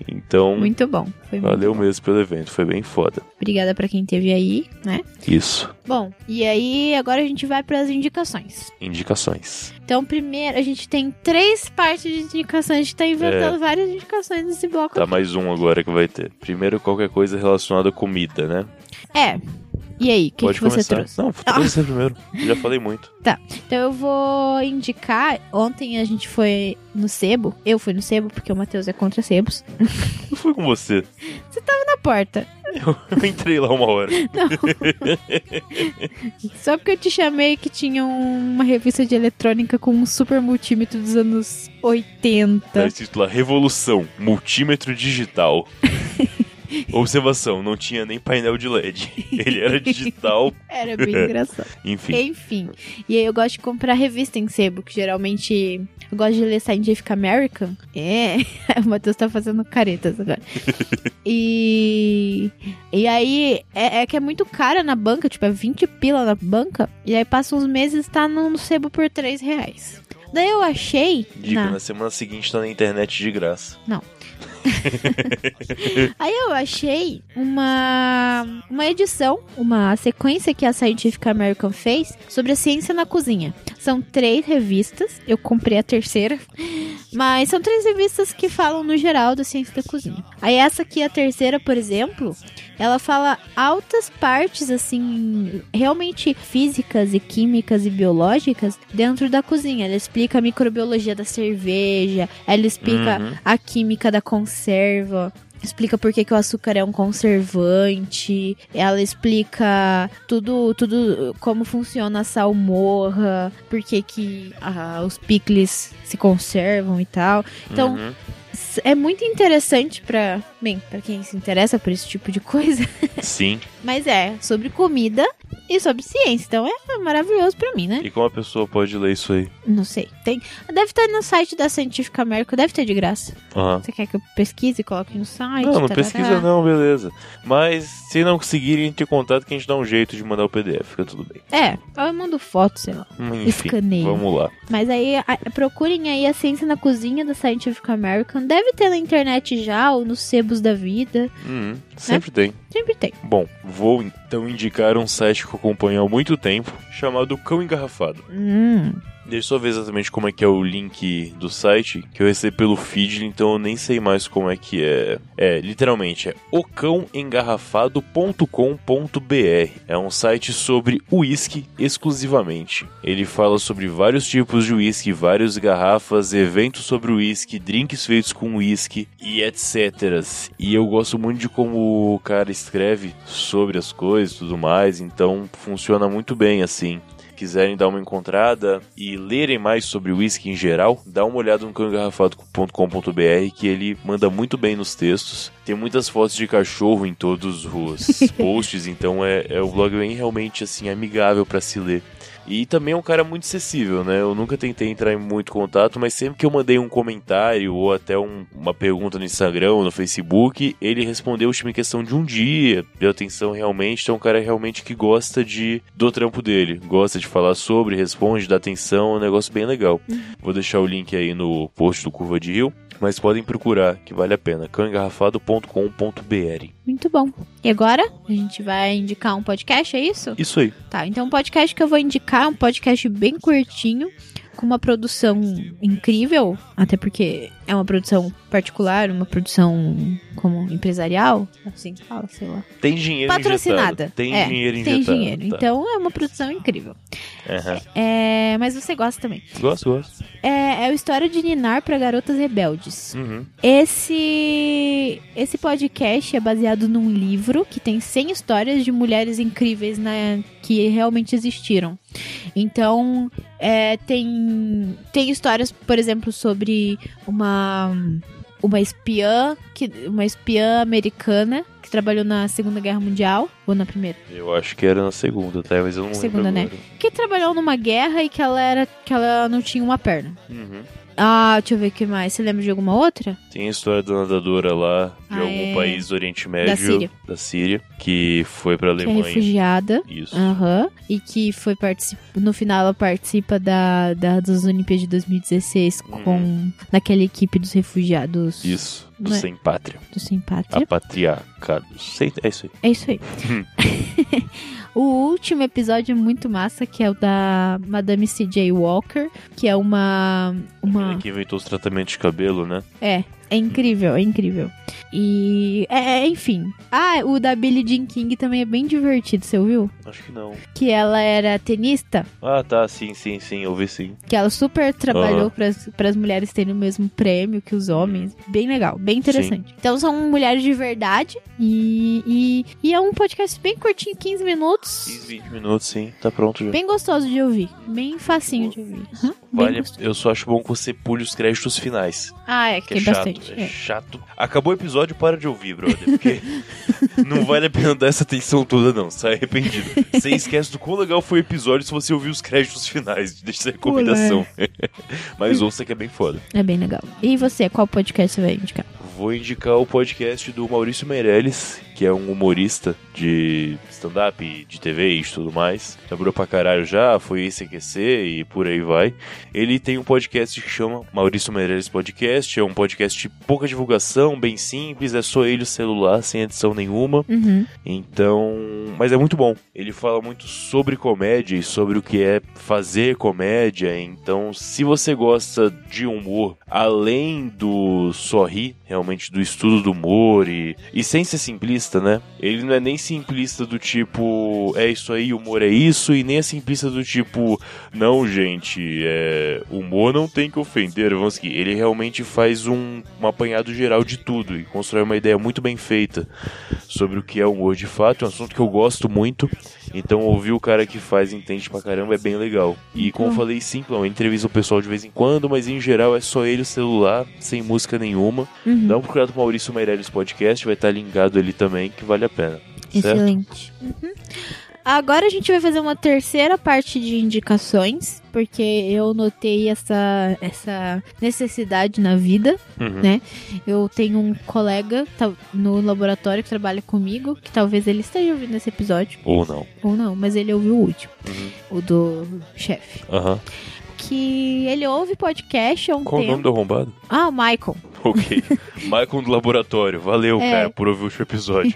[SPEAKER 3] Então,
[SPEAKER 10] Muito bom. Foi muito
[SPEAKER 3] valeu mesmo pelo evento, foi bem foda.
[SPEAKER 10] Obrigada pra quem teve aí, né?
[SPEAKER 3] Isso.
[SPEAKER 10] Bom, e aí agora a gente vai pras indicações.
[SPEAKER 3] Indicações.
[SPEAKER 10] Então, primeiro, a gente tem três partes de indicações. A gente tá inventando
[SPEAKER 3] É.
[SPEAKER 10] várias indicações nesse bloco.
[SPEAKER 3] Tá mais um agora que vai ter. Primeiro, qualquer coisa relacionada à comida, né?
[SPEAKER 10] É. E aí, o que,
[SPEAKER 3] Pode
[SPEAKER 10] que você
[SPEAKER 3] começar.
[SPEAKER 10] trouxe?
[SPEAKER 3] Não, trouxe
[SPEAKER 10] (laughs)
[SPEAKER 3] você primeiro. Já falei muito.
[SPEAKER 10] Tá. Então eu vou indicar. Ontem a gente foi no sebo. Eu fui no sebo, porque o Matheus é contra sebos.
[SPEAKER 3] Não foi com você.
[SPEAKER 10] Você tava na porta.
[SPEAKER 3] (laughs) Eu entrei lá uma hora.
[SPEAKER 10] Só porque eu te chamei que tinha um- uma revista de eletrônica com um super multímetro dos anos 80.
[SPEAKER 3] Tá escrito lá, Revolução, multímetro
[SPEAKER 10] (laughs)
[SPEAKER 3] digital. Observação, não tinha nem painel de LED. Ele era digital.
[SPEAKER 10] Era bem engraçado.
[SPEAKER 3] Enfim.
[SPEAKER 10] Enfim. E aí eu gosto de comprar revista em sebo, que geralmente eu gosto de ler Scientific American. É, (laughs) o Matheus tá fazendo caretas agora. e e aí é, é que é muito cara na banca, tipo, é 20 pila na banca. E aí passa uns meses tá no sebo por 3 reais. Daí eu achei.
[SPEAKER 3] Dica,
[SPEAKER 10] na-
[SPEAKER 3] na semana seguinte tá na internet de graça.
[SPEAKER 10] Não. Aí eu achei uma, uma edição, uma sequência que a Scientific American fez sobre a ciência na cozinha. São três revistas, eu comprei a terceira, mas são três revistas que falam no geral da ciência da cozinha. Aí essa aqui, a terceira, por exemplo, ela fala altas partes, assim, realmente físicas e químicas e biológicas dentro da cozinha. Ela explica a microbiologia da cerveja, ela
[SPEAKER 3] Hum.
[SPEAKER 10] explica
[SPEAKER 12] Uhum.
[SPEAKER 10] a química da conserva. Explica por que, que o açúcar é um conservante. Ela explica tudo, tudo como funciona a salmorra, por que, que ah, os picles se conservam e tal. Então,
[SPEAKER 12] Uhum.
[SPEAKER 10] s- é muito interessante pra bem, para quem se interessa por esse tipo de coisa. (laughs)
[SPEAKER 3] Sim.
[SPEAKER 10] Mas é sobre comida e sobre ciência. Então é maravilhoso pra mim, né?
[SPEAKER 3] E como a pessoa pode ler isso aí?
[SPEAKER 10] Não sei. Tem, deve estar no site da Scientific America, deve estar de graça.
[SPEAKER 3] Aham.
[SPEAKER 10] Você quer que eu pesquise e coloque no site?
[SPEAKER 3] Não, não
[SPEAKER 10] tarará?
[SPEAKER 3] pesquisa não, beleza. Mas se não conseguirem entre em contato, que a gente dá um jeito de mandar o PDF, fica tudo bem.
[SPEAKER 10] É, eu mando foto, sei lá.
[SPEAKER 3] Hum, Enfim,
[SPEAKER 10] Escaneio.
[SPEAKER 3] vamos lá.
[SPEAKER 10] Mas aí, a- procurem aí a Ciência na Cozinha da Scientific American. Deve ter na internet já, ou nos sebos da vida.
[SPEAKER 3] Hum, sempre tem.
[SPEAKER 10] Sempre tem.
[SPEAKER 3] Bom, vou então indicar um site que eu acompanho há muito tempo, chamado Cão Engarrafado.
[SPEAKER 10] Hum.
[SPEAKER 3] Deixa eu só ver exatamente como é que é o link do site, que eu recebi pelo feed, então eu nem sei mais como é que é. É, literalmente, é ocãoengarrafado.com.br. É um site sobre uísque exclusivamente. Ele fala sobre vários tipos de uísque, várias garrafas, eventos sobre uísque, drinks feitos com uísque e etc. E eu gosto muito de como o cara escreve sobre as coisas e tudo mais, então funciona muito bem assim quiserem dar uma encontrada e lerem mais sobre whisky em geral, dá uma olhada no cãoengarrafado.com.br que ele manda muito bem nos textos. Tem muitas fotos de cachorro em todos os posts, então é, é o blog bem realmente assim amigável para se ler. E também é um cara muito acessível, né? Eu nunca tentei entrar em muito contato, mas sempre que eu mandei um comentário ou até um- uma pergunta no Instagram ou no Facebook, ele respondeu o time em questão de um dia, deu atenção realmente. Então, é um cara realmente que gosta de do trampo dele, gosta de falar sobre, responde, dá atenção, é um negócio bem legal.
[SPEAKER 10] Uhum.
[SPEAKER 3] Vou deixar o link aí no post do Curva de Rio, mas podem procurar, que vale a pena. cãoengarrafado.com.br.
[SPEAKER 10] Muito bom. E agora? A gente vai indicar um podcast, é isso?
[SPEAKER 3] Isso aí.
[SPEAKER 10] Tá, então o podcast que eu vou indicar é um podcast bem curtinho. com uma produção incrível, até porque é uma produção particular, uma produção como empresarial, assim que fala, sei lá.
[SPEAKER 3] Tem dinheiro
[SPEAKER 10] Patrocinada.
[SPEAKER 3] injetado. Tem
[SPEAKER 10] É,
[SPEAKER 3] dinheiro
[SPEAKER 10] Tem
[SPEAKER 3] injetado.
[SPEAKER 10] dinheiro.
[SPEAKER 3] tá.
[SPEAKER 10] Então é uma produção incrível.
[SPEAKER 3] Aham.
[SPEAKER 10] É, mas você gosta também.
[SPEAKER 3] Gosto, gosto.
[SPEAKER 10] É, é o História de Ninar para Garotas Rebeldes.
[SPEAKER 3] Uhum.
[SPEAKER 10] Esse esse podcast é baseado num livro que tem 100 histórias de mulheres incríveis né, que realmente existiram. Então, é, tem, tem histórias, por exemplo, sobre uma, uma espiã, que, uma espiã americana que trabalhou na Segunda Guerra Mundial, ou na Primeira
[SPEAKER 3] Eu acho que era na segunda, tá? Mas eu não
[SPEAKER 10] segunda, né?
[SPEAKER 3] lembro.
[SPEAKER 10] Que trabalhou numa guerra e que ela era que ela não tinha uma perna.
[SPEAKER 3] Uhum.
[SPEAKER 10] Ah, deixa eu ver o que mais. Você lembra de alguma outra?
[SPEAKER 3] Tem a história da nadadora lá, de
[SPEAKER 10] Ah,
[SPEAKER 3] algum
[SPEAKER 10] é.
[SPEAKER 3] país do Oriente
[SPEAKER 10] Da
[SPEAKER 3] Médio.
[SPEAKER 10] Síria.
[SPEAKER 3] da Síria, que foi pra
[SPEAKER 10] Que é
[SPEAKER 3] Alemanha.
[SPEAKER 10] refugiada. Ah.
[SPEAKER 3] Isso.
[SPEAKER 10] Aham. E que foi particip... no final ela participa da, da- das Olimpíadas de 2016 com naquela equipe dos refugiados
[SPEAKER 3] Isso. Ah. Do
[SPEAKER 10] Não é?
[SPEAKER 3] sem pátria.
[SPEAKER 10] do sem pátria.
[SPEAKER 3] Apatriacados. Sei- É isso aí.
[SPEAKER 10] É isso aí.
[SPEAKER 3] Hum.
[SPEAKER 10] (laughs) o último episódio é muito massa, que é o da Madame C.J. Walker, que é uma uma
[SPEAKER 3] Que inventou os tratamentos de cabelo, né?
[SPEAKER 10] É, é incrível, é incrível. E, é, é, enfim. (laughs) Ah, o da Billie Jean King também é bem divertido, você ouviu?
[SPEAKER 3] Acho que não.
[SPEAKER 10] Que ela era tenista,
[SPEAKER 3] Ah, tá. Sim, sim, sim. Eu vi sim.
[SPEAKER 10] que ela super trabalhou
[SPEAKER 3] Aham.
[SPEAKER 10] para as mulheres terem o mesmo prêmio que os homens. Bem legal, bem interessante. Então são mulheres de verdade e, e, e é um podcast bem curtinho, 15 minutos.
[SPEAKER 3] 20 minutos, sim. Tá pronto já.
[SPEAKER 10] Bem gostoso de ouvir, bem facinho de ouvir. Aham, bem
[SPEAKER 3] Vale,
[SPEAKER 10] gostoso.
[SPEAKER 3] eu só acho bom que você pule os créditos finais.
[SPEAKER 10] Ah, é, que,
[SPEAKER 3] Que é
[SPEAKER 10] tem
[SPEAKER 3] chato.
[SPEAKER 10] bastante.
[SPEAKER 3] É
[SPEAKER 10] é.
[SPEAKER 3] chato. Acabou o episódio, para de ouvir, brother. Porque (laughs) não vale a pena dar essa atenção toda, não. Sai arrependido. Você esquece do quão legal foi o episódio se você ouvir os créditos finais. Deixa essa recomendação. (laughs) Mas ouça que é bem foda.
[SPEAKER 10] É bem legal. E você, qual podcast você vai indicar?
[SPEAKER 3] Vou indicar o podcast do Maurício Meirelles, que é um humorista de stand-up, de TV e tudo mais. Trabalhou pra caralho já, foi ex-CQC e por aí vai. Ele tem um podcast que chama Maurício Meirelles Podcast. É um podcast de pouca divulgação, bem simples, é só ele o celular, sem edição nenhuma.
[SPEAKER 10] Uhum.
[SPEAKER 3] Então, mas é muito bom. Ele fala muito sobre comédia e sobre o que é fazer comédia. Então, se você gosta de humor, além do sorrir, realmente do estudo do humor e, e sem ser simplista, né? Ele não é nem simplista do tipo, é isso aí, humor é isso, e nem é simplista do tipo, não, gente, é, humor não tem que ofender, vamos seguir. Ele realmente faz um, um apanhado geral de tudo e constrói uma ideia muito bem feita sobre o que é humor de fato, é um assunto que eu gosto muito. Então ouvir o cara que faz e entende pra caramba é bem legal. E como eu falei, simples, eu entrevisto o pessoal de vez em quando, mas em geral é só ele o celular, sem música nenhuma.
[SPEAKER 10] Uhum.
[SPEAKER 3] Dá um procurado pro Maurício Meirelles Podcast, vai estar ligado ali também, que vale a pena. Certo?
[SPEAKER 10] Excelente. Uhum. Agora a gente vai fazer uma terceira parte de indicações, porque eu notei essa, essa necessidade na vida,
[SPEAKER 12] Uhum.
[SPEAKER 10] né? Eu tenho um colega tal- no laboratório que trabalha comigo, que talvez ele esteja ouvindo esse episódio,
[SPEAKER 3] Ou não.
[SPEAKER 10] ou não, mas ele ouviu o último, o do chefe.
[SPEAKER 3] Aham.
[SPEAKER 10] Que ele ouve podcast há um
[SPEAKER 3] Qual o
[SPEAKER 10] tempo.
[SPEAKER 3] nome do arrombado?
[SPEAKER 10] Ah, o Michael.
[SPEAKER 3] (laughs) Ok. Michael do Laboratório. Valeu,
[SPEAKER 10] É.
[SPEAKER 3] cara, por ouvir o último
[SPEAKER 10] (laughs)
[SPEAKER 3] episódio.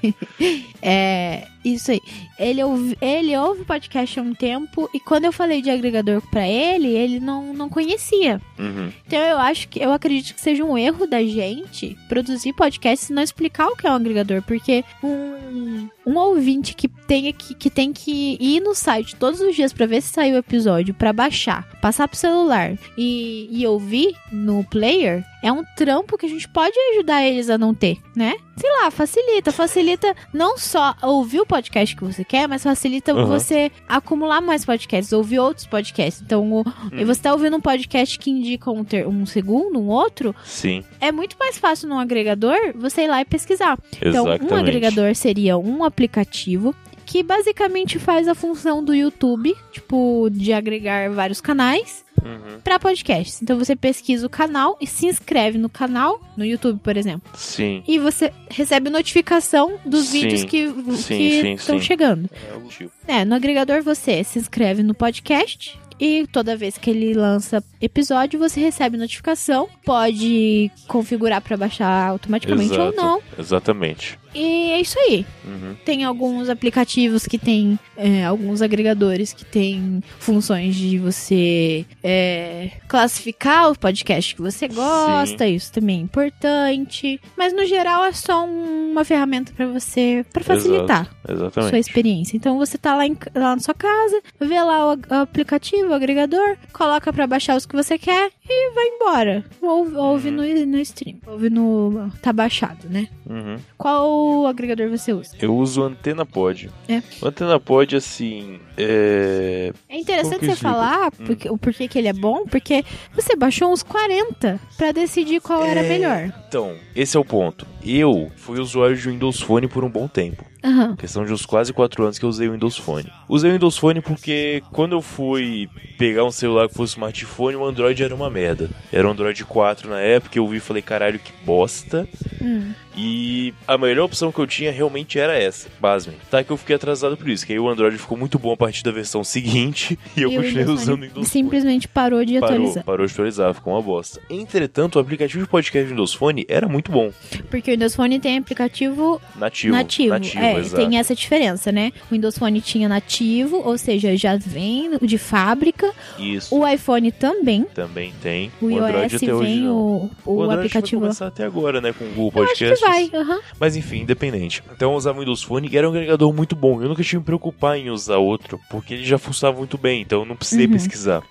[SPEAKER 10] É, isso aí. Ele ouve, ele ouve podcast há um tempo e quando eu falei de agregador pra ele, ele não, não conhecia.
[SPEAKER 3] Uhum.
[SPEAKER 10] Então eu acho que eu acredito que seja um erro da gente produzir podcast e não explicar o que é um agregador, porque um, um ouvinte que tenha que, que tem que ir no site todos os dias pra ver se saiu o episódio, pra baixar, passar pro celular e, e ouvir no player é um trampo que a gente pode ajudar eles a não ter, né? Sei lá, facilita, facilita não só ouvir o podcast que você quer, mas facilita
[SPEAKER 12] Aham.
[SPEAKER 10] você você acumular mais podcasts, ouvir outros podcasts. Então, o-
[SPEAKER 3] Uhum.
[SPEAKER 10] e você tá ouvindo um podcast que indica um, ter- um segundo, um outro,
[SPEAKER 3] Sim.
[SPEAKER 10] é muito mais fácil num agregador você ir lá e pesquisar. Então, um
[SPEAKER 3] Exatamente.
[SPEAKER 10] agregador seria um aplicativo que basicamente faz a função do YouTube, tipo, de agregar vários canais
[SPEAKER 3] Uhum.
[SPEAKER 10] para podcasts. Então, você pesquisa o canal e se inscreve no canal, no YouTube, por exemplo.
[SPEAKER 3] Sim.
[SPEAKER 10] E você recebe notificação dos
[SPEAKER 3] Sim.
[SPEAKER 10] vídeos que
[SPEAKER 3] Sim,
[SPEAKER 10] que
[SPEAKER 3] sim,
[SPEAKER 10] estão
[SPEAKER 3] sim.
[SPEAKER 10] chegando.
[SPEAKER 3] É, o tipo.
[SPEAKER 10] É, no agregador você se inscreve no podcast E toda vez que ele lança episódio, você recebe notificação. Pode configurar pra baixar automaticamente ou
[SPEAKER 3] Exato,
[SPEAKER 10] não.
[SPEAKER 3] Exatamente.
[SPEAKER 10] E é isso aí.
[SPEAKER 3] Uhum.
[SPEAKER 10] Tem alguns aplicativos que tem, é, alguns agregadores que tem funções de você é, classificar o podcast que você gosta, isso também é importante. Mas no geral é só um- uma ferramenta pra você, para facilitar
[SPEAKER 3] Exato, exatamente.
[SPEAKER 10] sua experiência. Então você tá lá, em ca- lá na sua casa, vê lá o, ag- o aplicativo, o agregador, coloca pra baixar os que você quer e vai embora. Ou ouve no, no stream, ouve no. tá baixado, né?
[SPEAKER 3] Uhum.
[SPEAKER 10] Qual agregador você usa?
[SPEAKER 3] Eu uso antena pod.
[SPEAKER 10] É.
[SPEAKER 3] O antena pod, assim, é...
[SPEAKER 10] É interessante
[SPEAKER 3] Como que
[SPEAKER 10] você
[SPEAKER 3] eu digo?
[SPEAKER 10] falar
[SPEAKER 3] Hum.
[SPEAKER 10] porque, o porquê que ele é bom, porque você baixou uns 40 pra decidir qual era
[SPEAKER 3] É.
[SPEAKER 10] melhor.
[SPEAKER 3] Então, esse é o ponto. Eu fui usuário de Windows Phone por um bom tempo.
[SPEAKER 10] Aham.
[SPEAKER 3] Questão de uns quase 4 anos que eu usei o Windows Phone. Usei o Windows Phone porque quando eu fui pegar um celular que fosse smartphone, o Android era uma merda. Era o Android 4 na época, eu vi e falei, caralho, que bosta.
[SPEAKER 10] Hum.
[SPEAKER 3] E a melhor opção que eu tinha realmente era essa, basicamente. Tá que eu fiquei atrasado por isso, que aí o Android ficou muito bom a partir da versão seguinte (laughs) e eu
[SPEAKER 10] E o
[SPEAKER 3] continuei
[SPEAKER 10] Windows
[SPEAKER 3] usando o
[SPEAKER 10] Phone
[SPEAKER 3] Windows
[SPEAKER 10] Simplesmente parou de
[SPEAKER 3] Parou,
[SPEAKER 10] atualizar.
[SPEAKER 3] parou de atualizar, ficou uma bosta. Entretanto, o aplicativo de podcast do Windows Phone era muito bom.
[SPEAKER 10] Porque o Windows Phone tem aplicativo
[SPEAKER 3] Nativo.
[SPEAKER 10] nativo. é,
[SPEAKER 3] exato.
[SPEAKER 10] tem essa diferença, né? O Windows Phone tinha nativo, ou seja, já vem de fábrica.
[SPEAKER 3] Isso.
[SPEAKER 10] O iPhone também.
[SPEAKER 3] Também tem.
[SPEAKER 10] O, iOS vem o, o,
[SPEAKER 3] Android vai
[SPEAKER 10] aplicativo lá.
[SPEAKER 3] começar até agora, né, com o Google
[SPEAKER 10] Eu acho
[SPEAKER 3] Podcast.
[SPEAKER 10] que vai. aham.
[SPEAKER 3] Mas enfim, independente. Então eu usava o Windows Phone e era um agregador muito bom. Eu nunca tive que me preocupar em usar outro, porque ele já funcionava muito bem, então eu não precisei
[SPEAKER 10] Uhum.
[SPEAKER 3] pesquisar.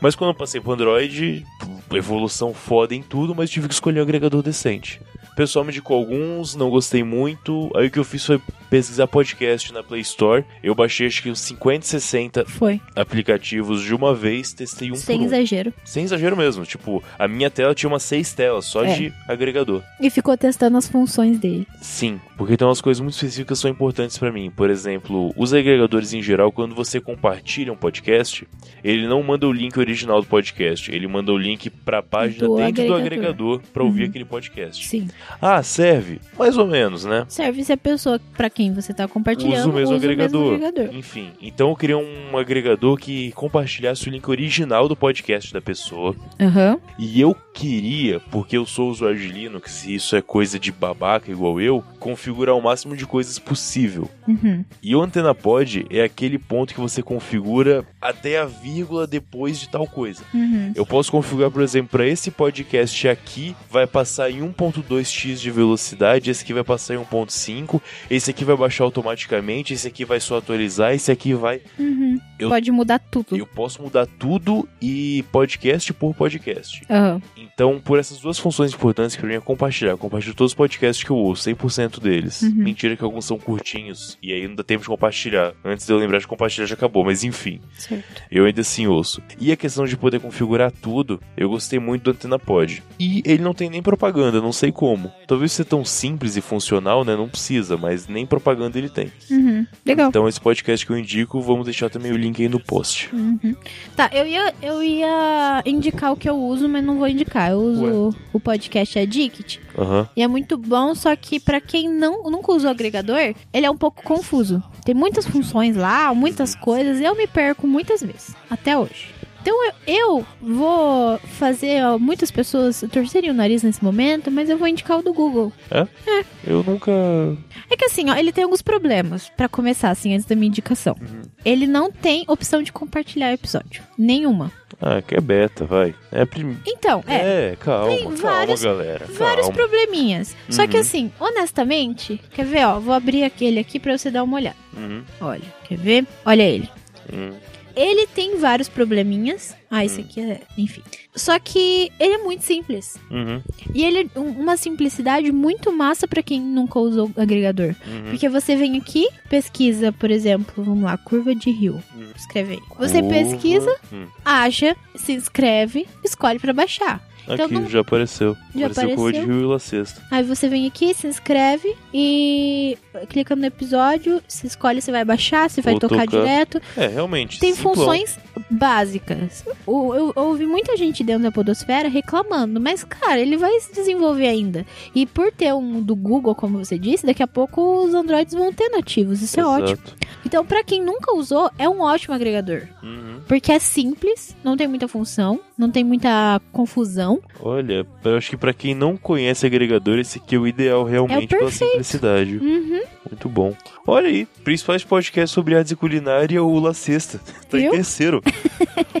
[SPEAKER 3] Mas quando eu passei pro Android, pô, evolução foda em tudo, mas tive que escolher um agregador decente. O pessoal me indicou alguns, não gostei muito. Aí o que eu fiz foi pesquisar podcast na Play Store. Eu baixei acho que uns 50, 60
[SPEAKER 10] Foi.
[SPEAKER 3] aplicativos de uma vez, testei um
[SPEAKER 10] Sem
[SPEAKER 3] por um.
[SPEAKER 10] exagero.
[SPEAKER 3] Sem exagero mesmo. Tipo, a minha tela tinha umas seis telas só
[SPEAKER 10] É.
[SPEAKER 3] de agregador.
[SPEAKER 10] E ficou testando as funções dele.
[SPEAKER 3] Sim, porque tem umas coisas muito específicas que são importantes pra mim. Por exemplo, os agregadores em geral, quando você compartilha um podcast, ele não manda o link original do podcast, ele manda o link pra página
[SPEAKER 10] Do
[SPEAKER 3] dentro do
[SPEAKER 10] agregador.
[SPEAKER 3] agregador pra ouvir
[SPEAKER 10] Uhum.
[SPEAKER 3] aquele podcast.
[SPEAKER 10] Sim.
[SPEAKER 3] Ah, serve? Mais ou menos, né?
[SPEAKER 10] Serve se a pessoa pra quem você tá compartilhando
[SPEAKER 3] Usa o mesmo,
[SPEAKER 10] usa
[SPEAKER 3] agregador.
[SPEAKER 10] O mesmo agregador.
[SPEAKER 3] Enfim, então eu queria um agregador que compartilhasse o link original do podcast da pessoa.
[SPEAKER 10] Aham.
[SPEAKER 3] E eu queria, porque eu sou usuário de Linux e isso é coisa de babaca igual eu, configurar o máximo de coisas possível.
[SPEAKER 10] Uhum.
[SPEAKER 3] E o antena pod é aquele ponto que você configura até a vírgula depois de tal coisa.
[SPEAKER 10] Uhum.
[SPEAKER 3] Eu posso configurar, por exemplo, para esse podcast aqui vai passar em 1.2x de velocidade, esse aqui vai passar em 1.5, esse aqui vai baixar automaticamente, esse aqui vai só atualizar, esse aqui vai.
[SPEAKER 10] Uhum.
[SPEAKER 3] Eu-
[SPEAKER 10] Pode mudar tudo.
[SPEAKER 3] Eu posso mudar tudo e podcast por podcast.
[SPEAKER 10] Aham.
[SPEAKER 3] Então, por essas duas funções importantes que pra mim é compartilhar. Eu compartilho todos os podcasts que eu ouço, 100% deles.
[SPEAKER 10] Uhum.
[SPEAKER 3] Mentira que alguns são curtinhos e aí não dá tempo de compartilhar. Antes de eu lembrar de compartilhar já acabou, mas enfim,
[SPEAKER 10] Certo.
[SPEAKER 3] eu ainda assim ouço. E a questão de poder configurar tudo, eu gostei muito do Antena Pod. E ele não tem nem propaganda, não sei como. Talvez ser tão simples e funcional, né? Não precisa, mas nem propaganda ele tem.
[SPEAKER 10] Uhum. Legal.
[SPEAKER 3] Então, esse podcast que eu indico, vamos deixar também o link aí no post.
[SPEAKER 10] Uhum. Tá, eu ia, eu ia indicar o que eu uso, mas não vou indicar. Eu uso o podcast Addict.
[SPEAKER 3] Aham.
[SPEAKER 10] E é muito bom, só que pra quem não, nunca usou o agregador, ele é um pouco confuso. Tem muitas funções lá, muitas coisas, eu me perco muitas vezes, até hoje. Então eu, eu vou fazer, ó, muitas pessoas torcerem o nariz nesse momento, mas eu vou indicar o do Google.
[SPEAKER 3] Eu nunca.
[SPEAKER 10] É que assim, ó, ele tem alguns problemas, pra começar, assim, antes da minha indicação. Ele não tem opção de compartilhar episódio, nenhuma.
[SPEAKER 3] Ah, que é beta, vai. É a prim...
[SPEAKER 10] Então, é,
[SPEAKER 3] É, calma,
[SPEAKER 10] Tem
[SPEAKER 3] calma,
[SPEAKER 10] vários-
[SPEAKER 3] galera.
[SPEAKER 10] vários
[SPEAKER 3] calma.
[SPEAKER 10] probleminhas. Só que
[SPEAKER 3] Uhum.
[SPEAKER 10] assim, honestamente, quer ver, ó, vou abrir aquele aqui pra você dar uma olhada.
[SPEAKER 3] Uhum,
[SPEAKER 10] Olha, quer ver? Olha ele.
[SPEAKER 3] uhum.
[SPEAKER 10] Ele tem vários probleminhas. Ah, esse aqui é, enfim. Só que ele é muito simples.
[SPEAKER 3] Uhum,
[SPEAKER 10] E ele é um- uma simplicidade muito massa pra quem nunca usou agregador.
[SPEAKER 3] uhum.
[SPEAKER 10] Porque você vem aqui, pesquisa, por exemplo, vamos lá, curva de rio.
[SPEAKER 3] Hum.
[SPEAKER 10] Escreve aí. Você pesquisa,
[SPEAKER 3] Hum,
[SPEAKER 10] acha, se inscreve, escolhe pra baixar.
[SPEAKER 3] Aqui,
[SPEAKER 10] Então não-
[SPEAKER 3] já apareceu.
[SPEAKER 10] Já
[SPEAKER 3] apareceu com o
[SPEAKER 10] apareceu?
[SPEAKER 3] de Rio e La Sexta.
[SPEAKER 10] Aí você vem aqui, se inscreve e clica no episódio, se escolhe se vai baixar, se vai
[SPEAKER 3] Vou
[SPEAKER 10] tocar, direto.
[SPEAKER 3] É, realmente.
[SPEAKER 10] Tem
[SPEAKER 3] simplão.
[SPEAKER 10] funções básicas. O- Eu, eu ouvi muita gente dentro da podosfera reclamando, mas, cara, ele vai se desenvolver ainda. E por ter um do Google, como você disse, daqui a pouco os Androids vão ter nativos. Isso é
[SPEAKER 3] Exato.
[SPEAKER 10] ótimo. Então, pra quem nunca usou, é um ótimo agregador.
[SPEAKER 3] Uhum.
[SPEAKER 10] Porque é simples, não tem muita função, não tem muita confusão.
[SPEAKER 3] Olha, eu acho que pra quem não conhece agregador, esse aqui é o ideal realmente pela
[SPEAKER 10] perfeito.
[SPEAKER 3] simplicidade.
[SPEAKER 10] Uhum.
[SPEAKER 3] Muito bom. Olha aí, principais podcasts sobre artes e culinária, o La Sexta. (laughs) Tá em
[SPEAKER 10] Viu? (laughs)
[SPEAKER 3] terceiro.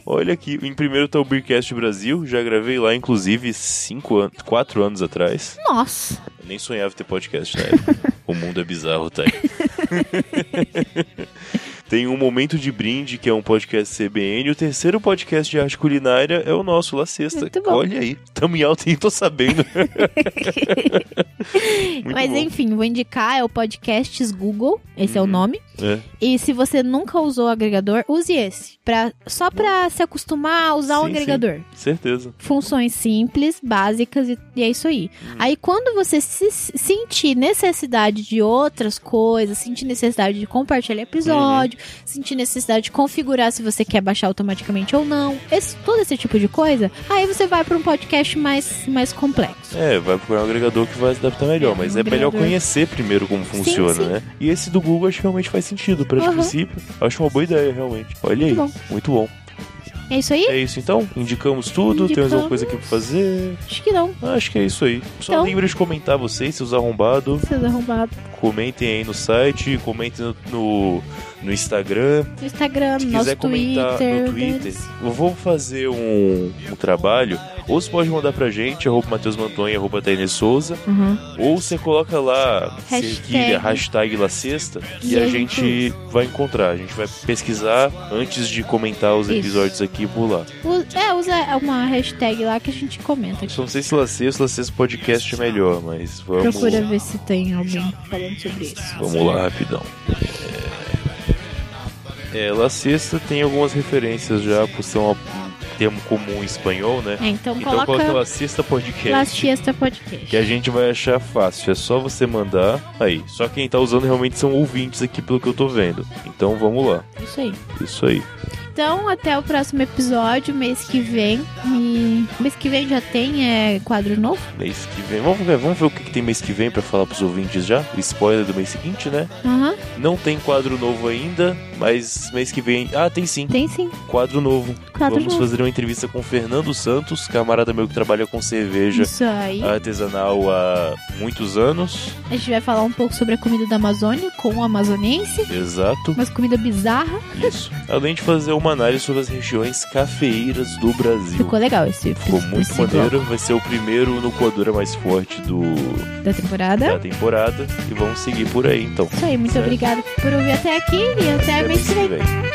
[SPEAKER 3] Olha aqui, em primeiro tá o Beercast Brasil, já gravei lá, inclusive, cinco anos, quatro anos atrás.
[SPEAKER 10] Nossa.
[SPEAKER 3] Eu nem sonhava ter podcast na
[SPEAKER 10] (laughs)
[SPEAKER 3] época. o mundo é bizarro, tá? (laughs) Tem um Momento de Brinde, que é um podcast CBN. O terceiro podcast de arte culinária é o nosso, La Sexta.
[SPEAKER 10] Muito bom.
[SPEAKER 3] Olha aí, tamo em alta e tô
[SPEAKER 10] (laughs)
[SPEAKER 3] sabendo. Muito
[SPEAKER 10] Mas
[SPEAKER 3] bom.
[SPEAKER 10] enfim, vou indicar, é o Podcasts Google, esse é o nome.
[SPEAKER 3] É.
[SPEAKER 10] E se você nunca usou o agregador, use esse. Pra, só pra se acostumar a usar o
[SPEAKER 3] Sim, sim.
[SPEAKER 10] agregador.
[SPEAKER 3] Certeza.
[SPEAKER 10] Funções simples, básicas e, e é isso aí.
[SPEAKER 3] Uhum.
[SPEAKER 10] Aí quando você se se- sentir necessidade de outras coisas, sentir necessidade de compartilhar episódio,
[SPEAKER 3] Uhum.
[SPEAKER 10] sentir necessidade de configurar se você quer baixar automaticamente ou não, esse, todo esse tipo de coisa, aí você vai pra um podcast mais, mais complexo.
[SPEAKER 3] É, vai procurar um agregador que vai se adaptar melhor, mas é melhor
[SPEAKER 10] agregador.
[SPEAKER 3] conhecer primeiro como funciona,
[SPEAKER 10] sim.
[SPEAKER 3] né? E esse do Google acho que realmente faz sentido, pra
[SPEAKER 10] Aham.
[SPEAKER 3] princípio. Acho uma boa ideia, realmente. Olha aí,
[SPEAKER 10] Muito
[SPEAKER 3] muito bom.
[SPEAKER 10] Tá É isso aí?
[SPEAKER 3] É isso então? Indicamos tudo, temos alguma coisa aqui pra fazer.
[SPEAKER 10] Acho que não.
[SPEAKER 3] Acho que é isso aí. Só
[SPEAKER 10] Então.
[SPEAKER 3] lembre de comentar vocês, seus arrombados.
[SPEAKER 10] Seus arrombados.
[SPEAKER 3] Comentem aí no site, comentem no, no, no Instagram.
[SPEAKER 10] No Instagram,
[SPEAKER 3] Se
[SPEAKER 10] Ah, no nosso
[SPEAKER 3] quiser comentar
[SPEAKER 10] Twitter.
[SPEAKER 3] no Twitter, eu vou fazer um, um trabalho. Ou você pode mandar pra gente, arroba Matheus Mantonha, arroba Tainê Souza.
[SPEAKER 10] Uhum.
[SPEAKER 3] Ou você coloca lá
[SPEAKER 10] Hashtag.
[SPEAKER 3] cerquilha, hashtag La Sexta, e a
[SPEAKER 10] Jesus.
[SPEAKER 3] gente vai encontrar. A gente vai pesquisar antes de comentar os
[SPEAKER 10] Isso.
[SPEAKER 3] episódios aqui por lá.
[SPEAKER 10] Us- É, usa uma hashtag lá que a gente comenta.
[SPEAKER 3] Só não sei se La Sexta, La Sexta Podcast é melhor, mas vamos,
[SPEAKER 10] Procura ver se tem alguém falando sobre isso.
[SPEAKER 3] Tá vamos lá rapidão. É, é, La Sexta tem algumas referências já, por ser uma- um termo comum em espanhol, né?
[SPEAKER 10] É, então
[SPEAKER 3] então
[SPEAKER 10] coloca-
[SPEAKER 3] coloca La Sexta Podcast.
[SPEAKER 10] Lastiesta Podcast.
[SPEAKER 3] que a gente vai achar fácil. É só você mandar. Aí, só quem tá usando realmente são ouvintes aqui, pelo que eu tô vendo. Então vamos lá.
[SPEAKER 10] Isso aí.
[SPEAKER 3] Isso aí.
[SPEAKER 10] Então, até o próximo episódio, mês que vem. E mês que vem já tem é, quadro novo?
[SPEAKER 3] Mês que vem. Vamos ver, vamos ver o que, que tem mês que vem pra falar pros ouvintes já. O spoiler do mês seguinte, né?
[SPEAKER 10] Aham,
[SPEAKER 3] Não tem quadro novo ainda, mas mês que vem. Ah, tem sim.
[SPEAKER 10] tem sim.
[SPEAKER 3] Quadro novo.
[SPEAKER 10] Quadro
[SPEAKER 3] Vamos
[SPEAKER 10] novo.
[SPEAKER 3] fazer uma entrevista com o Fernando Santos, camarada meu que trabalha com cerveja
[SPEAKER 10] Isso aí.
[SPEAKER 3] artesanal há muitos anos.
[SPEAKER 10] A gente vai falar um pouco sobre a comida da Amazônia com o amazonense.
[SPEAKER 3] Exato.
[SPEAKER 10] Umas comida bizarra.
[SPEAKER 3] Isso. Além de fazer uma análise sobre as regiões cafeeiras do Brasil.
[SPEAKER 10] Ficou legal esse
[SPEAKER 3] Ficou muito
[SPEAKER 10] esse
[SPEAKER 3] maneiro, vai ser o primeiro no Quadura mais forte do
[SPEAKER 10] bloco da temporada.
[SPEAKER 3] da temporada e vamos seguir por aí então.
[SPEAKER 10] É Isso aí, muito
[SPEAKER 3] Certo?
[SPEAKER 10] obrigada por ouvir até aqui e até
[SPEAKER 3] Até
[SPEAKER 10] mês que vem.
[SPEAKER 3] vem.